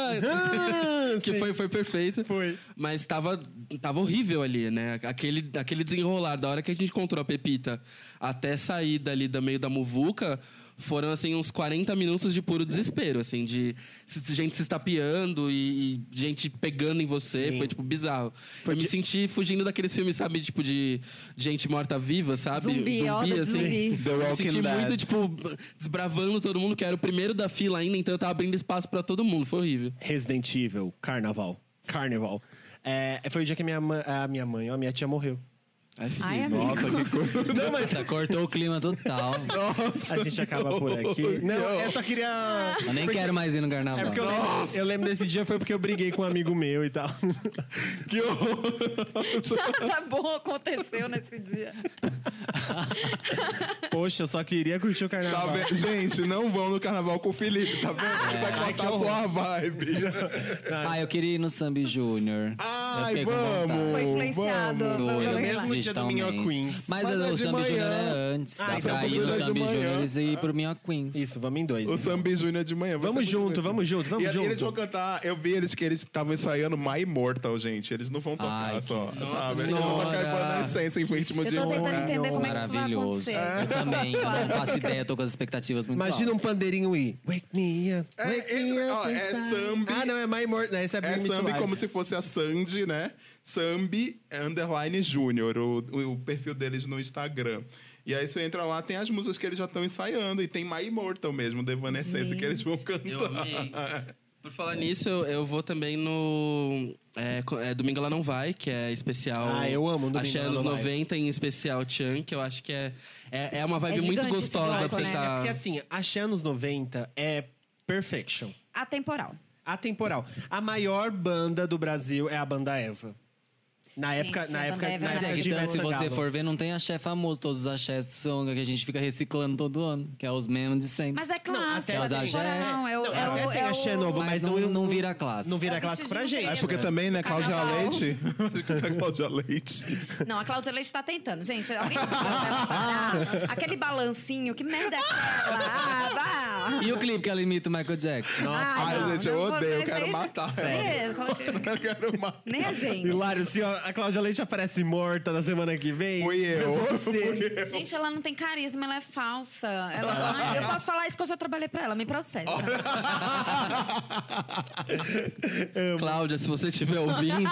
Speaker 2: Ah,
Speaker 1: que
Speaker 2: sim.
Speaker 1: foi, foi perfeito.
Speaker 2: Foi.
Speaker 1: Mas tava, tava horrível ali, né? Aquele, aquele desenrolar, da hora que a gente encontrou a Pepita até sair dali do meio da muvuca, foram, assim, uns 40 minutos de puro desespero, assim, de se- gente se estapeando e, e gente pegando em você.
Speaker 2: Sim.
Speaker 1: Foi, tipo, bizarro. eu me senti fugindo daqueles filmes, sabe? Tipo, de gente morta-viva, sabe?
Speaker 5: Zumbi, ó, do zumbi.
Speaker 3: The
Speaker 1: Eu
Speaker 3: Walking
Speaker 1: senti muito,
Speaker 3: Dead.
Speaker 1: tipo, desbravando todo mundo, que era o primeiro da fila ainda, então eu tava abrindo espaço pra todo mundo. Foi horrível.
Speaker 2: Resident Evil, Carnaval. Carnaval. É, foi o dia que a minha, ma- a minha mãe, ó, a minha tia morreu.
Speaker 5: Ai, amigo.
Speaker 3: Nossa, que coisa.
Speaker 2: Não, mas
Speaker 4: Nossa, cortou o clima total.
Speaker 2: a gente acaba por aqui. Não, eu só queria.
Speaker 4: Eu nem quero mais ir no
Speaker 2: É
Speaker 4: carnaval.
Speaker 2: porque eu lembro, eu lembro desse dia foi porque eu briguei com um amigo meu e tal.
Speaker 3: Que horror.
Speaker 5: Tá bom, aconteceu nesse dia.
Speaker 2: Poxa, eu só queria curtir o
Speaker 3: Tá
Speaker 2: carnaval.
Speaker 3: vendo? Gente, não vão no carnaval com o Felipe, tá
Speaker 2: É.
Speaker 3: vendo? Vai cortar só a vibe.
Speaker 4: Ah, eu queria ir no Sambi Júnior.
Speaker 2: Ah,
Speaker 4: Eu
Speaker 3: Ai,
Speaker 4: fiquei com vontade.
Speaker 3: vamos.
Speaker 5: Foi influenciado.
Speaker 3: vamos.
Speaker 5: Vamos
Speaker 4: Foi,
Speaker 5: lá.
Speaker 2: Mesmo dia do
Speaker 4: digitalmente.
Speaker 2: Minhoca Queens.
Speaker 4: Mas,
Speaker 3: Mas é
Speaker 4: o
Speaker 3: de
Speaker 4: Sambi
Speaker 3: manhã.
Speaker 4: Júnior é antes.
Speaker 2: Ah,
Speaker 4: Dá
Speaker 2: então
Speaker 4: pra ir
Speaker 2: é
Speaker 4: no
Speaker 2: de
Speaker 4: Sambi
Speaker 3: manhã.
Speaker 4: Júnior e ir pro Minhoca Queens.
Speaker 2: Isso, vamos em dois.
Speaker 3: O
Speaker 2: então.
Speaker 3: Sambi Júnior de manhã. vai
Speaker 2: Vamos
Speaker 3: ser muito
Speaker 2: junto, vamos junto, vamos
Speaker 3: e, E eles
Speaker 2: junto.
Speaker 3: vão cantar, eu vi eles que eles estavam ensaiando My Immortal, gente. Eles não vão tocar
Speaker 4: Ai,
Speaker 3: só.
Speaker 4: que-
Speaker 3: sabe?
Speaker 4: Nossa
Speaker 3: Eles vão tocar
Speaker 4: Senhora.
Speaker 3: Evanescence em ritmo
Speaker 5: Eu
Speaker 3: de
Speaker 5: tô tentando
Speaker 3: rock.
Speaker 5: entender como é que isso vai
Speaker 4: Maravilhoso.
Speaker 5: acontecer.
Speaker 4: Eu também, eu
Speaker 2: né?
Speaker 4: não faço ideia, eu tô com as expectativas muito
Speaker 2: Imagina
Speaker 4: altas.
Speaker 2: um pandeirinho e Wake me up,
Speaker 3: É,
Speaker 2: wake
Speaker 3: é,
Speaker 2: me up
Speaker 3: ó, é
Speaker 2: inside.
Speaker 3: Sambi.
Speaker 2: Ah, não, é My Immortal. Essa é Bring
Speaker 3: É
Speaker 2: Me to
Speaker 3: Sambi
Speaker 2: Life.
Speaker 3: como se fosse a Sandy, né? Sambi Underline Júnior, o, o- o perfil deles no Instagram. E aí você entra lá, tem as músicas que eles já estão ensaiando. E tem My Immortal mesmo, da Evanescence, que eles vão cantar.
Speaker 1: Eu amei. Por falar nisso, eu, eu vou também no. É, co- é, Domingo Ela Não Vai, que é especial.
Speaker 2: Ah, eu amo Domingo
Speaker 1: Axé
Speaker 2: Ela
Speaker 1: anos
Speaker 2: Não Vai.
Speaker 1: 90, em especial Chan, que eu acho que é, é, é uma vibe
Speaker 5: É
Speaker 1: muito
Speaker 5: gigante esse
Speaker 1: gostosa.
Speaker 5: bloco,
Speaker 1: você
Speaker 5: né?
Speaker 1: tá...
Speaker 2: Porque assim, achei anos 90 é perfection.
Speaker 5: Atemporal.
Speaker 2: Atemporal. A maior banda do Brasil é a banda Eva. Na
Speaker 5: Gente,
Speaker 2: época,
Speaker 5: a
Speaker 2: na época,
Speaker 5: banda Eva
Speaker 2: na
Speaker 5: é
Speaker 4: Mas
Speaker 2: época
Speaker 4: é que
Speaker 2: de
Speaker 4: tanto,
Speaker 2: Ivete
Speaker 4: se você
Speaker 2: Sangalo.
Speaker 4: for ver, não tem axé famoso. Todos os axés são que a gente fica reciclando todo ano, que é os mesmos de sempre.
Speaker 5: Mas é clássico,
Speaker 2: até
Speaker 5: é
Speaker 4: os axé-
Speaker 5: atemporal. É o.
Speaker 2: Não,
Speaker 5: É
Speaker 2: até
Speaker 5: o,
Speaker 2: tem
Speaker 5: é
Speaker 2: axé novo,
Speaker 5: o...
Speaker 4: Mas
Speaker 2: mas
Speaker 4: não,
Speaker 2: não-
Speaker 4: não vira clássico.
Speaker 2: Não vira
Speaker 5: É o
Speaker 2: clássico pra
Speaker 5: vestido
Speaker 2: gente.
Speaker 5: de
Speaker 3: É porque também, né, Cláudia
Speaker 5: Carnaval.
Speaker 3: Leite. Acho que tá Cláudia Leite.
Speaker 5: Não, a Cláudia Leite tá tentando, gente. Alguém precisa parar. Aquele balancinho, que merda é aquela? Ah, vá.
Speaker 4: E o clipe que ela imita o Michael Jackson?
Speaker 2: Nossa,
Speaker 3: Ai,
Speaker 5: Ah, não,
Speaker 3: gente, eu
Speaker 5: não vou-
Speaker 3: odeio, eu
Speaker 5: mas
Speaker 3: quero
Speaker 5: aí-
Speaker 3: matar.
Speaker 5: É, qual-
Speaker 3: Eu quero matar.
Speaker 5: nem a gente.
Speaker 2: Hilário, se ó, a Cláudia Leite aparece morta na semana que vem.
Speaker 3: Fui eu.
Speaker 2: é Você.
Speaker 3: Fui eu.
Speaker 5: Gente, ela não tem carisma, ela é falsa.
Speaker 3: Ah.
Speaker 5: Ela- Ai, eu posso falar isso que eu já trabalhei pra ela, me processa.
Speaker 1: Cláudia, se você estiver ouvindo.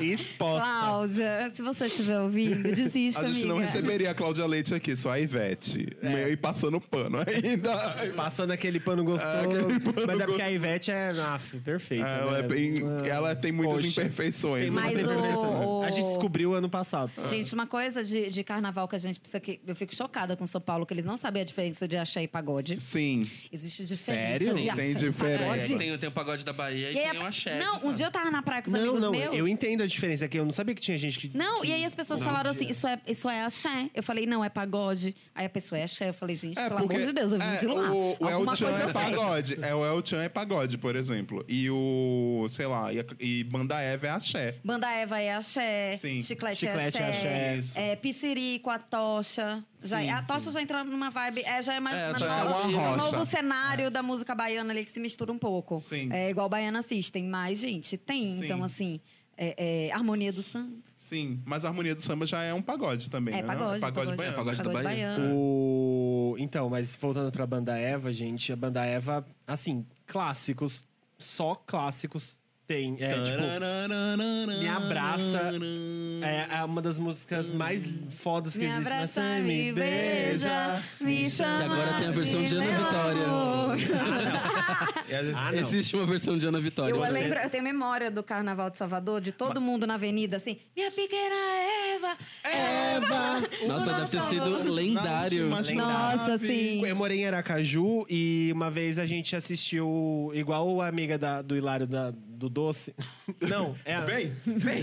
Speaker 2: Exposta.
Speaker 5: Cláudia, se você estiver ouvindo, desiste,
Speaker 3: A gente
Speaker 5: amiga.
Speaker 3: não receberia a Cláudia Leite aqui, só a Ivete. Meio E passando pano ainda.
Speaker 2: Passando aquele pano gostoso.
Speaker 3: Ah, aquele
Speaker 2: mas é
Speaker 3: pano gostoso.
Speaker 2: porque a Ivete é af, perfeita.
Speaker 3: Ela,
Speaker 2: né?
Speaker 3: é bem-
Speaker 2: Ah,
Speaker 3: ela tem muitas
Speaker 2: poxa.
Speaker 3: imperfeições.
Speaker 2: tem
Speaker 3: né?
Speaker 2: um. muita
Speaker 5: Mas o-
Speaker 2: imperfeição. A gente descobriu ano passado.
Speaker 5: Ah. Gente, uma coisa de, de carnaval que a gente precisa que. Eu fico chocada com São Paulo, que eles não sabem a diferença de axé e pagode.
Speaker 3: Sim.
Speaker 5: Existe diferença
Speaker 2: Sério?
Speaker 5: de axé
Speaker 3: Tem diferença.
Speaker 5: e pagode.
Speaker 1: tem, tem o pagode da Bahia e,
Speaker 5: E aí
Speaker 1: tem
Speaker 5: a-
Speaker 1: o axé. de
Speaker 5: Não, um
Speaker 1: fato.
Speaker 5: dia eu tava na
Speaker 3: Ah.
Speaker 5: praia com os
Speaker 2: não,
Speaker 5: amigos
Speaker 2: não,
Speaker 5: meus.
Speaker 2: eu entendo a diferença, é que eu não sabia que tinha gente que.
Speaker 5: Não, e aí as pessoas falaram assim: isso é, isso é axé. Eu falei, não, é pagode. Aí a pessoa é axé. Eu falei, gente, pelo amor de Deus, eu vim
Speaker 3: é,
Speaker 5: de lá.
Speaker 3: O, o El
Speaker 5: Alguma
Speaker 3: Chan é
Speaker 5: coisa assim. eu sei.
Speaker 3: pagode. É, o El Chan é pagode, por exemplo. E o, sei lá, e, a- e Banda Eva é axé.
Speaker 5: Banda Eva é axé,
Speaker 3: Sim.
Speaker 5: chiclete,
Speaker 2: Chiclete é axé.
Speaker 5: é axé,
Speaker 3: Isso.
Speaker 5: é, pissirico, a tocha. Já, é,
Speaker 2: Sim,
Speaker 5: a tocha já entra numa vibe, é, já é mais
Speaker 1: É,
Speaker 5: uma
Speaker 1: já é
Speaker 5: nova-
Speaker 1: uma
Speaker 5: um
Speaker 3: rocha. É.
Speaker 5: novo cenário da música baiana ali que se mistura um pouco.
Speaker 3: Sim.
Speaker 5: É igual Baiana System, mas, gente, tem.
Speaker 3: Sim.
Speaker 5: Então, assim, é, é, harmonia do samba.
Speaker 3: Sim, mas a harmonia do samba já é um pagode também.
Speaker 5: É
Speaker 3: né?
Speaker 5: pagode,
Speaker 3: Não? pagode,
Speaker 5: pagode.
Speaker 3: baiano.
Speaker 1: Pagode da Bahia.
Speaker 2: O... Então, mas voltando pra banda Eva, gente, a banda Eva, assim, clássicos, só clássicos. Tem. É,
Speaker 3: Então,
Speaker 2: tipo, Me Abraça é, é uma das músicas mais fodas que
Speaker 5: Me
Speaker 2: existe
Speaker 5: abraça,
Speaker 2: na série.
Speaker 5: me beija, me chama.
Speaker 1: Que agora tem a versão de Ana
Speaker 5: meu
Speaker 1: Vitória.
Speaker 5: amor.
Speaker 3: E É, às vezes-
Speaker 2: Ah, não.
Speaker 1: Existe uma versão de Ana Vitória.
Speaker 5: Eu
Speaker 1: Você-
Speaker 5: lembro-
Speaker 10: Lembra, eu tenho memória do Carnaval de Salvador, de todo mundo na avenida, assim, minha piqueira Eva.
Speaker 3: Eva!
Speaker 1: Nossa, deve ter sido lendário.
Speaker 3: Na última
Speaker 5: Nossa,
Speaker 3: chave.
Speaker 5: sim.
Speaker 2: Eu morei em Aracaju e uma vez a gente assistiu, igual a amiga da- do Hilário da- do Doce. Não, é a,
Speaker 3: Vem, vem.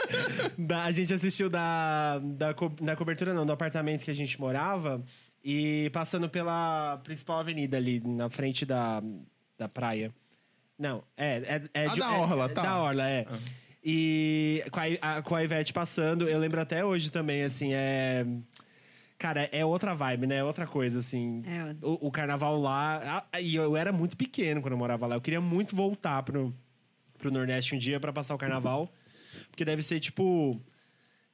Speaker 2: Da- a gente assistiu da, da, co- na cobertura, não, do apartamento que a gente morava. E passando pela principal avenida ali, na frente da, da praia. Não, é... é, é
Speaker 3: Ah, da Orla,
Speaker 2: é,
Speaker 3: tá.
Speaker 2: Da Orla, é. E com a, I- a- com a Ivete passando, eu lembro até hoje também, assim, é... Cara, é outra vibe, né? É outra coisa, assim.
Speaker 10: É.
Speaker 2: O, o carnaval lá... a- E eu era muito pequeno quando eu morava lá. Eu queria muito voltar pro, pro Nordeste um dia pra passar o carnaval. Porque deve ser, tipo.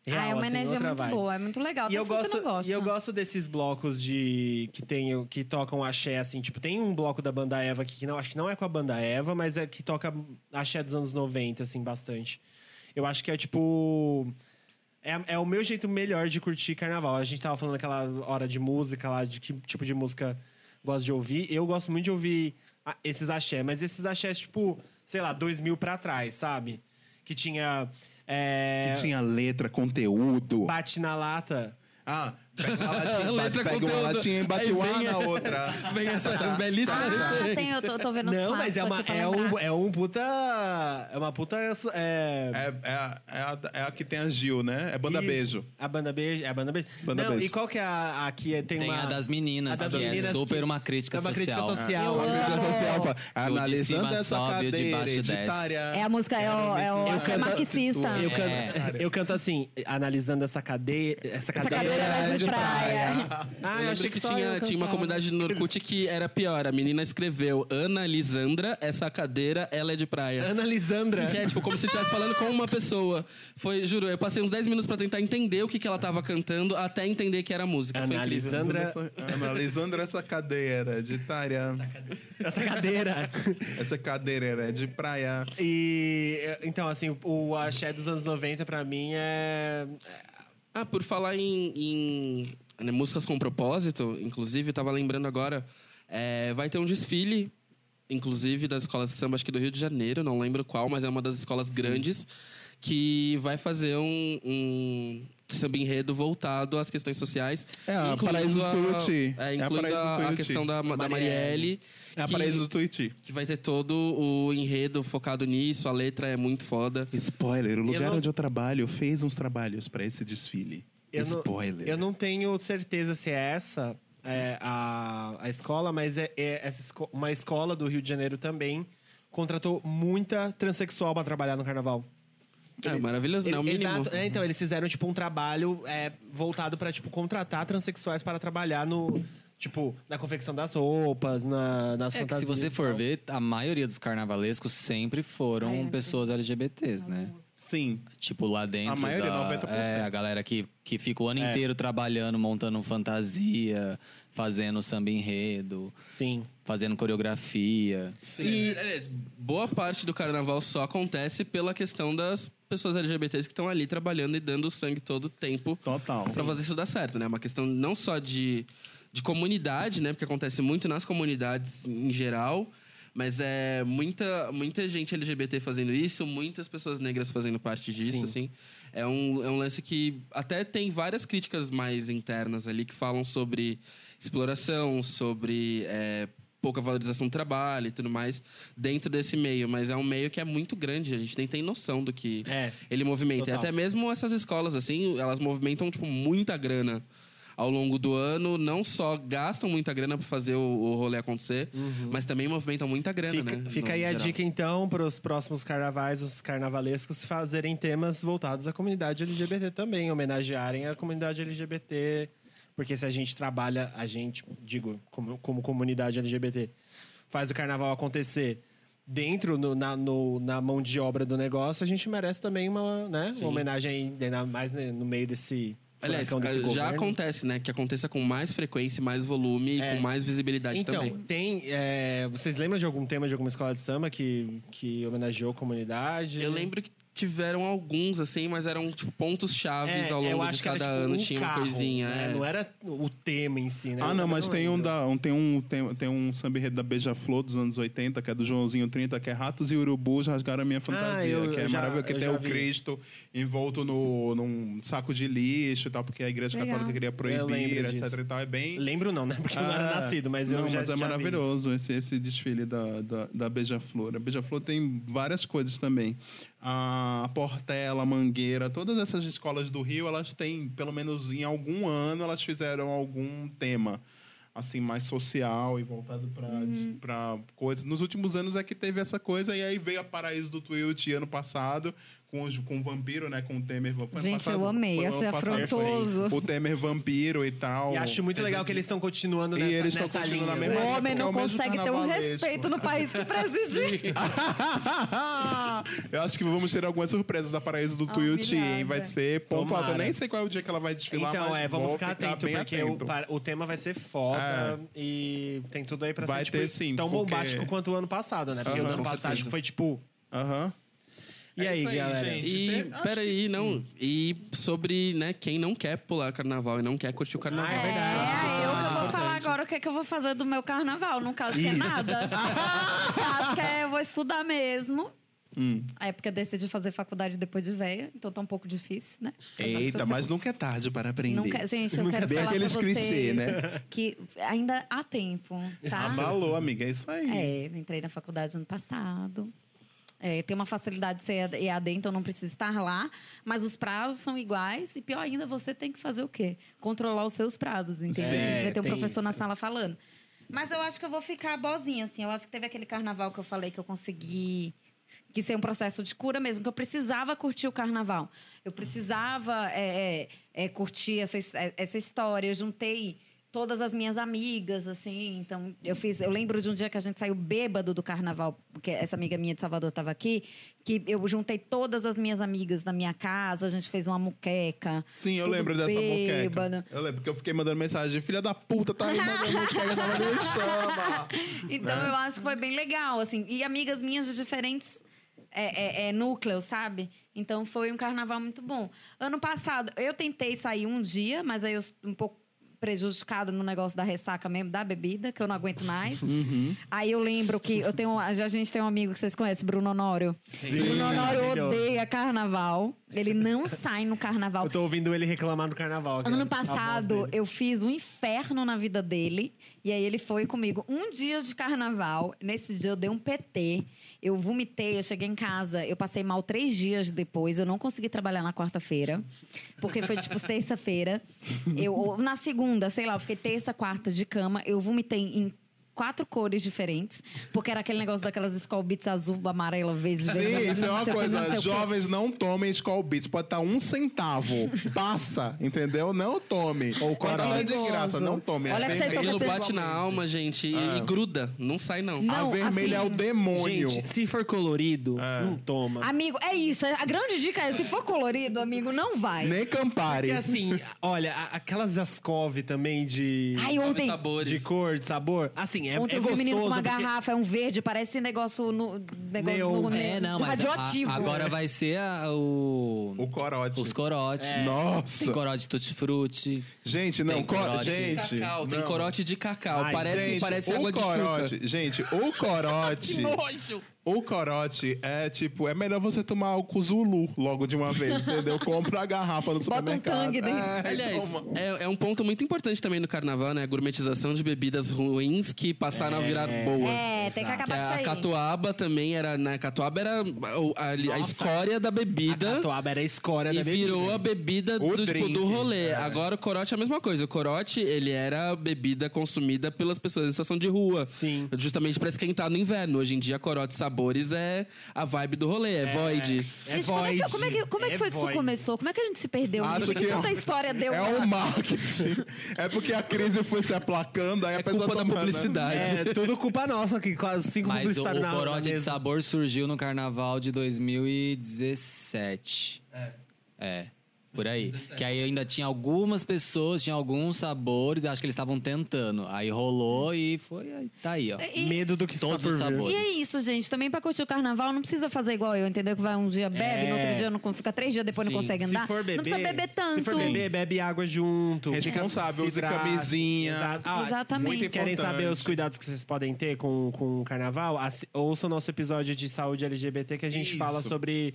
Speaker 2: Real,
Speaker 10: ah, é uma
Speaker 2: assim,
Speaker 10: energia
Speaker 2: outra
Speaker 10: muito
Speaker 2: vibe.
Speaker 10: boa, é muito legal.
Speaker 2: E eu,
Speaker 10: Até se você
Speaker 2: gosto,
Speaker 10: não gosta.
Speaker 2: e eu gosto desses blocos de que tem que tocam axé assim, tipo, tem um bloco da banda Eva aqui que não, acho que não é com a banda Eva, mas é que toca axé dos anos 90 assim bastante. Eu acho que é tipo é, é o meu jeito melhor de curtir carnaval. A gente tava falando aquela hora de música lá, de que tipo de música gosto de ouvir. Eu gosto muito de ouvir a- esses axé, mas esses axés, tipo, sei lá, 2000 pra trás, sabe? Que tinha. é,
Speaker 3: Que tinha letra, conteúdo.
Speaker 2: Bate na lata.
Speaker 3: Ah, pega uma latinha, bate,
Speaker 1: Letra,
Speaker 3: pega uma
Speaker 1: conteúdo.
Speaker 3: latinha e bate
Speaker 1: Aí
Speaker 3: uma
Speaker 1: vem
Speaker 3: na
Speaker 1: a-
Speaker 3: outra.
Speaker 1: Vem essa belíssima
Speaker 5: Ah,
Speaker 1: referência.
Speaker 5: tem, eu tô, tô vendo os
Speaker 2: Não, mas
Speaker 5: clássicos
Speaker 2: é uma,
Speaker 5: aqui pra
Speaker 2: é,
Speaker 5: lembrar.
Speaker 2: um, é um puta. É uma puta. É,
Speaker 3: É, é, a- é, a, é a que tem a Gil, né? É Banda
Speaker 2: Isso.
Speaker 3: Beijo.
Speaker 2: A banda beijo. É a banda beijo.
Speaker 3: Banda
Speaker 2: não,
Speaker 3: Beijo.
Speaker 2: e qual que é a, a que é- tem,
Speaker 4: Tem
Speaker 2: uma.
Speaker 4: a das meninas,
Speaker 2: a das
Speaker 4: que
Speaker 2: meninas
Speaker 4: é super
Speaker 2: que-
Speaker 4: uma crítica
Speaker 2: é uma
Speaker 4: social.
Speaker 2: crítica social.
Speaker 3: Uma crítica social, fala,
Speaker 4: de
Speaker 3: Analisando
Speaker 4: cima
Speaker 3: essa
Speaker 4: sobe, o de
Speaker 3: cadeira
Speaker 4: baixo desce."
Speaker 3: hereditária.
Speaker 5: É a música, é o, é o
Speaker 2: Eu
Speaker 5: axé
Speaker 2: canto-
Speaker 5: marxista.
Speaker 2: Eu, canto,
Speaker 4: É.
Speaker 2: eu canto assim, analisando essa cadeia. Essa cadeira.
Speaker 5: cadeira né? era de
Speaker 2: Ah,
Speaker 5: praia.
Speaker 1: eu
Speaker 2: eu
Speaker 1: lembro
Speaker 2: achei
Speaker 1: que,
Speaker 2: que, só eu
Speaker 1: tinha, tinha uma
Speaker 2: cantava.
Speaker 1: comunidade no Orkut que era pior. A menina escreveu Ana Lisandra, essa cadeira, ela é de praia.
Speaker 2: Ana Lisandra.
Speaker 1: Que é tipo como se estivesse falando com uma pessoa. Foi, juro, eu passei uns 10 minutos pra tentar entender o que, que ela tava cantando, até entender que era música. Foi incrível.
Speaker 2: Analisando. Sandra-
Speaker 3: Analisando essa- Analisando essa cadeira hereditária.
Speaker 2: Essa cadeira.
Speaker 3: Essa cadeira era de praia.
Speaker 2: E. é, Então, assim, o axé dos anos 90 pra mim é.
Speaker 1: Ah, por falar em, em, né, músicas com propósito, inclusive, tava lembrando agora, é, vai ter um desfile, inclusive, das escolas de samba, acho que do Rio de Janeiro, não lembro qual, mas é uma das escolas grandes, que vai fazer um, um samba enredo voltado às questões sociais.
Speaker 3: É, a
Speaker 1: incluindo
Speaker 3: Paraíso do
Speaker 1: a-
Speaker 3: Tuiuti. É a
Speaker 1: É, incluindo
Speaker 3: Paraíso do
Speaker 1: a, a
Speaker 3: Tuiuti.
Speaker 1: questão da, da
Speaker 2: Marielle.
Speaker 1: Marielle.
Speaker 3: É a
Speaker 1: que-
Speaker 3: paraíso do Tuiuti.
Speaker 1: que vai ter todo o enredo focado nisso, a letra é muito foda.
Speaker 3: Spoiler, o lugar
Speaker 2: não-
Speaker 3: onde eu trabalho fez uns trabalhos pra esse desfile.
Speaker 2: Eu não-
Speaker 3: Spoiler.
Speaker 2: Eu não tenho certeza se é essa é, a, a escola, mas é, é essa esco- uma escola do Rio de Janeiro também contratou muita transexual pra trabalhar no carnaval.
Speaker 1: É maravilhoso, né? O
Speaker 2: Ele-
Speaker 1: mínimo.
Speaker 2: exato. É, então, eles fizeram, tipo, um trabalho é, voltado pra, tipo, contratar transexuais para trabalhar no... Tipo, na confecção das roupas, na, nas
Speaker 4: É que se
Speaker 2: fantasias
Speaker 4: você
Speaker 2: e
Speaker 4: for
Speaker 2: tal.
Speaker 4: ver, a maioria dos carnavalescos sempre
Speaker 10: Ai, eu
Speaker 4: foram
Speaker 10: não
Speaker 4: pessoas LGBTs, né?
Speaker 3: Sim.
Speaker 4: Tipo, lá dentro.
Speaker 3: A maioria,
Speaker 4: da,
Speaker 3: 90%.
Speaker 4: É, a galera que, que fica o ano
Speaker 1: É.
Speaker 4: inteiro trabalhando, montando fantasia, fazendo samba enredo,
Speaker 2: Sim.
Speaker 4: fazendo coreografia.
Speaker 1: Sim. E, aliás, boa parte do carnaval só acontece pela questão das pessoas LGBTs que estão ali trabalhando e dando o sangue todo o tempo
Speaker 3: Total.
Speaker 1: pra fazer isso dar certo, né? É uma questão não só de, de comunidade, né? Porque acontece muito nas comunidades em geral. Mas é muita, muita gente LGBT fazendo isso, muitas pessoas negras fazendo parte disso,
Speaker 2: Sim.
Speaker 1: assim. É um, é um lance que até tem várias críticas mais internas ali que falam sobre exploração, sobre é, pouca valorização do trabalho e tudo mais dentro desse meio. Mas é um meio que é muito grande, a gente nem tem noção do que
Speaker 2: É.
Speaker 1: ele movimenta. E
Speaker 2: Total.
Speaker 1: até mesmo essas escolas, assim, elas movimentam, tipo, muita grana ao longo do ano. Não só gastam muita grana pra fazer o, o rolê acontecer, mas também movimentam muita grana,
Speaker 2: Uhum. Fica,
Speaker 1: né?
Speaker 2: fica
Speaker 1: no
Speaker 2: aí a
Speaker 1: geral.
Speaker 2: dica, então, pros próximos carnavais, os carnavalescos fazerem temas voltados à comunidade LGBT também, homenagearem a comunidade LGBT. Porque se a gente trabalha, a gente, digo, como, como comunidade LGBT, faz o carnaval acontecer dentro, no- na, no- na mão de obra do negócio, a gente merece também uma, né, uma homenagem, ainda mais né, no meio desse
Speaker 11: Aliás,
Speaker 2: furacão desse
Speaker 11: já
Speaker 2: governo.
Speaker 11: acontece, né? Que aconteça com mais frequência, mais volume e
Speaker 2: É.
Speaker 11: com mais visibilidade
Speaker 2: Então,
Speaker 11: também.
Speaker 2: tem. é, vocês lembram de algum tema de alguma escola de samba que, que homenageou a comunidade?
Speaker 11: Eu lembro que tiveram alguns, assim, mas eram tipo, pontos chaves
Speaker 2: É,
Speaker 11: ao longo
Speaker 2: eu
Speaker 11: de
Speaker 2: acho que era,
Speaker 11: cada
Speaker 2: tipo,
Speaker 11: ano.
Speaker 2: um
Speaker 11: tinha uma
Speaker 2: carro,
Speaker 11: coisinha.
Speaker 2: né?
Speaker 11: é.
Speaker 2: Não era o tema em si, né?
Speaker 3: Ah,
Speaker 2: Eu
Speaker 3: não, mas tem um,
Speaker 2: lembro.
Speaker 3: da, um- tem um, tem, tem um samba enredo da Beija-Flor dos anos 80, que é do Joãozinho 30, que é Ratos e Urubus rasgaram a minha fantasia,
Speaker 2: Ah, eu-
Speaker 3: que é
Speaker 2: eu já-
Speaker 3: maravilhoso, que
Speaker 2: eu
Speaker 3: tem
Speaker 2: já
Speaker 3: o
Speaker 2: vi.
Speaker 3: Cristo envolto no, num saco de lixo e tal, porque a igreja
Speaker 5: Legal.
Speaker 3: católica queria proibir,
Speaker 2: lembro
Speaker 3: etc
Speaker 2: disso.
Speaker 3: e tal, é bem...
Speaker 2: Lembro não, né? Porque eu não era
Speaker 3: Ah,
Speaker 2: nascido, mas eu
Speaker 3: não,
Speaker 2: já
Speaker 3: mas
Speaker 2: já
Speaker 3: é
Speaker 2: vi isso.
Speaker 3: maravilhoso esse, esse desfile da, da, da Beija-Flor. A Beija-Flor tem várias coisas também. A Portela, a Mangueira, todas essas escolas do Rio, elas têm, pelo menos em algum ano, elas fizeram algum tema assim mais social e voltado para
Speaker 2: Uhum.
Speaker 3: para coisas. Nos últimos anos é que teve essa coisa e aí veio a Paraíso do Tuiuti ano passado com os- com o vampiro, né, com o Temer. Foi ano
Speaker 5: Gente, eu amei,
Speaker 3: Foi o
Speaker 5: achei
Speaker 3: ano passado, foi
Speaker 5: afrontoso.
Speaker 3: O Temer vampiro e tal.
Speaker 2: E acho muito legal que eles estão continuando
Speaker 3: E
Speaker 2: nessa,
Speaker 3: eles estão
Speaker 2: nessa
Speaker 3: continuando
Speaker 2: linha.
Speaker 3: na
Speaker 5: O
Speaker 3: mesma-
Speaker 2: né?
Speaker 5: homem
Speaker 3: porque é
Speaker 5: não
Speaker 3: o mesmo
Speaker 5: consegue ter um
Speaker 3: carnavalesco.
Speaker 5: respeito no país que preside.
Speaker 3: Eu acho que vamos ter algumas surpresas da Paraíso do Tuiuti, hein?
Speaker 5: Humilhada.
Speaker 3: Vai ser pontuada.
Speaker 2: Tomara.
Speaker 3: Nem sei qual é o dia que ela vai desfilar,
Speaker 2: Então,
Speaker 3: mas
Speaker 2: é, vamos
Speaker 3: vou
Speaker 2: ficar atento,
Speaker 3: bem
Speaker 2: porque
Speaker 3: atento. É.
Speaker 2: O, par- o tema vai ser foda e tem tudo aí pra
Speaker 3: Vai
Speaker 2: ser tipo,
Speaker 3: ter sim,
Speaker 2: tão
Speaker 3: porque-
Speaker 2: bombástico quanto o ano passado, né? Porque
Speaker 3: Aham,
Speaker 2: o ano
Speaker 3: com
Speaker 2: passado acho
Speaker 11: certeza.
Speaker 2: que foi tipo.
Speaker 3: Aham.
Speaker 2: E
Speaker 3: É
Speaker 2: aí,
Speaker 3: isso aí,
Speaker 2: galera?
Speaker 3: gente.
Speaker 11: E,
Speaker 3: Tem- acho
Speaker 11: peraí, não. E sobre, né, quem não quer pular carnaval e não quer curtir o carnaval.
Speaker 2: Ah, é
Speaker 5: É,
Speaker 2: verdade.
Speaker 5: eu que vou
Speaker 11: importante.
Speaker 5: falar agora o que, é que eu vou fazer do meu carnaval. No caso, que é
Speaker 2: Isso.
Speaker 5: nada. No caso, que é eu vou estudar mesmo.
Speaker 3: Hum.
Speaker 5: A época eu decidi fazer faculdade depois de velha, então tá um pouco difícil, né?
Speaker 3: Eita, mas nunca é tarde para aprender.
Speaker 5: Nunca, gente, eu quero
Speaker 3: Bem
Speaker 5: falar pra
Speaker 3: aqueles
Speaker 5: vocês
Speaker 3: clichê, né?
Speaker 5: que ainda há tempo, tá?
Speaker 3: Abalou, amiga. É isso aí.
Speaker 5: É, eu entrei na faculdade ano passado. É, tem uma facilidade de ser EAD, então não precisa estar lá. Mas os prazos são iguais. E pior ainda, você tem que fazer o quê? Controlar os seus prazos, entende?
Speaker 3: Sim,
Speaker 5: Vai ter um
Speaker 2: tem
Speaker 5: professor na
Speaker 2: isso.
Speaker 5: sala falando. Mas eu acho que eu vou ficar bozinha, assim. Eu acho que teve aquele carnaval que eu falei que eu consegui... Que ser um processo de cura mesmo, que eu precisava curtir o carnaval. Eu precisava é, é, é, curtir essa, his- é, essa história. Eu juntei todas as minhas amigas, assim. Então, eu fiz. Eu lembro de um dia que a gente saiu bêbado do carnaval, porque essa amiga minha de Salvador estava aqui, que eu juntei todas as minhas amigas na minha casa, a gente fez uma muqueca.
Speaker 3: Sim, eu
Speaker 5: Tudo
Speaker 3: lembro dessa
Speaker 5: bêbado.
Speaker 3: moqueca. Eu lembro que eu fiquei mandando mensagem. Filha da puta, tá aí mandando moqueca. Tava nem chama.
Speaker 5: Então, eu acho que foi bem legal, assim. E amigas minhas de diferentes é, é, é, núcleos, sabe? Então, foi um carnaval muito bom. Ano passado, eu tentei sair um dia, mas aí eu s- um pouco prejudicada no negócio da ressaca mesmo, da bebida, que eu não aguento mais. Aí eu lembro que eu tenho, a gente tem um amigo que vocês conhecem, Bruno Honório. Bruno Honório
Speaker 2: maravilhoso.
Speaker 5: odeia carnaval. Ele não sai no carnaval.
Speaker 2: Eu tô ouvindo ele reclamar do carnaval. aqui, a
Speaker 5: Ano
Speaker 2: voz
Speaker 3: Tá
Speaker 5: passado,
Speaker 2: dele.
Speaker 5: eu fiz um inferno na vida dele. E aí ele foi comigo um dia de carnaval. Nesse dia eu dei um PT. Eu vomitei, eu cheguei em casa, eu passei mal três dias depois. Eu não consegui trabalhar na quarta-feira. Porque foi tipo terça-feira. Eu, ou na segunda, sei lá, eu fiquei terça, quarta de cama. Eu vomitei em quatro cores diferentes. Porque era aquele negócio daquelas Skol Beats azul, amarela, verde, verde.
Speaker 3: Sim, isso é
Speaker 5: não
Speaker 3: uma
Speaker 5: sei o que, não sei
Speaker 3: coisa.
Speaker 5: o que.
Speaker 3: Jovens não tomem Skull Beats. Pode estar um centavo. Passa, entendeu? Não tome. Ou
Speaker 5: Corona.
Speaker 3: é de graça, não tome. é
Speaker 5: Olha
Speaker 3: a
Speaker 5: pra vocês
Speaker 3: vermelha,
Speaker 11: Aquilo
Speaker 5: Vocês
Speaker 11: bate na alma, gente, e
Speaker 3: Ah.
Speaker 11: e gruda. Não sai, não.
Speaker 5: Não.
Speaker 3: a vermelha
Speaker 5: assim,
Speaker 3: é o demônio.
Speaker 2: Gente, se for colorido,
Speaker 3: É.
Speaker 2: não toma.
Speaker 5: Amigo, é isso. A grande dica é: se for colorido, amigo, não vai.
Speaker 3: Nem Campari.
Speaker 2: Porque assim, olha, a- aquelas Ascov também de.
Speaker 5: Ai, ontem.
Speaker 11: sabores.
Speaker 2: de cor, de sabor. Assim, é,
Speaker 5: ontem
Speaker 2: é
Speaker 5: eu vi um
Speaker 2: gostoso.
Speaker 5: menino com uma
Speaker 2: porque-
Speaker 5: garrafa, é um verde, parece negócio no. Negócio
Speaker 2: Neon.
Speaker 5: no, né,
Speaker 4: É, não, mas a-
Speaker 5: radioativo. né?
Speaker 4: agora vai ser a- o,
Speaker 3: O corote.
Speaker 4: os corotes. Tem
Speaker 3: Nossa.
Speaker 4: corote tutti frutti.
Speaker 3: Gente, não.
Speaker 4: Tem
Speaker 3: cor-
Speaker 4: corote.
Speaker 3: Gente.
Speaker 11: Cacau, tem
Speaker 3: não.
Speaker 11: corote de cacau.
Speaker 2: Ai,
Speaker 11: parece
Speaker 3: Gente,
Speaker 11: parece
Speaker 3: o
Speaker 11: água de
Speaker 3: corote,
Speaker 11: chuca.
Speaker 3: Gente, o corote. O corote é tipo, é melhor você tomar o Zulu logo de uma vez, entendeu? Compra a garrafa no
Speaker 5: um
Speaker 3: supermercado.
Speaker 5: Tang dentro.
Speaker 3: É,
Speaker 11: Aliás,
Speaker 3: toma.
Speaker 11: é, é um ponto muito importante também no carnaval, né? A gourmetização de bebidas ruins que passaram a virar boas.
Speaker 5: É, tem que
Speaker 11: Que
Speaker 5: acabar
Speaker 11: a
Speaker 5: de sair.
Speaker 11: catuaba também era, né? A catuaba era a, a- a escória da
Speaker 2: A
Speaker 11: bebida.
Speaker 2: catuaba era a escória
Speaker 11: E
Speaker 2: Né, da bebida. né?
Speaker 11: virou a bebida
Speaker 3: O
Speaker 11: do, tipo,
Speaker 3: drink,
Speaker 11: do rolê.
Speaker 3: é.
Speaker 11: Agora o corote é a mesma coisa. O corote, ele era a bebida consumida pelas pessoas em situação de rua.
Speaker 2: Sim.
Speaker 11: Justamente pra esquentar no inverno. Hoje em dia, corote sabores é a vibe do rolê, é, void.
Speaker 5: Gente, como é que,
Speaker 2: void.
Speaker 5: como é que- como é que foi que isso
Speaker 2: void.
Speaker 5: começou? Como é que a gente se perdeu
Speaker 3: Acho
Speaker 5: nisso? Que,
Speaker 3: que é-
Speaker 5: tanta
Speaker 2: um
Speaker 5: história deu?
Speaker 3: É o marketing. É porque a crise foi se aplacando, aí a
Speaker 11: É
Speaker 3: pessoa né?
Speaker 11: culpa da
Speaker 3: tomando.
Speaker 11: publicidade.
Speaker 2: É, tudo culpa nossa, que quase cinco
Speaker 4: Mas o, o
Speaker 2: publicitários na na
Speaker 4: corote de
Speaker 2: mesa.
Speaker 4: sabor surgiu no carnaval de 2017. É. É. Por aí. Que aí ainda tinha algumas pessoas, tinha alguns sabores, acho que eles estavam tentando. Aí rolou e foi. aí Tá aí, ó.
Speaker 5: E-
Speaker 2: Medo do que está
Speaker 4: Todos
Speaker 2: por
Speaker 4: os
Speaker 2: vir.
Speaker 4: sabores.
Speaker 5: E é isso, gente. Também pra curtir o carnaval, não precisa fazer igual eu, entendeu? Que vai um dia bebe, no outro
Speaker 2: É.
Speaker 5: dia não con- fica três dias, depois
Speaker 1: Sim.
Speaker 5: não consegue andar.
Speaker 2: Se for beber,
Speaker 5: não precisa beber
Speaker 2: Se
Speaker 5: tanto.
Speaker 2: for beber, bebe água junto.
Speaker 3: Responsável,
Speaker 2: fica-
Speaker 3: use
Speaker 2: se hidrata.
Speaker 3: camisinha.
Speaker 2: Exato. Ah,
Speaker 5: Exatamente.
Speaker 3: muito
Speaker 2: Querem
Speaker 3: importante.
Speaker 2: saber os cuidados que vocês podem ter com, com o carnaval? Assi- Ouça o nosso episódio de saúde LGBT que a gente
Speaker 3: Isso.
Speaker 2: fala sobre,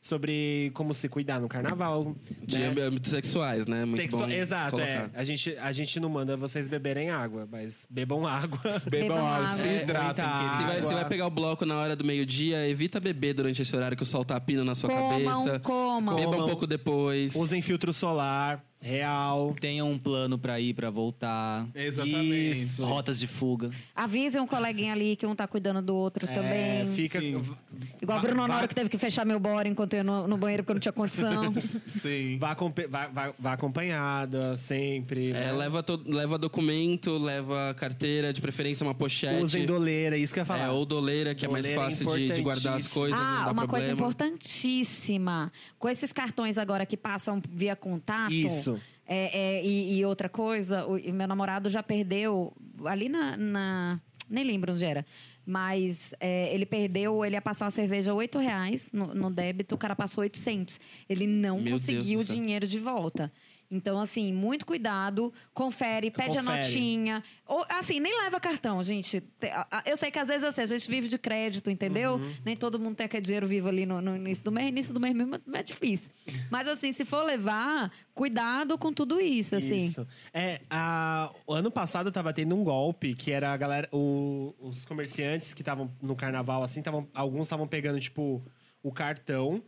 Speaker 2: sobre como se cuidar no carnaval.
Speaker 1: De
Speaker 2: né?
Speaker 1: ambi- âmbitos sexuais, né? Muito
Speaker 2: Sexua-
Speaker 1: bom
Speaker 2: Exato, é.
Speaker 1: colocar.
Speaker 2: A gente, a gente não manda vocês beberem água, mas bebam água.
Speaker 3: Bebam
Speaker 5: Bebam
Speaker 3: água,
Speaker 5: água.
Speaker 3: se
Speaker 1: É,
Speaker 3: hidratem.
Speaker 2: muita
Speaker 3: que-
Speaker 1: Se
Speaker 3: se
Speaker 1: vai,
Speaker 2: água.
Speaker 1: se vai pegar o bloco na hora do meio-dia, evita beber durante esse horário que o sol tá pino na sua
Speaker 5: comam,
Speaker 1: cabeça.
Speaker 5: comam.
Speaker 1: Beba
Speaker 2: Comam.
Speaker 1: um pouco depois.
Speaker 2: Usem filtro solar, real.
Speaker 4: Tenha um plano pra ir, pra voltar.
Speaker 3: Exatamente.
Speaker 2: É Isso.
Speaker 4: Rotas de fuga.
Speaker 5: Avisem um coleguinha ali que um tá cuidando do outro
Speaker 2: É,
Speaker 5: também.
Speaker 2: fica.
Speaker 3: Sim.
Speaker 2: v-
Speaker 5: Igual o
Speaker 2: vá-
Speaker 5: Bruno
Speaker 2: vá-
Speaker 5: Honório que teve que fechar meu bora enquanto eu ia no, no banheiro porque eu não tinha condição.
Speaker 3: Sim.
Speaker 2: Vá, acompa- vá- vá- vá acompanhada, sempre.
Speaker 1: É,
Speaker 2: né?
Speaker 1: leva, to- leva documento, leva carteira, de preferência uma pochete.
Speaker 2: Usem doleira, isso que eu ia falar.
Speaker 1: É, ou doleira, que é
Speaker 2: Doleira é
Speaker 1: mais fácil de- de, guardar as
Speaker 2: importantíssimo.
Speaker 1: coisas, não
Speaker 5: ah,
Speaker 1: dá
Speaker 5: uma coisa
Speaker 1: problema.
Speaker 5: importantíssima. Com esses cartões agora que passam via contato.
Speaker 2: Isso.
Speaker 5: É, é, e, e outra coisa, o e meu namorado já perdeu ali na. na- nem lembro onde era. Mas é, ele perdeu, ele ia passar uma cerveja 8 reais no, no débito, o cara passou 800. Ele não
Speaker 1: Meu Deus
Speaker 5: conseguiu
Speaker 1: do
Speaker 5: o
Speaker 1: céu.
Speaker 5: dinheiro de volta. Então, assim, muito cuidado, confere, pede a
Speaker 2: Confere.
Speaker 5: notinha. Ou, assim, nem leva cartão, gente. Te- a- a- Eu sei que às vezes assim, a gente vive de crédito, entendeu? Nem todo mundo tem aquele dinheiro vivo ali no, no início do mês. Início do mês mesmo é difícil. Mas assim, se for levar, cuidado com tudo isso, assim.
Speaker 2: Isso. É, a- o ano passado tava tendo um golpe que era a galera. o- os comerciantes que estavam no carnaval, assim, tavam, alguns estavam pegando, tipo, o cartão,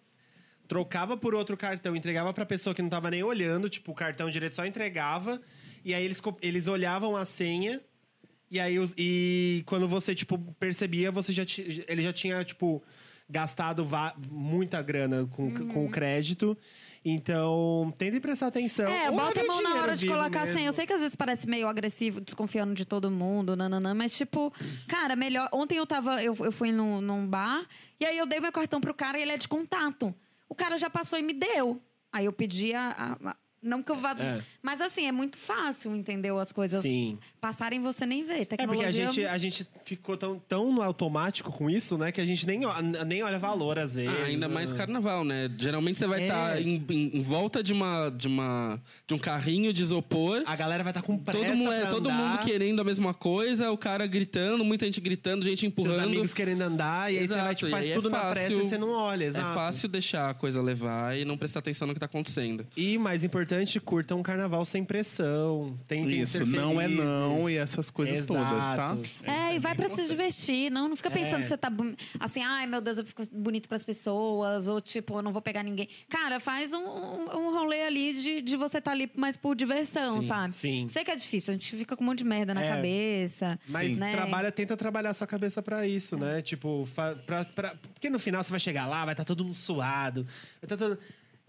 Speaker 2: trocava por outro cartão, entregava pra pessoa que não tava nem olhando, tipo, o cartão direito só entregava. E aí eles, co- eles olhavam a senha. E aí, os- e quando você, tipo, percebia, você já ti- ele já tinha, tipo, gastado va- muita grana com,
Speaker 5: Uhum.
Speaker 2: com o crédito. Então, tentem prestar atenção.
Speaker 5: É,
Speaker 2: Ou
Speaker 5: bota a
Speaker 2: leve
Speaker 5: mão na
Speaker 2: dinheiro
Speaker 5: hora de
Speaker 2: vivo
Speaker 5: colocar
Speaker 2: mesmo.
Speaker 5: senha. Eu sei que às vezes parece meio agressivo, desconfiando de todo mundo, nananã, mas tipo, cara, melhor. Ontem eu tava, eu, eu fui num, num bar e aí eu dei meu cartão pro cara e ele é de contato. O cara já passou e me deu. Aí eu pedi a. a- a- não que eu vá.
Speaker 2: É.
Speaker 5: Mas assim, é muito fácil, entendeu? As coisas
Speaker 2: Sim.
Speaker 5: passarem e você nem vê.
Speaker 2: É porque
Speaker 5: Tecnologia
Speaker 2: a gente, a gente ficou tão, tão no automático com isso, né? Que a gente nem, o- nem olha valor às vezes.
Speaker 1: Ah, ainda mais carnaval, né? Geralmente você vai
Speaker 2: É.
Speaker 1: estar em, em- em volta de uma, de uma de um carrinho de isopor.
Speaker 2: A galera vai estar com pressa
Speaker 1: Todo mundo, é,
Speaker 2: Ah, pra
Speaker 1: todo
Speaker 2: andar,
Speaker 1: mundo querendo a mesma coisa, o cara gritando, muita gente gritando, gente
Speaker 2: Seus
Speaker 1: empurrando.
Speaker 2: amigos querendo andar. E aí você vai,
Speaker 1: Exato,
Speaker 2: tipo,
Speaker 1: e
Speaker 2: faz
Speaker 1: aí é
Speaker 2: tudo na
Speaker 1: fácil-
Speaker 2: pressa e você não olha,
Speaker 1: é
Speaker 2: exato.
Speaker 1: fácil deixar a coisa levar e não prestar atenção no que tá acontecendo.
Speaker 2: E, mais importante, curtam um carnaval sem pressão. Tentem
Speaker 3: Isso,
Speaker 2: ser
Speaker 3: não é
Speaker 2: felizes.
Speaker 3: não e essas coisas todas, tá?
Speaker 2: Exato.
Speaker 5: É, e vai pra se divertir, não, não fica pensando
Speaker 2: É.
Speaker 5: se você tá bu- assim, ai meu Deus, eu fico bonito pras pessoas, ou tipo, eu não vou pegar ninguém. Cara, faz um, um um rolê ali de, de você tá ali mais por diversão, sabe?
Speaker 2: sim.
Speaker 5: Sei que é difícil, a gente fica com um monte de merda na
Speaker 2: É.
Speaker 5: cabeça.
Speaker 2: Mas
Speaker 5: né?
Speaker 2: trabalha, tenta trabalhar sua cabeça pra isso,
Speaker 1: É.
Speaker 2: né? Tipo, fa- pra, pra- porque no final você vai chegar lá, vai estar todo mundo suado. Vai tá todo...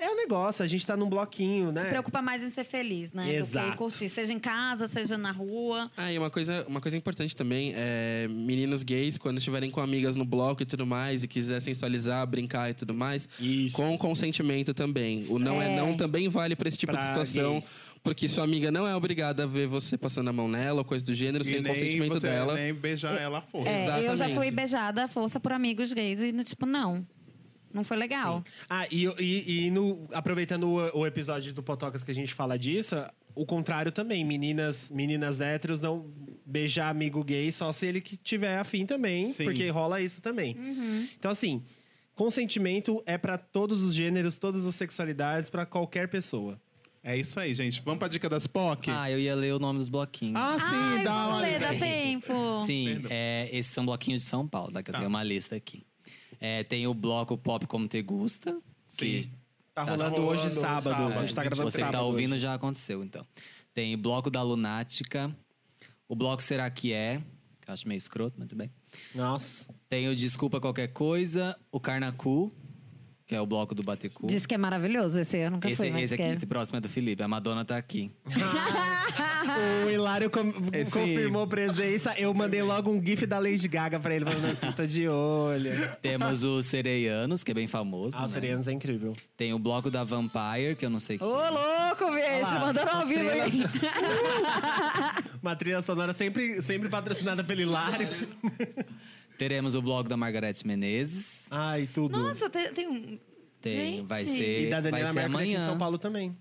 Speaker 2: É um negócio, a gente tá num bloquinho, né?
Speaker 5: Se preocupa mais em ser feliz, né? Do
Speaker 2: Exato.
Speaker 5: que curtir. Seja em casa, seja na rua.
Speaker 1: Ah, e uma coisa, uma coisa importante também é meninos gays, quando estiverem com amigas no bloco e tudo mais, e quiser sensualizar, brincar e tudo mais,
Speaker 2: Isso.
Speaker 1: com tipo consentimento também. O não é,
Speaker 5: É.
Speaker 1: não também vale pra esse tipo
Speaker 2: Pra
Speaker 1: de situação,
Speaker 2: gays.
Speaker 1: porque sua amiga não é obrigada a ver você passando a mão nela ou coisa do gênero
Speaker 3: E
Speaker 1: sem
Speaker 3: nem
Speaker 1: consentimento
Speaker 3: você-
Speaker 1: dela.
Speaker 2: né?
Speaker 3: Nem beijar ela à força.
Speaker 5: É, eu já
Speaker 1: Exatamente.
Speaker 5: fui beijada à força por amigos gays e, tipo, não. Não foi legal.
Speaker 2: Ah, e, e, e no- aproveitando o, o episódio do Potocas que a gente fala disso, o contrário também. Meninas, meninas héteros não beijar amigo gay só se ele que tiver afim também,
Speaker 3: Sim.
Speaker 2: porque rola isso também. Então, assim, consentimento é pra todos os gêneros, todas as sexualidades, pra qualquer pessoa.
Speaker 3: É isso aí, gente. Vamos pra dica das POC?
Speaker 4: Ah, eu ia ler o nome dos bloquinhos.
Speaker 3: Ah, sim,
Speaker 5: Ai,
Speaker 3: dá
Speaker 5: vamos
Speaker 3: uma
Speaker 5: ler, dá tempo.
Speaker 4: Sim,
Speaker 3: Perdão.
Speaker 4: é, esses são bloquinhos de São Paulo, tá? Que eu tenho uma lista aqui. É, tem o bloco Pop Como Te Gusta, que
Speaker 3: Sim.
Speaker 2: Tá
Speaker 4: Tá
Speaker 2: rolando
Speaker 3: rolando
Speaker 2: hoje
Speaker 3: no
Speaker 2: sábado.
Speaker 3: sábado,
Speaker 2: A gente tá
Speaker 3: gente.
Speaker 2: gravando
Speaker 4: você que
Speaker 2: sábado.
Speaker 4: tá ouvindo
Speaker 2: hoje.
Speaker 4: já aconteceu, então. Tem bloco da Lunática, o bloco Será Que É, que eu acho meio escroto, mas tudo bem.
Speaker 2: Nossa.
Speaker 4: Tem o Desculpa Qualquer Coisa, o Carnacu, que é o bloco do Batecu.
Speaker 6: Diz que é maravilhoso esse, eu nunca
Speaker 4: Esse,
Speaker 6: fui, mas
Speaker 4: esse aqui,
Speaker 6: que é.
Speaker 4: esse próximo é do Felipe. A Madonna tá aqui.
Speaker 2: O Hilário com-
Speaker 3: Esse-
Speaker 2: confirmou presença. Eu mandei logo um gif da Lady Gaga pra ele, falando assim, tô de olho.
Speaker 4: Temos o Sereianos, que é bem famoso.
Speaker 2: Ah, o
Speaker 4: né?
Speaker 2: Serianos é incrível.
Speaker 4: Tem o bloco da Vampire, que eu não sei é. o que.
Speaker 6: Ô, louco, bicho,
Speaker 2: lá,
Speaker 6: mandando ao vivo aí.
Speaker 2: Uma trilha sonora sempre, sempre patrocinada pelo Hilário.
Speaker 4: Teremos o bloco da Margareth Menezes.
Speaker 2: Ai, tudo.
Speaker 5: Nossa, tem, tem um.
Speaker 4: Tem,
Speaker 5: Gente.
Speaker 4: vai
Speaker 2: e
Speaker 4: ser,
Speaker 2: da
Speaker 4: vai
Speaker 2: Daniela
Speaker 4: ser
Speaker 2: Mercury aqui em São
Speaker 4: amanhã.
Speaker 2: Paulo também.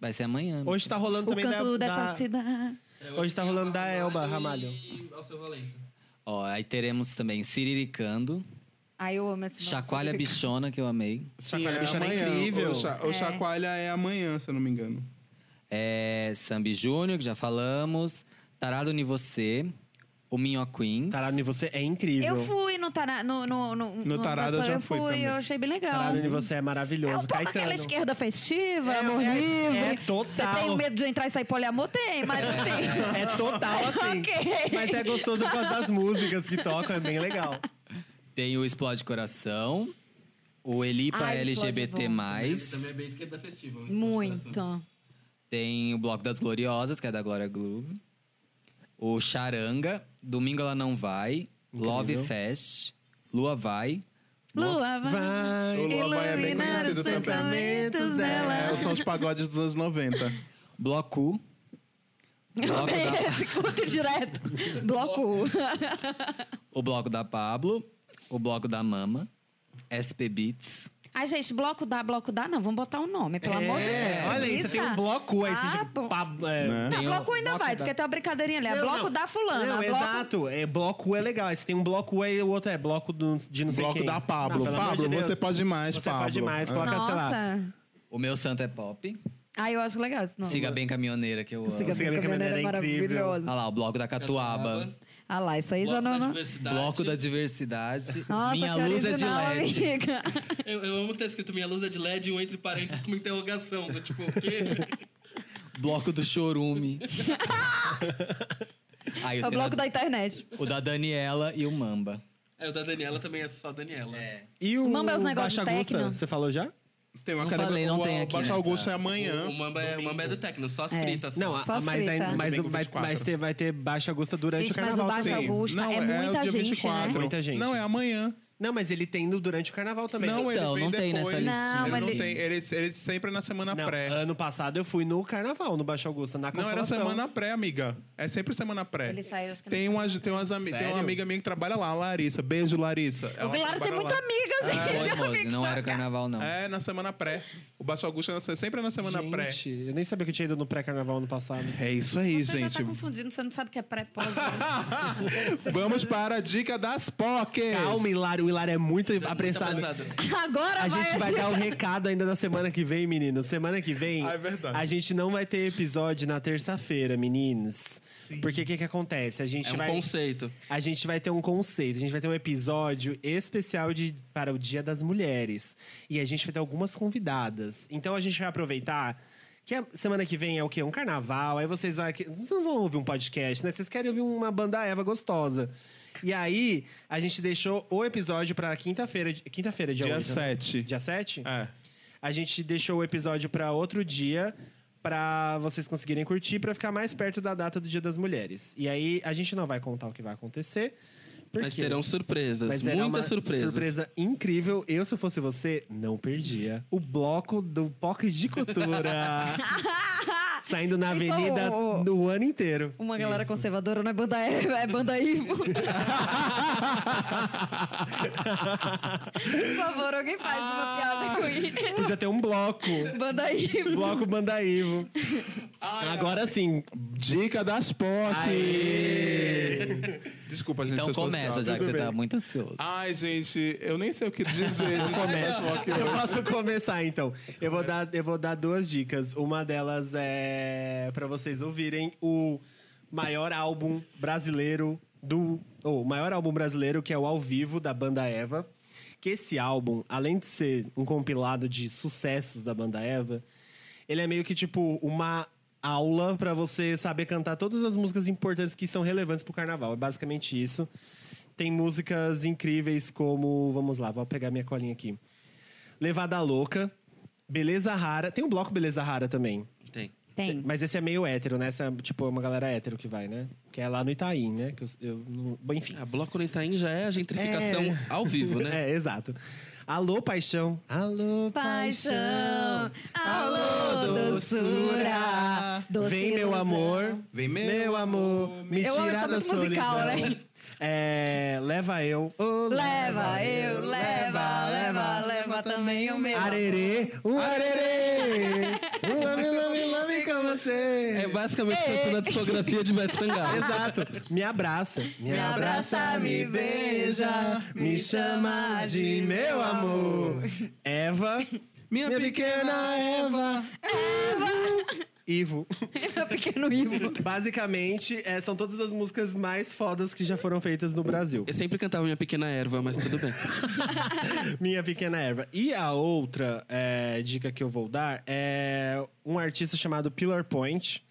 Speaker 4: Vai ser amanhã.
Speaker 2: Hoje tá rolando
Speaker 5: O
Speaker 2: também
Speaker 5: canto
Speaker 2: da,
Speaker 5: dessa
Speaker 2: da-
Speaker 5: cidade.
Speaker 2: Hoje tá rolando da Elba Ramalho.
Speaker 1: E ao seu Valença.
Speaker 2: tá-
Speaker 4: Ó, aí teremos também Siriricando,
Speaker 5: Ai, eu amo essa.
Speaker 4: Chacoalha Bichona, que eu amei.
Speaker 3: Chacoalha
Speaker 2: a bicha era
Speaker 3: é amanhã.
Speaker 2: incrível.
Speaker 3: O, cha- o Chacoalha é amanhã, se eu não me engano.
Speaker 4: É, Sambi Júnior, que já falamos. Tarado Ni Você. O Minho Queens.
Speaker 2: Tarado em você é incrível.
Speaker 5: Eu fui no Tarada. No, no, no, no
Speaker 3: Tarada eu já
Speaker 5: eu
Speaker 3: fui também.
Speaker 5: eu achei bem legal.
Speaker 2: Tarado em você é
Speaker 5: É o
Speaker 2: maravilhoso.
Speaker 5: povo
Speaker 2: Caetano.
Speaker 5: daquela esquerda festiva,
Speaker 2: É,
Speaker 5: amor
Speaker 2: é-
Speaker 5: livre.
Speaker 2: é total.
Speaker 5: Você tem o medo de entrar e sair poliamor? Tem, mas assim.
Speaker 2: É total assim.
Speaker 5: Ok.
Speaker 2: Mas é gostoso por causa das músicas que tocam, é bem legal.
Speaker 4: Tem o Explode Coração. O Elipa
Speaker 5: Ai, Explode é
Speaker 4: LGBT+.
Speaker 1: Ele também é bem esquerda festiva. um esporte de coração.
Speaker 5: Muito.
Speaker 4: Tem o Bloco das Gloriosas, que é da Glória Groove. O Charanga, Domingo Ela Não Vai. Love Fest, Lua Vai.
Speaker 5: Lua, vai.
Speaker 3: O
Speaker 2: Vai.
Speaker 3: Lua Vai é bem
Speaker 5: Iluminar
Speaker 3: conhecido
Speaker 5: os seus
Speaker 3: também.
Speaker 5: pensamentos dela.
Speaker 3: É, são os pagodes dos anos 90.
Speaker 4: Bloco. Bloco da,
Speaker 5: Esse culto direto. Bloco.
Speaker 4: o Bloco da Pablo. O Bloco da Mama. SP Beats.
Speaker 5: Ai, gente, bloco dá, bloco dá, não. Vamos botar o nome, pelo amor de Deus.
Speaker 2: É, olha aí, você tem um bloco aí, você
Speaker 5: Ah,
Speaker 2: já-
Speaker 5: bom.
Speaker 2: pa- é.
Speaker 3: Né?
Speaker 5: Não,
Speaker 4: Tem o-
Speaker 5: bloco ainda
Speaker 2: bloco
Speaker 5: vai,
Speaker 2: dá.
Speaker 5: porque tem uma brincadeirinha ali. É
Speaker 2: Não,
Speaker 5: bloco
Speaker 2: não.
Speaker 5: da fulana.
Speaker 2: Não,
Speaker 5: bloco...
Speaker 2: exato. É, bloco é legal. Aí Você tem um bloco aí, o outro é bloco do- de não sei
Speaker 3: Bloco
Speaker 2: quem.
Speaker 3: da Pablo.
Speaker 2: Ah, pelo amor de
Speaker 3: Pablo,
Speaker 2: Deus.
Speaker 3: você pode demais,
Speaker 2: Você
Speaker 3: Pablo.
Speaker 2: pode demais,
Speaker 3: É.
Speaker 2: coloca, sei lá.
Speaker 5: Nossa.
Speaker 4: O Meu Santo é Pop.
Speaker 5: Ai, eu acho legal esse nome.
Speaker 4: Siga Bem Caminhoneira, que eu amo.
Speaker 2: Siga Bem Caminhoneira é incrível.
Speaker 4: Olha lá, o Bloco da Catuaba.
Speaker 5: Ah lá, isso aí já
Speaker 1: Bloco
Speaker 5: não...
Speaker 1: da
Speaker 5: não-
Speaker 1: diversidade.
Speaker 4: Bloco da Diversidade.
Speaker 5: Nossa,
Speaker 4: Minha
Speaker 5: que
Speaker 4: Luz é de
Speaker 5: original,
Speaker 4: LED.
Speaker 5: amiga.
Speaker 1: Eu, eu amo ter escrito minha luz é de LED e um entre parênteses com uma interrogação. Do tipo, o quê?
Speaker 4: Bloco do Chorume. Aí,
Speaker 5: É o
Speaker 4: tenho
Speaker 5: bloco
Speaker 4: a-
Speaker 5: da internet.
Speaker 4: O da Daniela e o Mamba.
Speaker 1: É, o da Daniela também é só Daniela.
Speaker 4: É.
Speaker 2: E o
Speaker 5: Mamba é os negócios
Speaker 2: Baixa
Speaker 5: de
Speaker 2: Augusta,
Speaker 5: técnico.
Speaker 2: você falou já?
Speaker 3: Tem uma
Speaker 4: Não
Speaker 3: academia-
Speaker 4: falei, não
Speaker 3: o-
Speaker 4: tem
Speaker 3: o
Speaker 4: aqui
Speaker 3: Baixa
Speaker 4: nessa.
Speaker 3: Augusto é
Speaker 1: O,
Speaker 3: amanhã.
Speaker 1: o Mamba é, o Mamba é do Tecno, só as
Speaker 5: É.
Speaker 1: fritas. assim.
Speaker 2: Não, a-
Speaker 5: Só
Speaker 2: a-
Speaker 5: as
Speaker 2: mas,
Speaker 5: fritas.
Speaker 2: aí- mas,
Speaker 3: Domingo
Speaker 2: vai,
Speaker 3: 24.
Speaker 2: mas ter, vai ter Baixa Augusta durante
Speaker 5: Gente,
Speaker 2: o
Speaker 5: mas o
Speaker 2: carnaval.
Speaker 5: Baixa
Speaker 2: sim.
Speaker 5: Augusta
Speaker 3: Não,
Speaker 5: é muita
Speaker 3: o dia
Speaker 5: gente, né?
Speaker 2: Muita gente.
Speaker 3: Não, é amanhã.
Speaker 2: Não, mas ele tem no- durante o carnaval também.
Speaker 3: Não, ele
Speaker 4: Então,
Speaker 3: vem
Speaker 4: não tem
Speaker 3: depois.
Speaker 4: nessa
Speaker 5: Não,
Speaker 3: ele
Speaker 5: listinha.
Speaker 3: não
Speaker 5: ele-
Speaker 3: tem. Ele, ele sempre é na semana
Speaker 2: Não,
Speaker 3: pré.
Speaker 2: ano passado eu fui no carnaval, no Baixa Augusta, na
Speaker 3: Não, era
Speaker 2: Consolação.
Speaker 3: semana pré, amiga. É sempre semana pré.
Speaker 5: Ele saiu, acho que...
Speaker 3: Tem, umas, tem, umas, ami- tem
Speaker 2: Sério?
Speaker 3: uma amiga minha que trabalha lá, a Larissa. Beijo, Larissa.
Speaker 2: É
Speaker 5: O
Speaker 3: Ela
Speaker 5: Bilar tem
Speaker 3: trabalha
Speaker 5: muita
Speaker 3: lá.
Speaker 5: amiga, gente.
Speaker 4: Foi, moço, não era carnaval, não.
Speaker 3: É, na semana pré. O Baixo Augusto é na- sempre é na semana pré.
Speaker 2: Gente, eu nem sabia que eu tinha ido no pré-carnaval ano passado.
Speaker 3: É isso aí,
Speaker 5: Você já
Speaker 3: gente.
Speaker 5: tá confundindo, você não sabe o que é pré-pós.
Speaker 3: Vamos para a dica das pockets.
Speaker 2: Calma, Hilário. O Hilário é muito
Speaker 1: Muito
Speaker 2: apressado.
Speaker 1: apressado.
Speaker 5: Agora
Speaker 2: A
Speaker 5: vai...
Speaker 2: gente vai
Speaker 5: assim.
Speaker 2: dar o recado ainda da semana que vem, meninos. Semana que vem,
Speaker 3: Ah, é verdade.
Speaker 2: a gente não vai ter episódio na terça-feira, meninos. Porque o que, que acontece? A gente,
Speaker 1: É um
Speaker 2: vai,
Speaker 1: conceito.
Speaker 2: a gente vai ter um conceito, a gente vai ter um episódio especial de, para o Dia das Mulheres. E a gente vai ter algumas convidadas. Então a gente vai aproveitar. Que a semana que vem é o quê? Um carnaval. Aí vocês vão. aqui- Vocês não vão ouvir um podcast, né? Vocês querem ouvir uma banda Eva gostosa. E aí, a gente deixou o episódio para quinta-feira. de- Quinta-feira, dia,
Speaker 3: Dia
Speaker 2: oito, né?
Speaker 3: 7.
Speaker 2: Dia 7?
Speaker 3: É.
Speaker 2: A gente deixou o episódio pra outro dia pra vocês conseguirem curtir pra ficar mais perto da data do Dia das Mulheres. E aí a gente não vai contar o que vai acontecer. Porque...
Speaker 1: Mas terão surpresas.
Speaker 2: Mas era uma
Speaker 1: muitas surpresas.
Speaker 2: Surpresa incrível. Eu, se fosse você, não perdia. O bloco do Poc de Cultura. Saindo na
Speaker 5: Isso,
Speaker 2: avenida
Speaker 5: o-
Speaker 2: no ano inteiro.
Speaker 5: Uma galera conservadora não é banda Eva, é banda Ivo. Por favor, alguém faz uma piada
Speaker 2: Ah.
Speaker 5: com isso.
Speaker 2: Podia ter um bloco.
Speaker 5: Banda Ivo.
Speaker 2: bloco Bandaivo. Agora sim.
Speaker 3: Dica das pockets. Desculpa, gente.
Speaker 4: Então
Speaker 2: é
Speaker 3: eu sou
Speaker 4: começa,
Speaker 3: ansioso.
Speaker 4: já que você
Speaker 3: Tudo
Speaker 4: tá
Speaker 3: bem.
Speaker 4: muito ansioso.
Speaker 2: Ah,
Speaker 3: Ai, gente, eu nem sei o que dizer. de
Speaker 2: Começa.
Speaker 3: dica das pockets.
Speaker 2: Eu posso começar então. Eu vou dar, eu vou dar duas dicas. Uma delas é para vocês ouvirem o maior álbum brasileiro do, ou o maior álbum brasileiro que é o ao vivo da banda Eva. Que esse álbum, além de ser um compilado de sucessos da banda Eva, ele é meio que tipo uma aula pra você saber cantar todas as músicas importantes que são relevantes pro carnaval. É basicamente isso. Tem músicas incríveis como, vamos lá, vou pegar minha colinha aqui. Levada Louca, Beleza Rara. Tem um bloco Beleza Rara também.
Speaker 1: Tem.
Speaker 12: Tem.
Speaker 2: Mas esse é meio hétero, né? Essa, tipo, é uma galera hétero que vai, né? Que é lá no Itaim, né? Que eu, eu não- Bom, enfim.
Speaker 1: A Bloco no Itaim já é a gentrificação
Speaker 2: É.
Speaker 1: ao vivo, né?
Speaker 2: É, exato. Alô, paixão. Alô,
Speaker 12: Paixão.
Speaker 2: paixão.
Speaker 12: Alô,
Speaker 2: doçura.
Speaker 12: doce
Speaker 2: Vem, meu
Speaker 12: ilusão.
Speaker 2: amor.
Speaker 3: Vem meu,
Speaker 2: Meu amor. Me
Speaker 12: Eu amo,
Speaker 2: tirar
Speaker 12: tá
Speaker 2: da
Speaker 12: muito musical,
Speaker 2: solidão.
Speaker 12: né?
Speaker 2: É, leva eu. Ô,
Speaker 12: Leva eu, leva, leva, leva também o meu.
Speaker 2: Arerê, um arerê. Um lame, lame, lame com
Speaker 1: É
Speaker 2: você.
Speaker 1: basicamente cantando a discografia de Beto
Speaker 12: É,
Speaker 1: Sangalo.
Speaker 2: Exato. Me abraça. Me
Speaker 12: abraça, me beija, me chama de meu amor.
Speaker 2: Eva, minha, pequena Eva. Ivo.
Speaker 12: Pequeno Ivo.
Speaker 2: Basicamente, é, são todas as músicas mais fodas que já foram feitas no Brasil.
Speaker 1: Eu sempre cantava Minha Pequena Erva, mas tudo bem.
Speaker 2: Minha Pequena Erva. E a outra é, dica que eu vou dar é um artista chamado Pillar Point,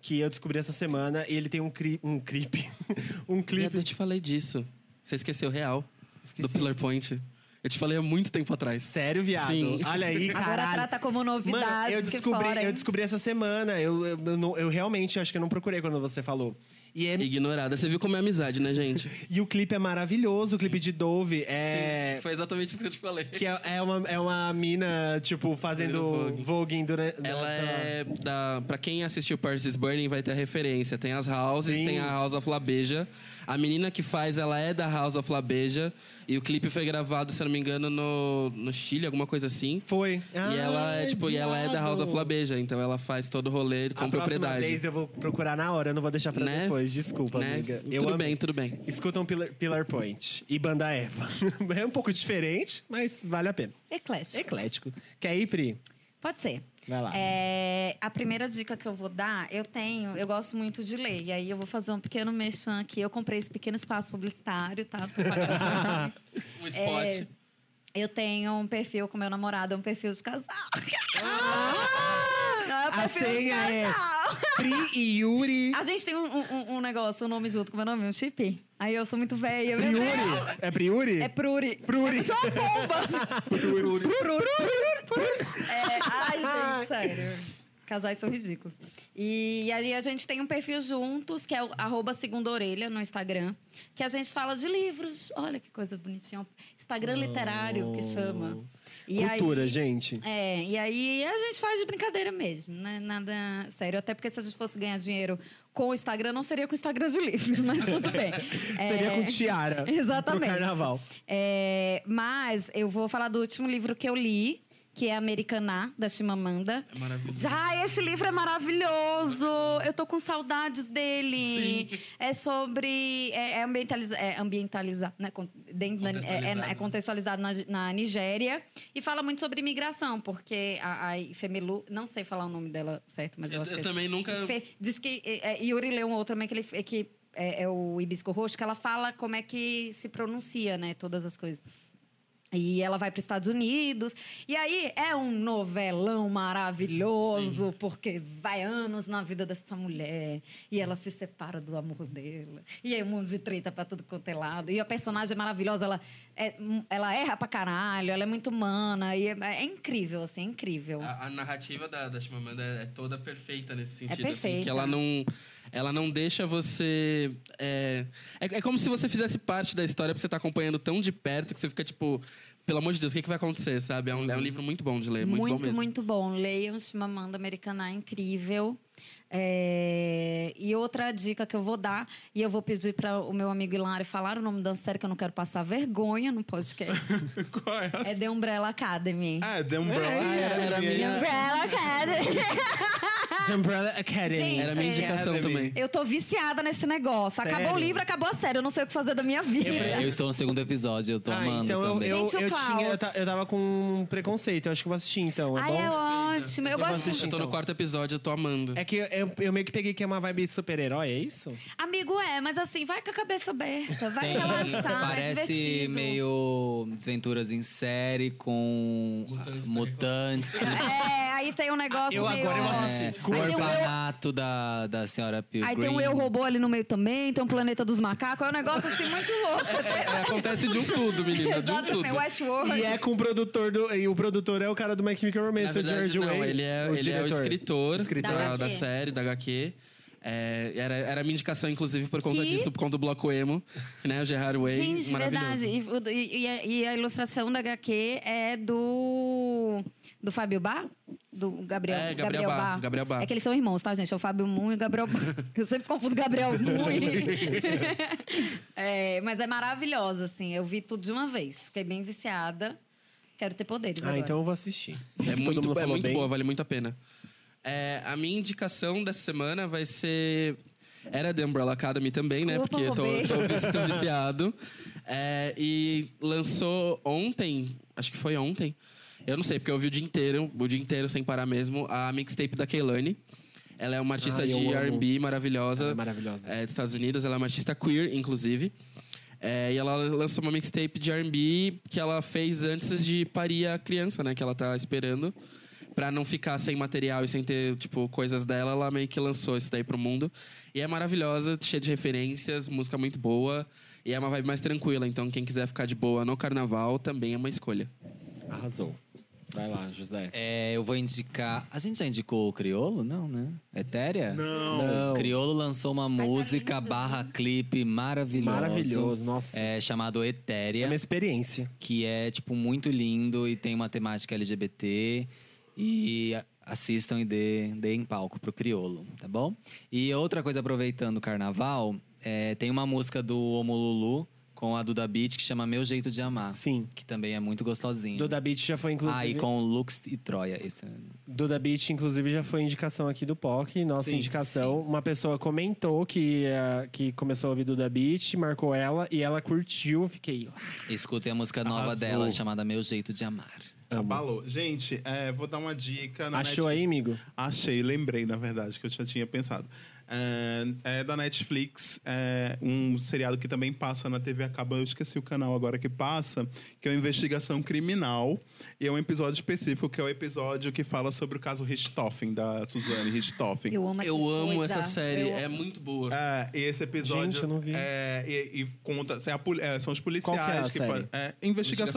Speaker 2: que eu descobri essa semana. E ele tem um, cri um clipe. um
Speaker 1: Viado, Eu
Speaker 2: clipe.
Speaker 1: te falei disso. Você esqueceu real
Speaker 2: Esqueci.
Speaker 1: do Pillar Point. Eu te falei há muito tempo atrás.
Speaker 2: Sério, viado?
Speaker 1: Sim.
Speaker 2: Olha aí,
Speaker 12: Agora
Speaker 2: caralho.
Speaker 12: trata como novidade.
Speaker 2: Mano, eu
Speaker 12: que
Speaker 2: descobri,
Speaker 12: fora, hein?
Speaker 2: eu descobri essa semana. Eu, eu, eu não- eu realmente acho que eu não procurei quando você falou. E, é-
Speaker 1: Ignorada. Você viu como é amizade, né, gente?
Speaker 2: e o clipe é maravilhoso, o clipe de Dove. É.
Speaker 1: Foi exatamente isso que eu te falei.
Speaker 2: Que é, é uma, é uma mina, tipo, fazendo
Speaker 1: Fazendo
Speaker 2: voguing durante. né,
Speaker 1: Ela
Speaker 2: durante-
Speaker 1: é da. Pra quem assistiu Paris is Burning vai ter a referência. Tem as houses,
Speaker 2: Sim.
Speaker 1: tem a House of Labeja. A menina que faz, ela é da House of Labeja. E o clipe foi gravado, se eu não me engano, no, no Chile, alguma coisa assim.
Speaker 2: Foi.
Speaker 1: e ela é, tipo, e ela é da House of Labeja, então ela faz todo o rolê
Speaker 2: A
Speaker 1: com
Speaker 2: próxima
Speaker 1: propriedade.
Speaker 2: vez eu vou procurar na hora, eu não vou deixar pra
Speaker 1: Né?
Speaker 2: depois. Desculpa,
Speaker 1: Né?
Speaker 2: amiga.
Speaker 1: Tudo
Speaker 2: eu amei.
Speaker 1: bem, tudo bem.
Speaker 2: Escutam Pillar, Pillar Point e Banda Eva. é um pouco diferente, mas vale a pena.
Speaker 5: Eclético.
Speaker 2: Eclético. Quer ir, Pri?
Speaker 5: Pode ser.
Speaker 2: Vai lá.
Speaker 5: É, a primeira dica que eu vou dar, eu tenho, eu gosto muito de ler. E aí eu vou fazer um pequeno mexão aqui. Eu comprei esse pequeno espaço publicitário, tá? Tô pagando.
Speaker 1: Um spot.
Speaker 5: É, eu tenho um perfil com meu namorado, é um perfil de casal. Não, é um
Speaker 2: a
Speaker 5: perfil de
Speaker 2: senha Ah! é
Speaker 5: casal.
Speaker 2: Pri e Yuri.
Speaker 5: A gente tem um, um- um negócio, um nome junto, como é o nome? Um chip? Aí eu sou muito velha. meu
Speaker 2: Priuri.
Speaker 5: Deus.
Speaker 2: É Priuri?
Speaker 5: É Pruri.
Speaker 2: Pruri.
Speaker 5: É só uma bomba. Pruri. Pruri. Pruri. É, ai, gente, sério. Casais são ridículos. E aí a gente tem um perfil juntos, que é o arroba segunda orelha no Instagram, que a gente fala de livros. Olha que coisa bonitinha. Instagram literário que chama. E
Speaker 2: Cultura,
Speaker 5: aí,
Speaker 2: gente.
Speaker 5: é, e aí a gente faz de brincadeira mesmo, né? Nada sério. Até porque se a gente fosse ganhar dinheiro com o Instagram, não seria com o Instagram de livros, mas tudo bem.
Speaker 2: Seria
Speaker 5: É,
Speaker 2: com tiara.
Speaker 5: Exatamente.
Speaker 2: Pro carnaval.
Speaker 5: É, mas eu vou falar do último livro que eu li, que é Americaná, da Chimamanda.
Speaker 1: É maravilhoso.
Speaker 5: Já, esse livro é maravilhoso! Eu tô com saudades dele. É sobre. É, é ambientaliza, é ambientalizar, né? Con- dentro da- é-
Speaker 1: Contextualizado.
Speaker 5: é, é contextualizado na, na Nigéria. E fala muito sobre imigração, porque a, a Ifemelu, não sei falar o nome dela certo, mas eu,
Speaker 1: Eu,
Speaker 5: acho
Speaker 1: eu
Speaker 5: que é
Speaker 1: também nunca.
Speaker 5: Fe- diz que é, é, Yuri leu um outro também que, ele, é que é, é o hibisco roxo, que ela fala como é que se pronuncia, né? Todas as coisas. E ela vai para os Estados Unidos. E aí é um novelão maravilhoso, porque vai anos na vida dessa mulher. E ela se separa do amor dela. E é um mundo de treta pra tudo quanto é lado. E a personagem é maravilhosa. Ela, é- ela erra pra caralho, ela é muito humana. E é, é incrível, assim, é incrível.
Speaker 1: A, a narrativa da, da Chimamanda é toda perfeita nesse sentido. assim,
Speaker 5: É perfeita.
Speaker 1: que ela não, ela não deixa você. É, é, é como se você fizesse parte da história, porque você tá acompanhando tão de perto que você fica tipo, pelo amor de Deus, o que, que vai acontecer, sabe? É um, é um livro muito bom de ler, muito, bom
Speaker 5: muito,
Speaker 1: mesmo.
Speaker 5: muito bom. Leiam Chimamanda Americaná, é incrível. É, E outra dica que eu vou dar, e eu vou pedir para o meu amigo Hilário falar o nome da série, que eu não quero passar vergonha no podcast.
Speaker 3: Qual é?
Speaker 5: é The Umbrella Academy.
Speaker 3: Ah, The
Speaker 2: É
Speaker 3: Umbrella.
Speaker 1: era- era a
Speaker 3: Academy.
Speaker 5: The
Speaker 1: minha-
Speaker 5: Umbrella Academy.
Speaker 2: The Umbrella Academy.
Speaker 5: Ah. Gente,
Speaker 1: Era a minha indicação
Speaker 3: Academy.
Speaker 1: também.
Speaker 5: Eu tô viciada nesse negócio. Acabou
Speaker 2: Sério?
Speaker 5: o livro, acabou a série. Eu não sei o que fazer da minha vida.
Speaker 4: Eu estou no segundo episódio, eu tô
Speaker 2: é Ah,
Speaker 4: amando
Speaker 2: então eu,
Speaker 4: também.
Speaker 2: eu,
Speaker 5: Gente, o
Speaker 2: eu tinha. Eu,
Speaker 5: Klaus.
Speaker 2: ta- eu tava com um preconceito. Eu acho que eu vou assistir, então. É
Speaker 5: Ai,
Speaker 2: bom?
Speaker 5: é ótimo. Eu
Speaker 2: vou
Speaker 5: gosto.
Speaker 2: assistir.
Speaker 1: Eu tô no
Speaker 2: então.
Speaker 1: quarto episódio, eu tô amando.
Speaker 2: É que eu, eu meio que peguei que é uma vibe super-herói, é isso?
Speaker 5: Amigo, é, mas assim, vai com a cabeça aberta. Vai
Speaker 4: Tem-
Speaker 5: relaxar, é
Speaker 4: parece
Speaker 5: divertido.
Speaker 4: meio Desventuras em série com
Speaker 1: Mutantes
Speaker 4: mutantes. né?
Speaker 5: É, aí tem um negócio meio...
Speaker 2: agora eu
Speaker 4: É,
Speaker 2: assisti.
Speaker 4: O
Speaker 5: Aí tem um
Speaker 4: orfanato da, da senhora Pilgrim.
Speaker 5: Aí tem um eu robô ali no meio também, tem um planeta dos macacos, é um negócio assim muito louco.
Speaker 1: É, acontece de um tudo, menina. De um tudo.
Speaker 5: Exatamente, Westworld.
Speaker 2: E é com o produtor do. E o produtor é o cara do My Chemical Romance,
Speaker 1: Na
Speaker 2: o
Speaker 1: verdade,
Speaker 2: George
Speaker 1: não,
Speaker 2: Way.
Speaker 1: ele é o, ele é o
Speaker 2: diretor.
Speaker 1: escritor,
Speaker 2: Escritor.
Speaker 1: Da,
Speaker 5: Da
Speaker 1: da
Speaker 5: HQ.
Speaker 1: série, da HQ. É, era, era a minha indicação, inclusive, por conta
Speaker 5: Que-
Speaker 1: disso, por conta do Bloco Emo, né? O Gerard Way,
Speaker 5: Gente,
Speaker 1: maravilhoso.
Speaker 5: verdade. E, o- e- e a, e a ilustração da HQ é do. Do Fábio Bar? Do Gabriel,
Speaker 1: É, Gabriel Bá,
Speaker 5: Bá.
Speaker 1: Gabriel Bá.
Speaker 5: É que eles são irmãos, tá, gente? É o Fábio Moon e o Gabriel Bá. Eu sempre confundo Gabriel Moon e- É, mas é maravilhosa, assim. Eu vi tudo de uma vez. Fiquei bem viciada. Quero ter poderes
Speaker 2: Ah,
Speaker 5: agora.
Speaker 2: então eu vou assistir.
Speaker 1: É
Speaker 2: Todo mundo
Speaker 1: muito, é
Speaker 2: falou
Speaker 1: muito
Speaker 2: bem.
Speaker 1: boa, vale muito a pena. É, a minha indicação dessa semana vai ser. Era The Umbrella Academy também,
Speaker 5: Desculpa,
Speaker 1: né? Porque
Speaker 5: roubei.
Speaker 1: eu tô, tô vici- tô viciado. É, e lançou ontem, acho que foi ontem. Eu não sei, porque eu vi o dia inteiro, o dia inteiro sem parar mesmo, a mixtape da Keilani. Ela é uma artista
Speaker 2: Ai, Ah, eu
Speaker 1: de
Speaker 2: amo.
Speaker 1: RB maravilhosa.
Speaker 2: Ela é maravilhosa.
Speaker 1: é, dos Estados Unidos, ela é uma artista queer, inclusive. É, e ela lançou uma mixtape de R&B que ela fez antes de parir a criança, né? Que ela tá esperando. Pra não ficar sem material e sem ter, tipo, coisas dela, ela meio que lançou isso daí pro mundo. E é maravilhosa, cheia de referências, música muito boa. E é uma vibe mais tranquila. Então, quem quiser ficar de boa no carnaval, também é uma escolha.
Speaker 2: Arrasou. Vai lá, José.
Speaker 4: É, eu vou indicar. A gente já indicou o Criolo? Não, né? Etéria?
Speaker 3: Não.
Speaker 4: O Criolo lançou uma
Speaker 5: tá
Speaker 4: música barra clipe maravilhoso.
Speaker 2: Maravilhoso, nossa.
Speaker 4: É chamado
Speaker 2: É
Speaker 4: Etéria,
Speaker 2: uma experiência.
Speaker 4: que é, tipo, muito lindo e tem uma temática LGBT. E a- assistam e dê- deem palco pro Criolo, tá bom? E outra coisa, aproveitando o carnaval, é, tem uma música do Omolulu com a Duda Beat que chama Meu Jeito de
Speaker 1: Ah.
Speaker 4: Amar.
Speaker 2: Sim.
Speaker 4: Que também é muito gostosinho.
Speaker 2: Duda Beat já foi, inclusive.
Speaker 4: Ah, e com Lux e Troia. Esse...
Speaker 2: Duda Beat, inclusive, já foi indicação aqui do POC, nossa
Speaker 4: Sim,
Speaker 2: indicação. Uma pessoa comentou que, eh, que começou a ouvir Duda Beat, marcou ela e ela curtiu. Fiquei.
Speaker 4: Escutem a música nova
Speaker 3: Arrasou.
Speaker 4: dela, chamada Meu Jeito de Amar.
Speaker 3: Abalou. Gente, é, vou dar uma dica. Na
Speaker 2: "Ah, Achou
Speaker 3: Net-
Speaker 2: aí, amigo?
Speaker 3: Achei, lembrei, na verdade, que eu já tinha pensado. É, é da Netflix, é um seriado que também passa na TV Acaba, eu esqueci o canal agora que passa, que é uma investigação criminal. E é um episódio específico, que é o episódio que fala sobre o caso Richthofen, da Suzane Richthofen.
Speaker 5: Eu amo essas
Speaker 1: Eu amo
Speaker 5: coisa.
Speaker 1: essa série,
Speaker 5: Eu-
Speaker 1: é muito boa.
Speaker 3: É, e esse episódio.
Speaker 2: Gente, eu não vi.
Speaker 3: É, e, e conta. é a poli- é, são os policiais
Speaker 2: Qual que é a
Speaker 3: que
Speaker 2: série?
Speaker 3: pa- é, investigação,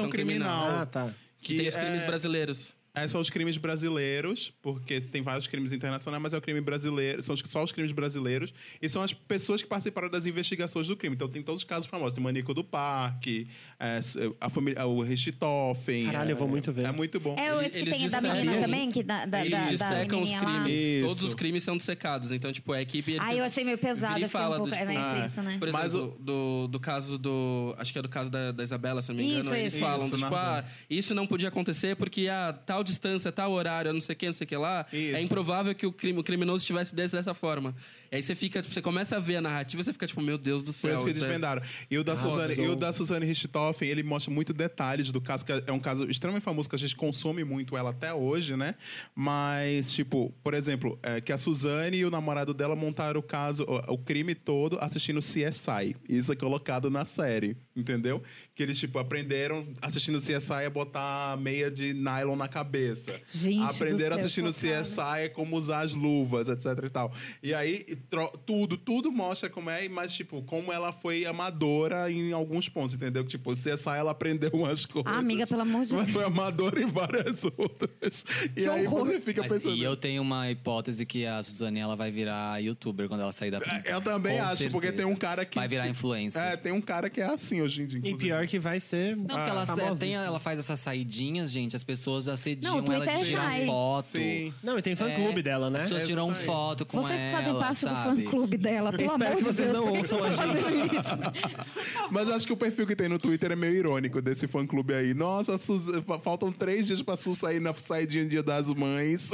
Speaker 1: Investigação
Speaker 3: criminal.
Speaker 1: criminal.
Speaker 2: Ah, tá.
Speaker 1: Que tem os crimes
Speaker 3: é-
Speaker 1: brasileiros.
Speaker 3: é, são os crimes brasileiros, porque tem vários crimes internacionais, mas é o crime brasileiro, são os- só os crimes brasileiros, e são as pessoas que participaram das investigações do crime. Então tem todos os casos famosos, tem Manico do Parque, é, a família, o Richthofen.
Speaker 2: Caralho,
Speaker 3: é,
Speaker 2: eu vou muito ver.
Speaker 3: É muito bom.
Speaker 13: É o
Speaker 1: Ele-
Speaker 13: esse que
Speaker 1: eles
Speaker 13: tem da
Speaker 1: dissecam
Speaker 13: menina
Speaker 1: os-
Speaker 13: também? Que da, da,
Speaker 1: Eles
Speaker 13: da, da
Speaker 1: dissecam os
Speaker 13: menininha lá?
Speaker 1: crimes.
Speaker 3: Isso.
Speaker 1: Todos os crimes são dissecados. Então, tipo, a equipe.
Speaker 13: Ai, eu achei meio pesado. Eu
Speaker 1: Vira e
Speaker 13: fiquei um
Speaker 1: fala
Speaker 13: pouco...
Speaker 1: do- tipo,
Speaker 13: É meio
Speaker 3: Ah,
Speaker 13: tenso, né?
Speaker 1: Por
Speaker 3: Mas
Speaker 1: exemplo, do, do caso do. Acho que é do caso da, da Isabela, se não me engano.
Speaker 13: Isso,
Speaker 1: eles
Speaker 13: isso.
Speaker 1: falam,
Speaker 3: Isso,
Speaker 1: do, tipo, ah,
Speaker 3: Nardo.
Speaker 1: isso não podia acontecer porque a tal distância, tal horário, não sei o que, não sei o que lá,
Speaker 3: Isso.
Speaker 1: é improvável que o, crime, o criminoso estivesse desse- dessa forma. E aí você fica, tipo, você começa a ver a narrativa e você fica, tipo, meu Deus do céu.
Speaker 3: Foi isso que eles
Speaker 1: isso é-
Speaker 3: vendaram. E o da Suzane, e o da Suzane Richthofen, ele mostra muito detalhes do caso, que é um caso extremamente famoso, que a gente consome muito ela até hoje, né? Mas, tipo, por exemplo, é, que a Suzane e o namorado dela montaram o caso, o, o crime todo, assistindo CSI. Isso é colocado na série, entendeu? Que eles, tipo, aprenderam assistindo CSI a botar meia de nylon na cabeça.
Speaker 13: Gente do
Speaker 3: aprenderam
Speaker 13: céu,
Speaker 3: assistindo
Speaker 13: chocada.
Speaker 3: CSI sai, é como usar as luvas, etc e tal. E aí, tro- tudo, tudo mostra como é, mas, tipo, como ela foi amadora em alguns pontos, entendeu? Que, Tipo, se essa ela aprendeu umas coisas.
Speaker 13: Ah, amiga, pelo amor de
Speaker 3: Mas
Speaker 13: Deus.
Speaker 3: foi amadora em várias outras. E aí você fica
Speaker 4: Mas-
Speaker 3: pensando. né?
Speaker 4: e eu tenho uma hipótese que a Suzane ela vai virar youtuber quando ela sair da prisão.
Speaker 3: É, Eu também
Speaker 4: Com
Speaker 3: acho,
Speaker 4: certeza.
Speaker 3: porque tem um cara que.
Speaker 4: Vai virar influencer.
Speaker 3: É, tem um cara que é assim hoje em dia.
Speaker 2: E
Speaker 3: inclusive.
Speaker 2: pior que vai ser.
Speaker 4: Não, porque
Speaker 2: ah,
Speaker 4: ela,
Speaker 2: famosíssimo.
Speaker 4: tem, ela faz essas saidinhas, gente, as pessoas assediam
Speaker 13: Não, o Twitter
Speaker 4: ela de
Speaker 13: é
Speaker 4: tirar
Speaker 13: high.
Speaker 4: foto.
Speaker 3: Sim.
Speaker 2: Não, e tem
Speaker 4: É,
Speaker 2: fã-clube dela, né?
Speaker 4: As pessoas tiram
Speaker 3: Exatamente.
Speaker 4: foto com
Speaker 5: Vocês que fazem
Speaker 4: ela,
Speaker 5: parte
Speaker 4: sabe?
Speaker 5: do fã-clube dela, pelo
Speaker 2: espero
Speaker 5: amor
Speaker 2: que
Speaker 5: de
Speaker 2: vocês
Speaker 5: Deus.
Speaker 2: não
Speaker 5: por que
Speaker 2: ouçam
Speaker 5: vocês
Speaker 2: a
Speaker 5: fazem isso?
Speaker 3: Mas acho que o perfil que tem no Twitter é meio irônico desse fã clube aí. Nossa, a Suzy- fa- faltam três dias pra Su sair na saidinha Dia das Mães.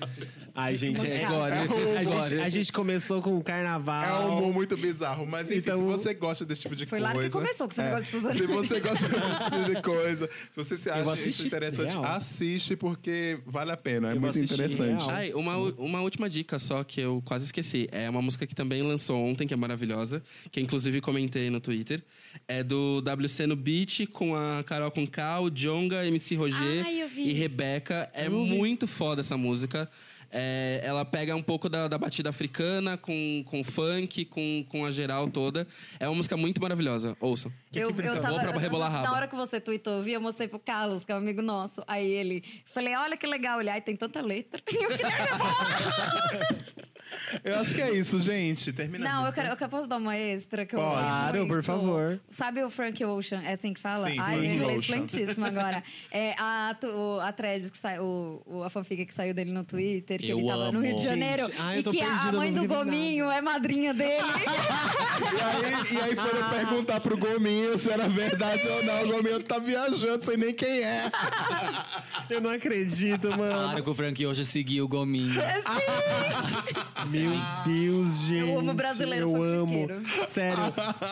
Speaker 2: Ai, gente, é,
Speaker 1: É glória.
Speaker 2: a, gente, a gente começou com o
Speaker 3: É um
Speaker 2: carnaval.
Speaker 3: humor muito bizarro, mas enfim,
Speaker 2: Então-
Speaker 3: se você gosta desse tipo de
Speaker 13: Foi lá
Speaker 3: coisa.
Speaker 13: que começou com esse negócio de Suzane.
Speaker 3: Se você gosta desse tipo de coisa, se você se
Speaker 2: vou
Speaker 3: acha isso
Speaker 2: assistir,
Speaker 3: interessante,
Speaker 2: real.
Speaker 3: assiste porque vale a pena. É
Speaker 2: Eu vou
Speaker 3: muito
Speaker 2: assistir,
Speaker 3: interessante.
Speaker 2: real.
Speaker 1: Ai, uma, u- uma última dica só que eu quase esqueci. É uma música que também lançou ontem, que é maravilhosa, que inclusive comentei no Twitter. É do WC no Beat com a Carol Conká, o Jonga, MC Roger
Speaker 13: Ai, eu vi.
Speaker 1: e Rebeca. É muito foda essa música. É, ela pega um pouco da, da batida africana com, com funk, com, com a geral toda. É uma música muito maravilhosa. Ouçam.
Speaker 5: eu, eu tava,
Speaker 1: Boa pra rebolar rabo.
Speaker 5: na hora que você tweetou, eu vi, eu mostrei pro Carlos, que é um amigo nosso. Aí ele, falei, olha que legal. Ele, ai, tem tanta letra. E eu queria
Speaker 3: Eu acho que é isso, gente. Termina.
Speaker 5: Não, eu quero, eu quero- posso dar uma extra que eu
Speaker 3: Pode.
Speaker 5: gosto
Speaker 2: Claro,
Speaker 5: muito?
Speaker 2: por favor.
Speaker 5: Sabe o Frank Ocean? É assim que fala?
Speaker 3: Sim,
Speaker 5: Ai,
Speaker 3: Frank
Speaker 5: meu inglês
Speaker 3: Ocean.
Speaker 5: fluentíssimo agora. É a, tu- o- a thread, que sai, o, o- a fanfic que saiu dele no Twitter, que
Speaker 4: Eu
Speaker 5: ele tava no
Speaker 4: amo.
Speaker 5: Rio de Janeiro.
Speaker 2: Gente, ai, eu
Speaker 5: e
Speaker 2: tô
Speaker 5: que a- a
Speaker 2: perdida,
Speaker 5: mãe
Speaker 2: não
Speaker 5: do
Speaker 2: lembro nada.
Speaker 5: Gominho é madrinha dele.
Speaker 3: E aí, e aí foram
Speaker 5: Ah.
Speaker 3: perguntar pro Gominho se era verdade ou não. O Gominho tá viajando, sei nem quem é.
Speaker 2: Eu não acredito, mano.
Speaker 4: Claro que o Frank hoje seguiu o Gominho.
Speaker 5: É
Speaker 2: Meu Deus, gente.
Speaker 5: amo brasileiro
Speaker 2: Eu amo.
Speaker 5: fanfiqueiro.
Speaker 2: Sério,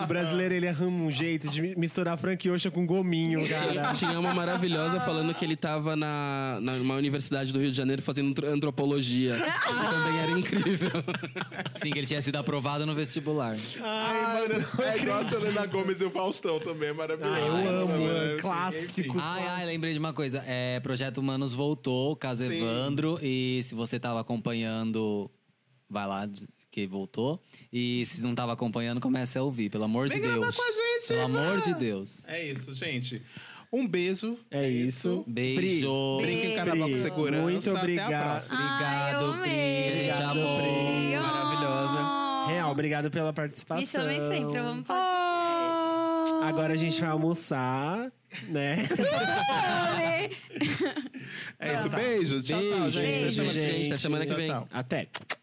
Speaker 2: o brasileiro ele arruma um jeito de misturar Frank Ocean com gominho,
Speaker 1: Tinha-
Speaker 2: cara.
Speaker 1: Tinha uma maravilhosa falando que ele tava na, na uma universidade do Rio de Janeiro fazendo antro- antropologia. Que também era incrível.
Speaker 4: Sim, que ele tinha sido aprovado no vestibular.
Speaker 2: Ai, mano, eu não
Speaker 3: É igual a
Speaker 2: acredito.
Speaker 3: Selena Gomes e o Faustão também, é maravilhoso.
Speaker 2: Ah, eu
Speaker 3: Essa
Speaker 2: amo,
Speaker 3: mulher,
Speaker 2: é um
Speaker 3: assim,
Speaker 2: clássico.
Speaker 3: enfim.
Speaker 4: Ai, ai, lembrei de uma coisa. É, Projeto Humanos voltou, caso
Speaker 3: Sim.
Speaker 4: Evandro. E se você tava acompanhando, vai lá d- que voltou. E se não tava acompanhando, comece a ouvir, pelo amor de
Speaker 3: Vem gravar
Speaker 4: Deus.
Speaker 3: com a gente,
Speaker 4: pelo
Speaker 3: Ivan!
Speaker 4: amor de Deus.
Speaker 3: É isso, gente. Um beijo.
Speaker 2: É isso.
Speaker 4: Beijo.
Speaker 3: Brinquem carnaval com
Speaker 2: Pri,
Speaker 3: segurança.
Speaker 2: muito
Speaker 3: Até
Speaker 2: obrigado.
Speaker 3: a próxima.
Speaker 5: Ai,
Speaker 4: Obrigado,
Speaker 5: eu
Speaker 4: Pri. A
Speaker 5: amei.
Speaker 4: gente amou.
Speaker 1: Maravilhosa.
Speaker 2: Real, obrigado pela participação.
Speaker 5: Me chamem sempre, vamos falar. Ah.
Speaker 2: Agora a gente vai almoçar, né?
Speaker 3: É isso, beijo. Tchau, tchau, gente.
Speaker 4: Beijo,
Speaker 3: Até semana
Speaker 1: gente. Até semana que
Speaker 3: Tchau,
Speaker 1: vem.
Speaker 3: tchau.
Speaker 2: Até.